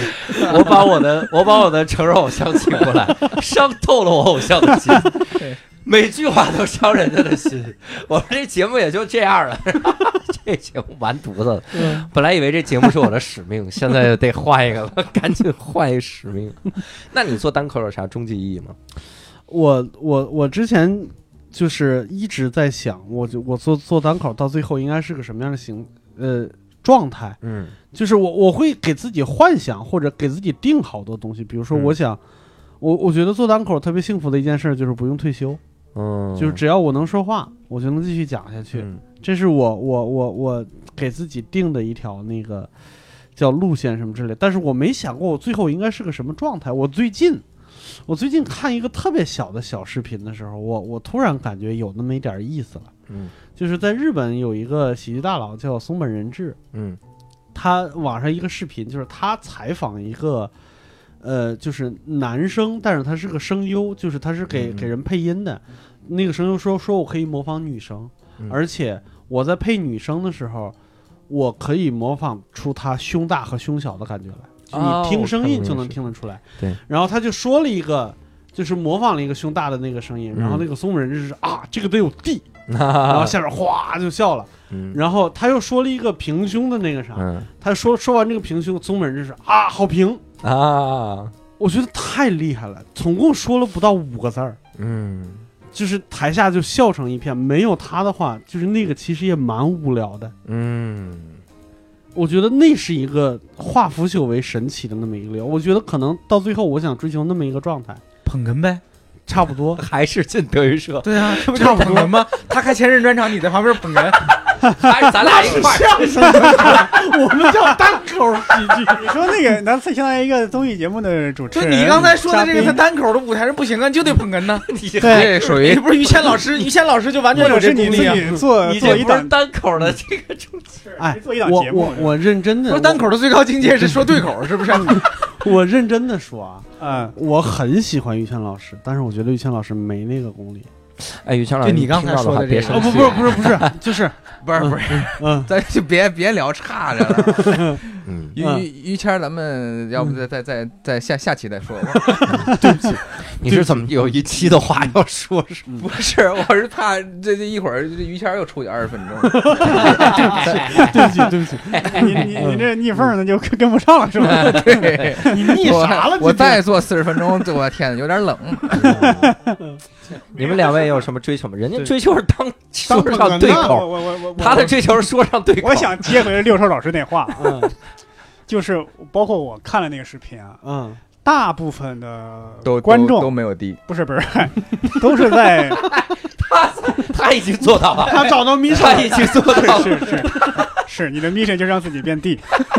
A: 我把我的我把我的成人偶像请过 来，伤透了我偶像的心
D: 对，
A: 每句话都伤人家的心。我们这节目也就这样了， 这节目完犊子了。
B: 嗯
A: 本来以为这节目是我的使 命，现在得换一个了，赶紧换一使命。那你做单口有啥终极意义吗？
B: 我我我之前就是一直在想，我就我做做单口到最后应该是个什么样的形呃状态。
A: 嗯
B: 就是我我会给自己幻想或者给自己定好多东西，比如说
A: 嗯
B: 我想，我我觉得做单口特别幸福的一件事就是不用退休，
A: 嗯，
B: 就是只要我能说话，我就能继续讲下去。
A: 嗯
B: 这是我我我我给自己定的一条那个叫路线什么之类，但是我没想过我最后应该是个什么状态。我最近我最近看一个特别小的小视频的时候，我我突然感觉有那么一点意思了，
A: 嗯
B: 就是在日本有一个喜剧大佬叫松本人志，
A: 嗯
B: 他网上一个视频，就是他采访一个呃，就是男生，但是他是个声优，就是他是给、
A: 嗯
B: 给人配音的。那个声优说说我可以模仿女生，
A: 嗯
B: 而且我在配女生的时候，我可以模仿出她胸大和胸小的感觉来，就
A: 哦
B: 你听声音
A: 我看过那个
B: 就能
A: 视频
B: 听得出来。
A: 对，
B: 然后他就说了一个。就是模仿了一个胸大的那个声音，
A: 嗯
B: 然后那个松本人就是啊，这个得有地， 然后
A: 然
B: 下边哗就笑了。
A: 嗯
B: 然后他又说了一个平胸的那个啥，
A: 嗯
B: 他说说完这个平胸，松本人就是啊，好评，
A: 啊
B: 我觉得太厉害了，总共说了不到五个字儿，
A: 嗯
B: 就是台下就笑成一片。没有他的话，就是那个其实也蛮无聊的。
A: 嗯。
B: 我觉得那是一个化腐朽为神奇的那么一个流。我觉得可能到最后，我想追求那么一个状态，
D: 捧哏呗。
B: 差不 多
A: 还是进德云 社，
D: 对 啊，这不
B: 差
D: 就
B: 不
D: 是捧哏吗？他开前任专场，你在旁边捧哏，
A: 还是咱俩一 块儿。
B: 我们叫单口喜剧，
E: 你说那个，咱相当于一个综艺节目的主 持
D: 就
E: 人。
D: 你刚才说的这个，
E: 嘉
D: 他
E: 宾
D: 单口的舞台上不行啊，就得捧哏呢。
E: 对，
C: 这属于
D: 你不是于谦老师，于谦老师就完全
E: 或
D: 有
E: 者
D: 这
E: 是你
D: 功
E: 自
D: 力啊。
E: 己做
A: 你
E: 做
A: 这
E: 一
A: 不是
E: 档，
A: 单口的
C: 嗯
A: 这个主
B: 哎
E: 做一档
B: 我
E: 节目
B: 我我认真的，
D: 说单口的最高境界是说对口，是不是？啊
B: 我，我认真的说啊，
E: 啊，
B: 我很喜欢于谦老师，但是我觉得于谦老师没那个功力。
A: 哎，于强老
D: 就
A: 师，
D: 你刚才
A: 听到
D: 说
A: 话
D: 的
A: 别
D: 这个
A: 生
B: 哦，不
A: 气。
B: 不是不是不是，就是
C: 不是不是，
B: 嗯，
C: 咱就别别聊岔着了。
A: 嗯，
C: 于
B: 嗯
C: 于于谦儿，咱们要不再再再再下下期再说 吧？
A: 你是怎么有一期的话要说是？
C: 不是，我是怕这这一会儿这于谦儿又出去二十分钟。
B: 对不起对不起，
E: 你你你这逆缝儿呢就跟跟不上了 是吧？
C: 对，
B: 你腻啥了？
C: 我我
B: 今天
C: 再做四十分钟，我天，有点 冷。
A: 嗯你们两位有什么追求吗？人家
B: 对
A: 追求是当说
B: 捧
A: 唱
B: 哏
A: 对
B: 的
E: 我
A: 口，
E: 我我我
A: 他的追求是说唱对口。
E: 我想接回六兽老师那话，啊
B: 嗯
E: 就是包括我看了那个视频啊，
B: 嗯
E: 大部分的
C: 都
E: 观
C: 都都
E: 众
C: 没有低，
E: 不是不是，都是在
A: 他 他已经做到了，
B: 他找到米莎
A: 他，已经做到了。
E: 是是是是，你的 mission 就是让自己变地。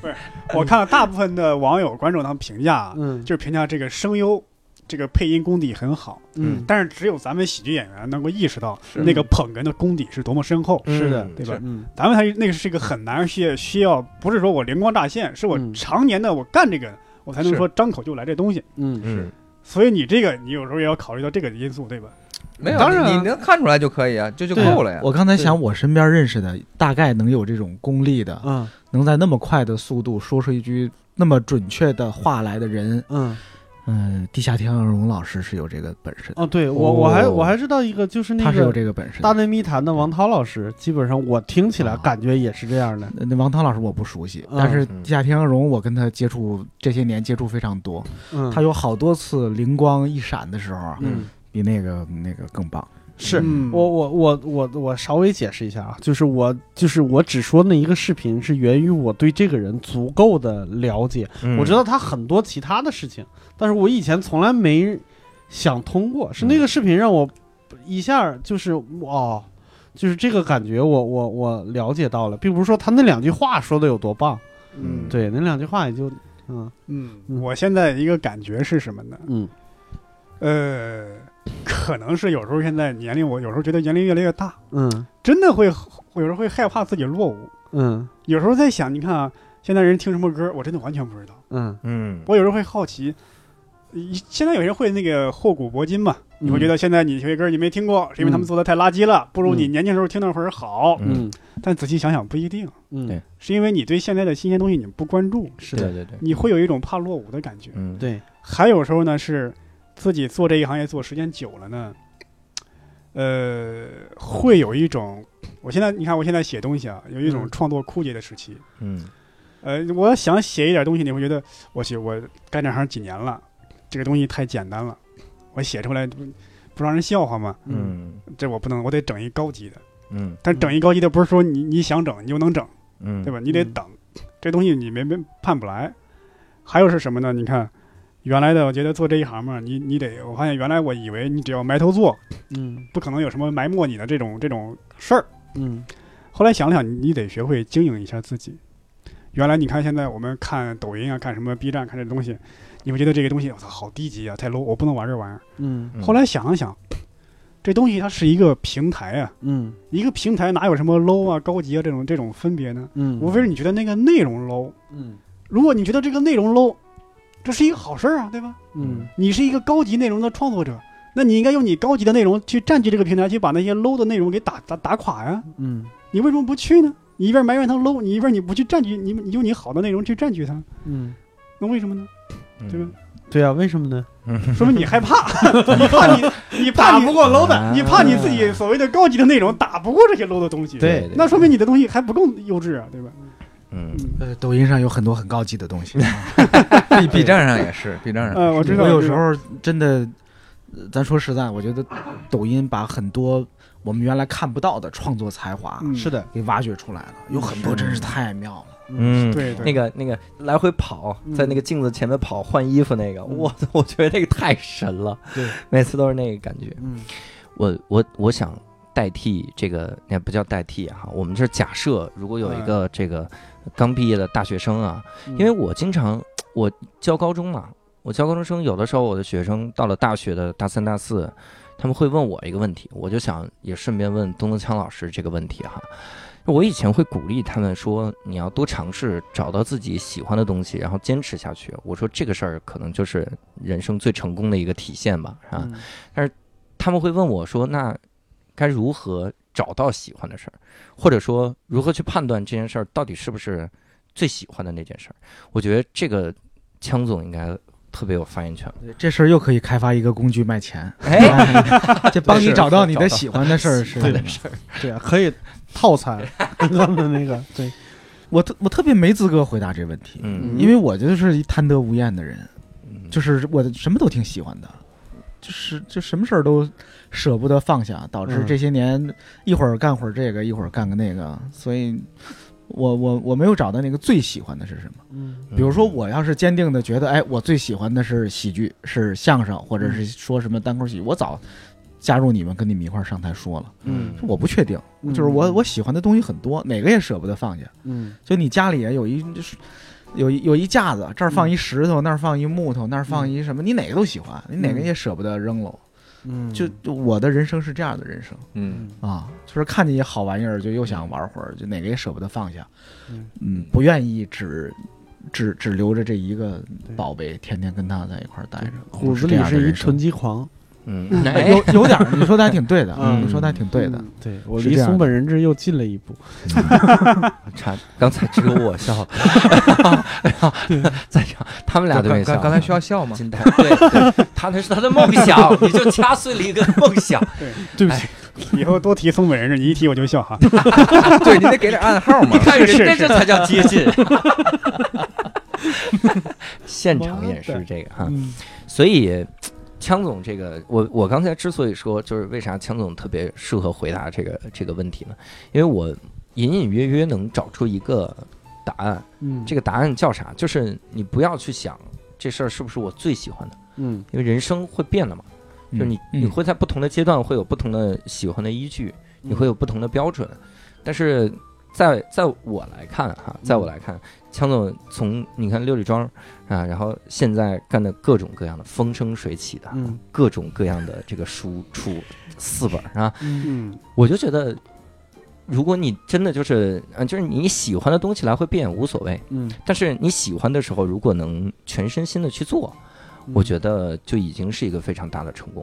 E: 不是，我看了大部分的网友观众他们评价啊，
B: 嗯
E: 就是评价这个声优。这个配音功底很好，
B: 嗯，
E: 但是只有咱们喜剧演员能够意识到
C: 是
E: 那个捧哏的功底是多么深厚，
B: 是的
A: 嗯
E: 对吧？
B: 嗯
E: 咱们还那个是一个很难需要需要，不是说我灵光乍现，是我
B: 嗯
E: 常年的我干这个，我才能
C: 是
E: 说张口就来这东西。
B: 嗯
A: 嗯，
E: 所以你这个，你有时候也要考虑到这个因素，对吧？
C: 没有，
B: 当然啊
C: 你能看出来就可以啊，这就
B: 对啊
C: 够了呀。
D: 我刚才想，我身边认识的大概能有这种功力的，
B: 嗯
D: 能在那么快的速度说出一句那么准确的话来的人，
B: 嗯，
D: 嗯，地下天鹅绒老师是有这个本事的，
B: 哦，对我我还我还知道一个，就是那
D: 他是有
B: 个
D: 这个本事
B: 大
D: 的。
B: 内密谈的王涛老师，基本上我听起来感觉也是这样的。
D: 那那王涛老师我不熟悉，
B: 嗯
D: 但是地下天鹅绒我跟他接触这些年接触非常多，
B: 嗯，
D: 他有好多次灵光一闪的时候啊，
B: 嗯
D: 比那个那个更棒。
B: 是
E: 嗯
B: 我我我我我稍微解释一下啊，就是我就是我只说那一个视频是源于我对这个人足够的了解，
A: 嗯
B: 我知道他很多其他的事情，但是我以前从来没想通过，是那个视频让我一下就是哦，就是这个感觉我，我我了解到了，并不是说他那两句话说的有多棒，
E: 嗯，
B: 对，那两句话也就嗯
E: 嗯，
B: 嗯
E: 我现在一个感觉是什么呢？
B: 嗯
E: 呃，可能是有时候现在年龄，我有时候觉得年龄越来越大，
B: 嗯
E: 真的会有时候会害怕自己落伍，
B: 嗯
E: 有时候在想，你看啊，现在人听什么歌，我真的完全不知道。
B: 嗯
A: 嗯
E: 我有时候会好奇，一现在有些人会那个厚古薄今嘛，你会觉得现在你有些歌你没听过，是因为他们做的太垃圾了，不如你
B: 嗯
E: 年轻时候听那会儿好。
B: 嗯
E: 但仔细想想不一定，
B: 嗯
A: 对，
E: 是因为你对现在的新鲜东西你不关注，
B: 是
A: 对
B: 的，
A: 对对，
E: 你会有一种怕落伍的感觉。
A: 嗯
B: 对，
E: 还有时候呢是自己做这一行业做时间久了呢，呃，会有一种，我现在你看我现在写东西啊，有一种
B: 嗯
E: 创作枯竭的时期。
A: 嗯
E: 呃，我想写一点东西，你会觉得我去，我干这行几年了，这个东西太简单了，我写出来不不让人笑话吗？
B: 嗯
A: 嗯
E: 这我不能，我得整一高级的。
A: 嗯
E: 但整一高级的不是说你你想整你就能整，
A: 嗯，
E: 对吧？你得
B: 嗯
E: 等，这东西你没没盼不来。还有是什么呢？你看，原来的我觉得做这一行嘛，你你得，我发现原来我以为你只要埋头做，
B: 嗯
E: 不可能有什么埋没你的这种这种事儿。
B: 嗯
E: 后来想了想，你你得学会经营一下自己。原来你看现在我们看抖音啊，看什么 B 站，看这东西，你会觉得这个东西我操好低级啊，太 low，我不能玩这玩意儿。
B: 嗯
A: 嗯
E: 后来想了想，这东西它是一个平台啊，
B: 嗯
E: 一个平台哪有什么 low 啊、高级啊这种这种分别呢？
B: 嗯，
E: 无非是你觉得那个内容 low。
B: 嗯
E: 如果你觉得这个内容 low，这是一个好事儿啊，对吧？
B: 嗯
E: 你是一个高级内容的创作者，那你应该用你高级的内容去占据这个平台，去把那些 low 的内容给打打打垮呀、
B: 嗯
E: 你为什么不去呢？你一边埋怨它 low，你一边你不去占据，你你用你好的内容去占据它，
B: 嗯，
E: 那为什么呢？
A: 嗯
E: 对吧？
B: 对啊，为什么呢？
E: 说明你 害怕，你怕你你怕你
B: 过
E: low 的，你怕你自己所谓的高级的内容打不过这些 low 的东西，
B: 对
E: 那说明你的东西还不够优质啊，对吧？
A: 嗯，
E: 嗯，
D: 呃，抖音上有很多很高级的东西。
C: B B 站上也是，B 站上
A: 嗯
B: 嗯
E: 呃，我知道，
D: 我有
E: 我知
D: 时
E: 道
D: 候真的，呃咱说实在，我觉得抖音把很多我们原来看不到的创作才华
E: 嗯
B: 是的，
D: 给挖掘出来了，有很多真是太妙了。
A: 嗯，
E: 对对
A: 那个那个来回跑，在那个镜子前面跑换衣服那个，
E: 嗯
A: 我 我觉得这个太神了，
E: 对，
A: 每次都是那个感觉。
B: 嗯
A: 我我我想代替这个，那不叫代替哈、我们这假设，如果有一个这个刚毕业的大学生啊，
E: 嗯
A: 因为我经常我教高中嘛，我教高中生，有的时候我的学生到了大学的大三、大四，他们会问我一个问题，我就想也顺便问东东锵老师这个问题哈。我以前会鼓励他们说，你要多尝试，找到自己喜欢的东西，然后坚持下去。我说这个事儿可能就是人生最成功的一个体现吧，啊。
B: 嗯
A: 他们会问我说：“那该如何找到喜欢的事儿，或者说如何去判断这件事儿到底是不是最喜欢的那件事儿？”我觉得这个枪总应该特别有发言权。
D: 这事儿又可以开发一个工具卖钱，
A: 哎，
D: 这帮你
A: 是
D: 找到你
A: 找
D: 的
A: 到
D: 喜欢的事儿是
A: 对的事儿，
B: 对啊，可以套餐 刚刚的那个，对，
D: 我特我特别没资格回答这问题，
A: 嗯，
D: 因为我就是一贪得无厌的人，
A: 嗯
D: 就是我什么都挺喜欢的，就是就什么事儿都舍不得放下，导致
B: 嗯
D: 这些年一会儿干会儿这个，一会儿干个那个，所以我我我没有找到那个最喜欢的是什么。
B: 嗯
D: 比如说，我要是坚定的觉得，哎，我最喜欢的是喜剧，是相声，或者
B: 嗯
D: 是说什么单口喜剧，我早加入你们，跟你们一块儿上台说了。
B: 嗯
D: 我不确定，就是我我喜欢的东西很多，哪个也舍不得放下。
B: 嗯
D: 就你家里也有一就是有一有一架子，这儿
B: 嗯
D: 放一石头，那儿放一木头，那儿放一什么，你哪个都喜欢，你哪个也舍不得扔喽。
B: 嗯，
D: 就就我的人生是这样的人生
C: 嗯，
D: 啊，就是看见一好玩意儿就又想玩会儿，就哪个也舍不得放下
B: 嗯，
D: 嗯，不愿意只。只只留着这一个
B: 对
D: 宝贝，天天跟他在一块儿待着。
B: 骨
D: 我
B: 子
D: 哎
B: 里
D: 这样的
B: 是一
D: 人生
B: 囤积狂，
A: 嗯，
D: 哎
A: 哎，
D: 有有点儿，你说的还挺对的，
B: 嗯
D: 你说的还挺对的。
B: 对我
D: 是
B: 离
D: 这样
B: 松
D: 的
B: 本人志又近了一步，
A: 差，刚
C: 啊
A: 才只有我笑 了，在场他们俩都
C: 刚
A: 没笑。
C: 刚刚才需要笑吗？
A: 惊呆 对，对他那是他的梦想，你就掐碎了一个梦想。
B: 对不起，
E: 以后多提松本人士，你一提我就 笑哈。
C: 对你得给点暗号 嘛
A: 你。看人
E: 是
A: 家
E: 是
A: 这才叫接近。 现场演示这个哈，
B: 嗯
A: 所以枪总这个，我我刚才之所以说，就是为啥枪总特别适合回答这个这个问题呢？因为我隐隐约约能找出一个答案，
B: 嗯，
A: 这
B: 个
A: 个答案叫啥？就是你不要去想这事儿是不是我最喜欢的，
B: 嗯
A: 因为人生会变的嘛，
D: 嗯
A: 就是你你会在不同的阶段会有不同的喜欢的依据，你会有不同的标准。但是在在我来看哈，在
D: 嗯
A: 我来看，强总从你看六里庄啊，然后现在干的各种各样的风生水起的，啊
B: 嗯
A: 各种各样的这个书出四本啊，
B: 嗯
E: 嗯，
A: 我就觉得。如果你真的就是，嗯、就是你喜欢的东西来回变无所谓，
B: 嗯，
A: 但是你喜欢的时候，如果能全身心的去做，我
D: 嗯
A: 觉得就已经是一个非常大的成功。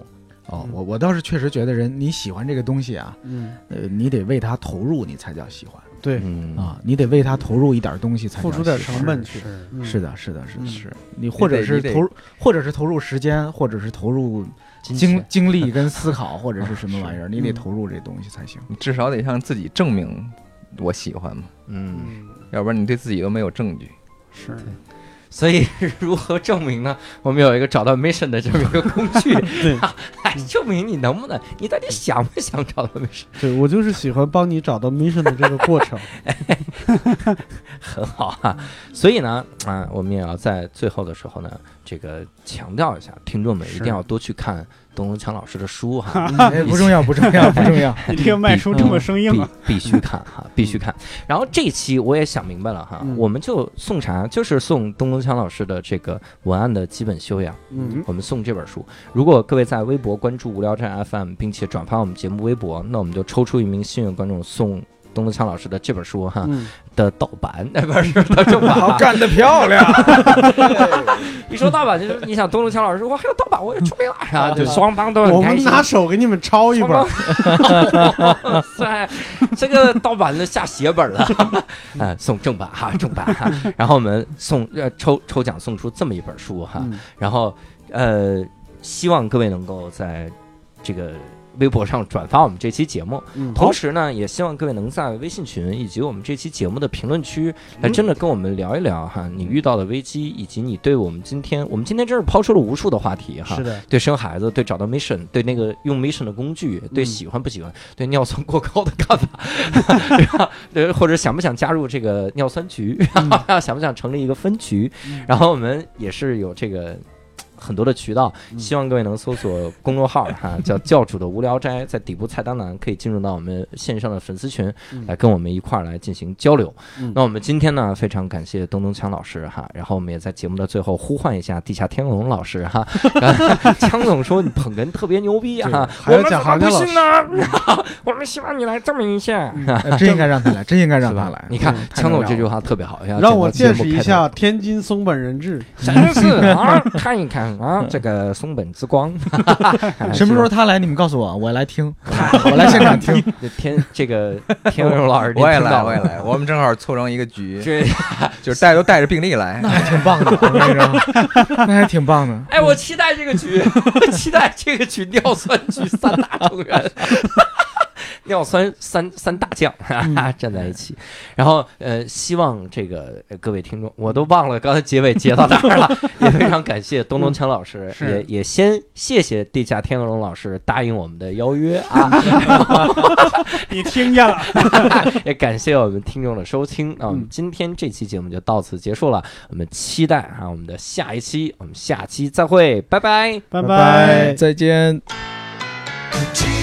D: 哦，
B: 嗯
D: 我我倒是确实觉得人你喜欢这个东西啊，
B: 嗯
D: 呃，你得为他投入，你才叫喜欢。
B: 对
A: 嗯
D: 啊，你得为他投入一点东西才
B: 付
D: 叫
B: 出点
D: 喜欢
B: 成本去，嗯
D: 是，的，是的，是的
B: 嗯
D: 是你或者
C: 得
D: 是
C: 你得
D: 投入，或者是投入时间，或者是投入
A: 金
D: 精
A: 钱
D: 精力跟思考，或者是什么
A: 是
D: 玩意 儿，你得
B: 嗯
D: 投入这东西才行。
C: 你至少得向自己证明我喜欢嘛，
A: 嗯，
B: 嗯
C: 要不然你对自己都没有证据。
B: 是
A: 所以 如何证明呢？我们有一个找到 mission 的这么一个工具，
B: 对
A: 来证明你能不能，你到底想不想找到 mission？
B: 对，我就是喜欢帮你找到 mission 的这个过程，
A: 很好啊。所以呢，啊、我们也要在最后的时候呢，这个强调一下，听众们一
E: 是
A: 定要多去看董文强老师的书 哈。
D: 哎不重要，不重要，不重 要。
E: 你这个卖书这么生硬啊？
A: 必必须看哈，必须看。然后这期我也想明白了哈，
B: 嗯
A: 我们就送啥？就是送东东强老师的这个文案的基本修养，
B: 嗯
A: 我们送这本书。如果各位在微博关注无聊站 FM，并且转发我们节目微博，那我们就抽出一名幸运观众送。东东强老师的这本书哈
B: 嗯
A: 的盗版，那本是的正版
D: 好
A: 啊，
D: 干得漂亮！
A: 一说盗版，就是你想东东强老师说，我还有盗版，我也出名 了，然后就双方都
B: 我
A: 很开
B: 们
A: 心。
B: 拿手给你们抄一本儿，
A: 哇 塞，哎这个盗版的下血本了， 啊，送正版哈，正版哈。然后我们送呃抽抽奖送出这么一本书哈，
B: 嗯
A: 然后呃，希望各位能够在这个微博上转发我们这期节目，
B: 嗯
A: 同时呢，也希望各位能在微信群以及我们这期节目的评论区，来真的跟我们聊一聊哈，你遇到的危机，以及你对我们今天，我们今天真是抛出了无数的话题哈
B: 是。的，
A: 对生孩子，对找到 mission，对那个用 mission 的工具，对喜欢不喜欢，对尿酸过高的 看法，对吧对，呃或者想不想加入这个尿酸局，
B: 嗯
A: 然后想不想成立一个分局，然后我们也是有这个。很多的渠道，
B: 嗯
A: 希望各位能搜索公众号哈、叫教主的无聊斋，在底部菜单栏可以进入到我们线上的粉丝群，来跟我们一块儿来进行交流。
B: 嗯
A: 那我们今天呢，非常感谢东东锵老师哈，然后我们也在节目的最后呼唤一下地下天龙老师哈，然后 枪总说你捧哏特别牛逼哈，
B: 还有贾行家老师，
A: 我们希望你来这么一下，
D: 哎真应该让他来，真应该
A: 是
D: 让他
A: 吧
D: 来？。
A: 你看
D: 嗯
A: 枪总这句，话特别好，要
B: 让我
A: 整
B: 见
A: 个节
B: 识
A: 目开
B: 一
A: 头
B: 下天津松本人质。
A: 真是啊，看一看啊，这个松本之光，
D: 太能聊了 什么时候他来？你们告诉我，我来听，我来现 场听。
A: 这天这个天龙老 师，
C: 我也来，我也来，我们正好凑成一个局，
A: 这
C: 就是带都带着病例来
D: 那。还挺棒的，我跟你说， 那还挺棒的。
A: 哎，我期待这个局， 期待这个局尿酸局三大成员， 尿酸三三大将啊站在一起。然后呃，希望这个呃各位听众，我都忘了刚才结尾结到哪儿了，也非常感谢东东强老师，
D: 是
A: 也也先谢谢地下天鹅绒老师答应我们的邀约啊，
E: 你听见了？
A: 也感谢我们听众的收听。啊那我们
B: 嗯
A: 今天这期节目就到此结束了，我们期待啊我们的下一 期，我们下期再会，拜拜。
E: 拜
B: 拜
E: 拜
B: 拜
D: 再见。
F: Tea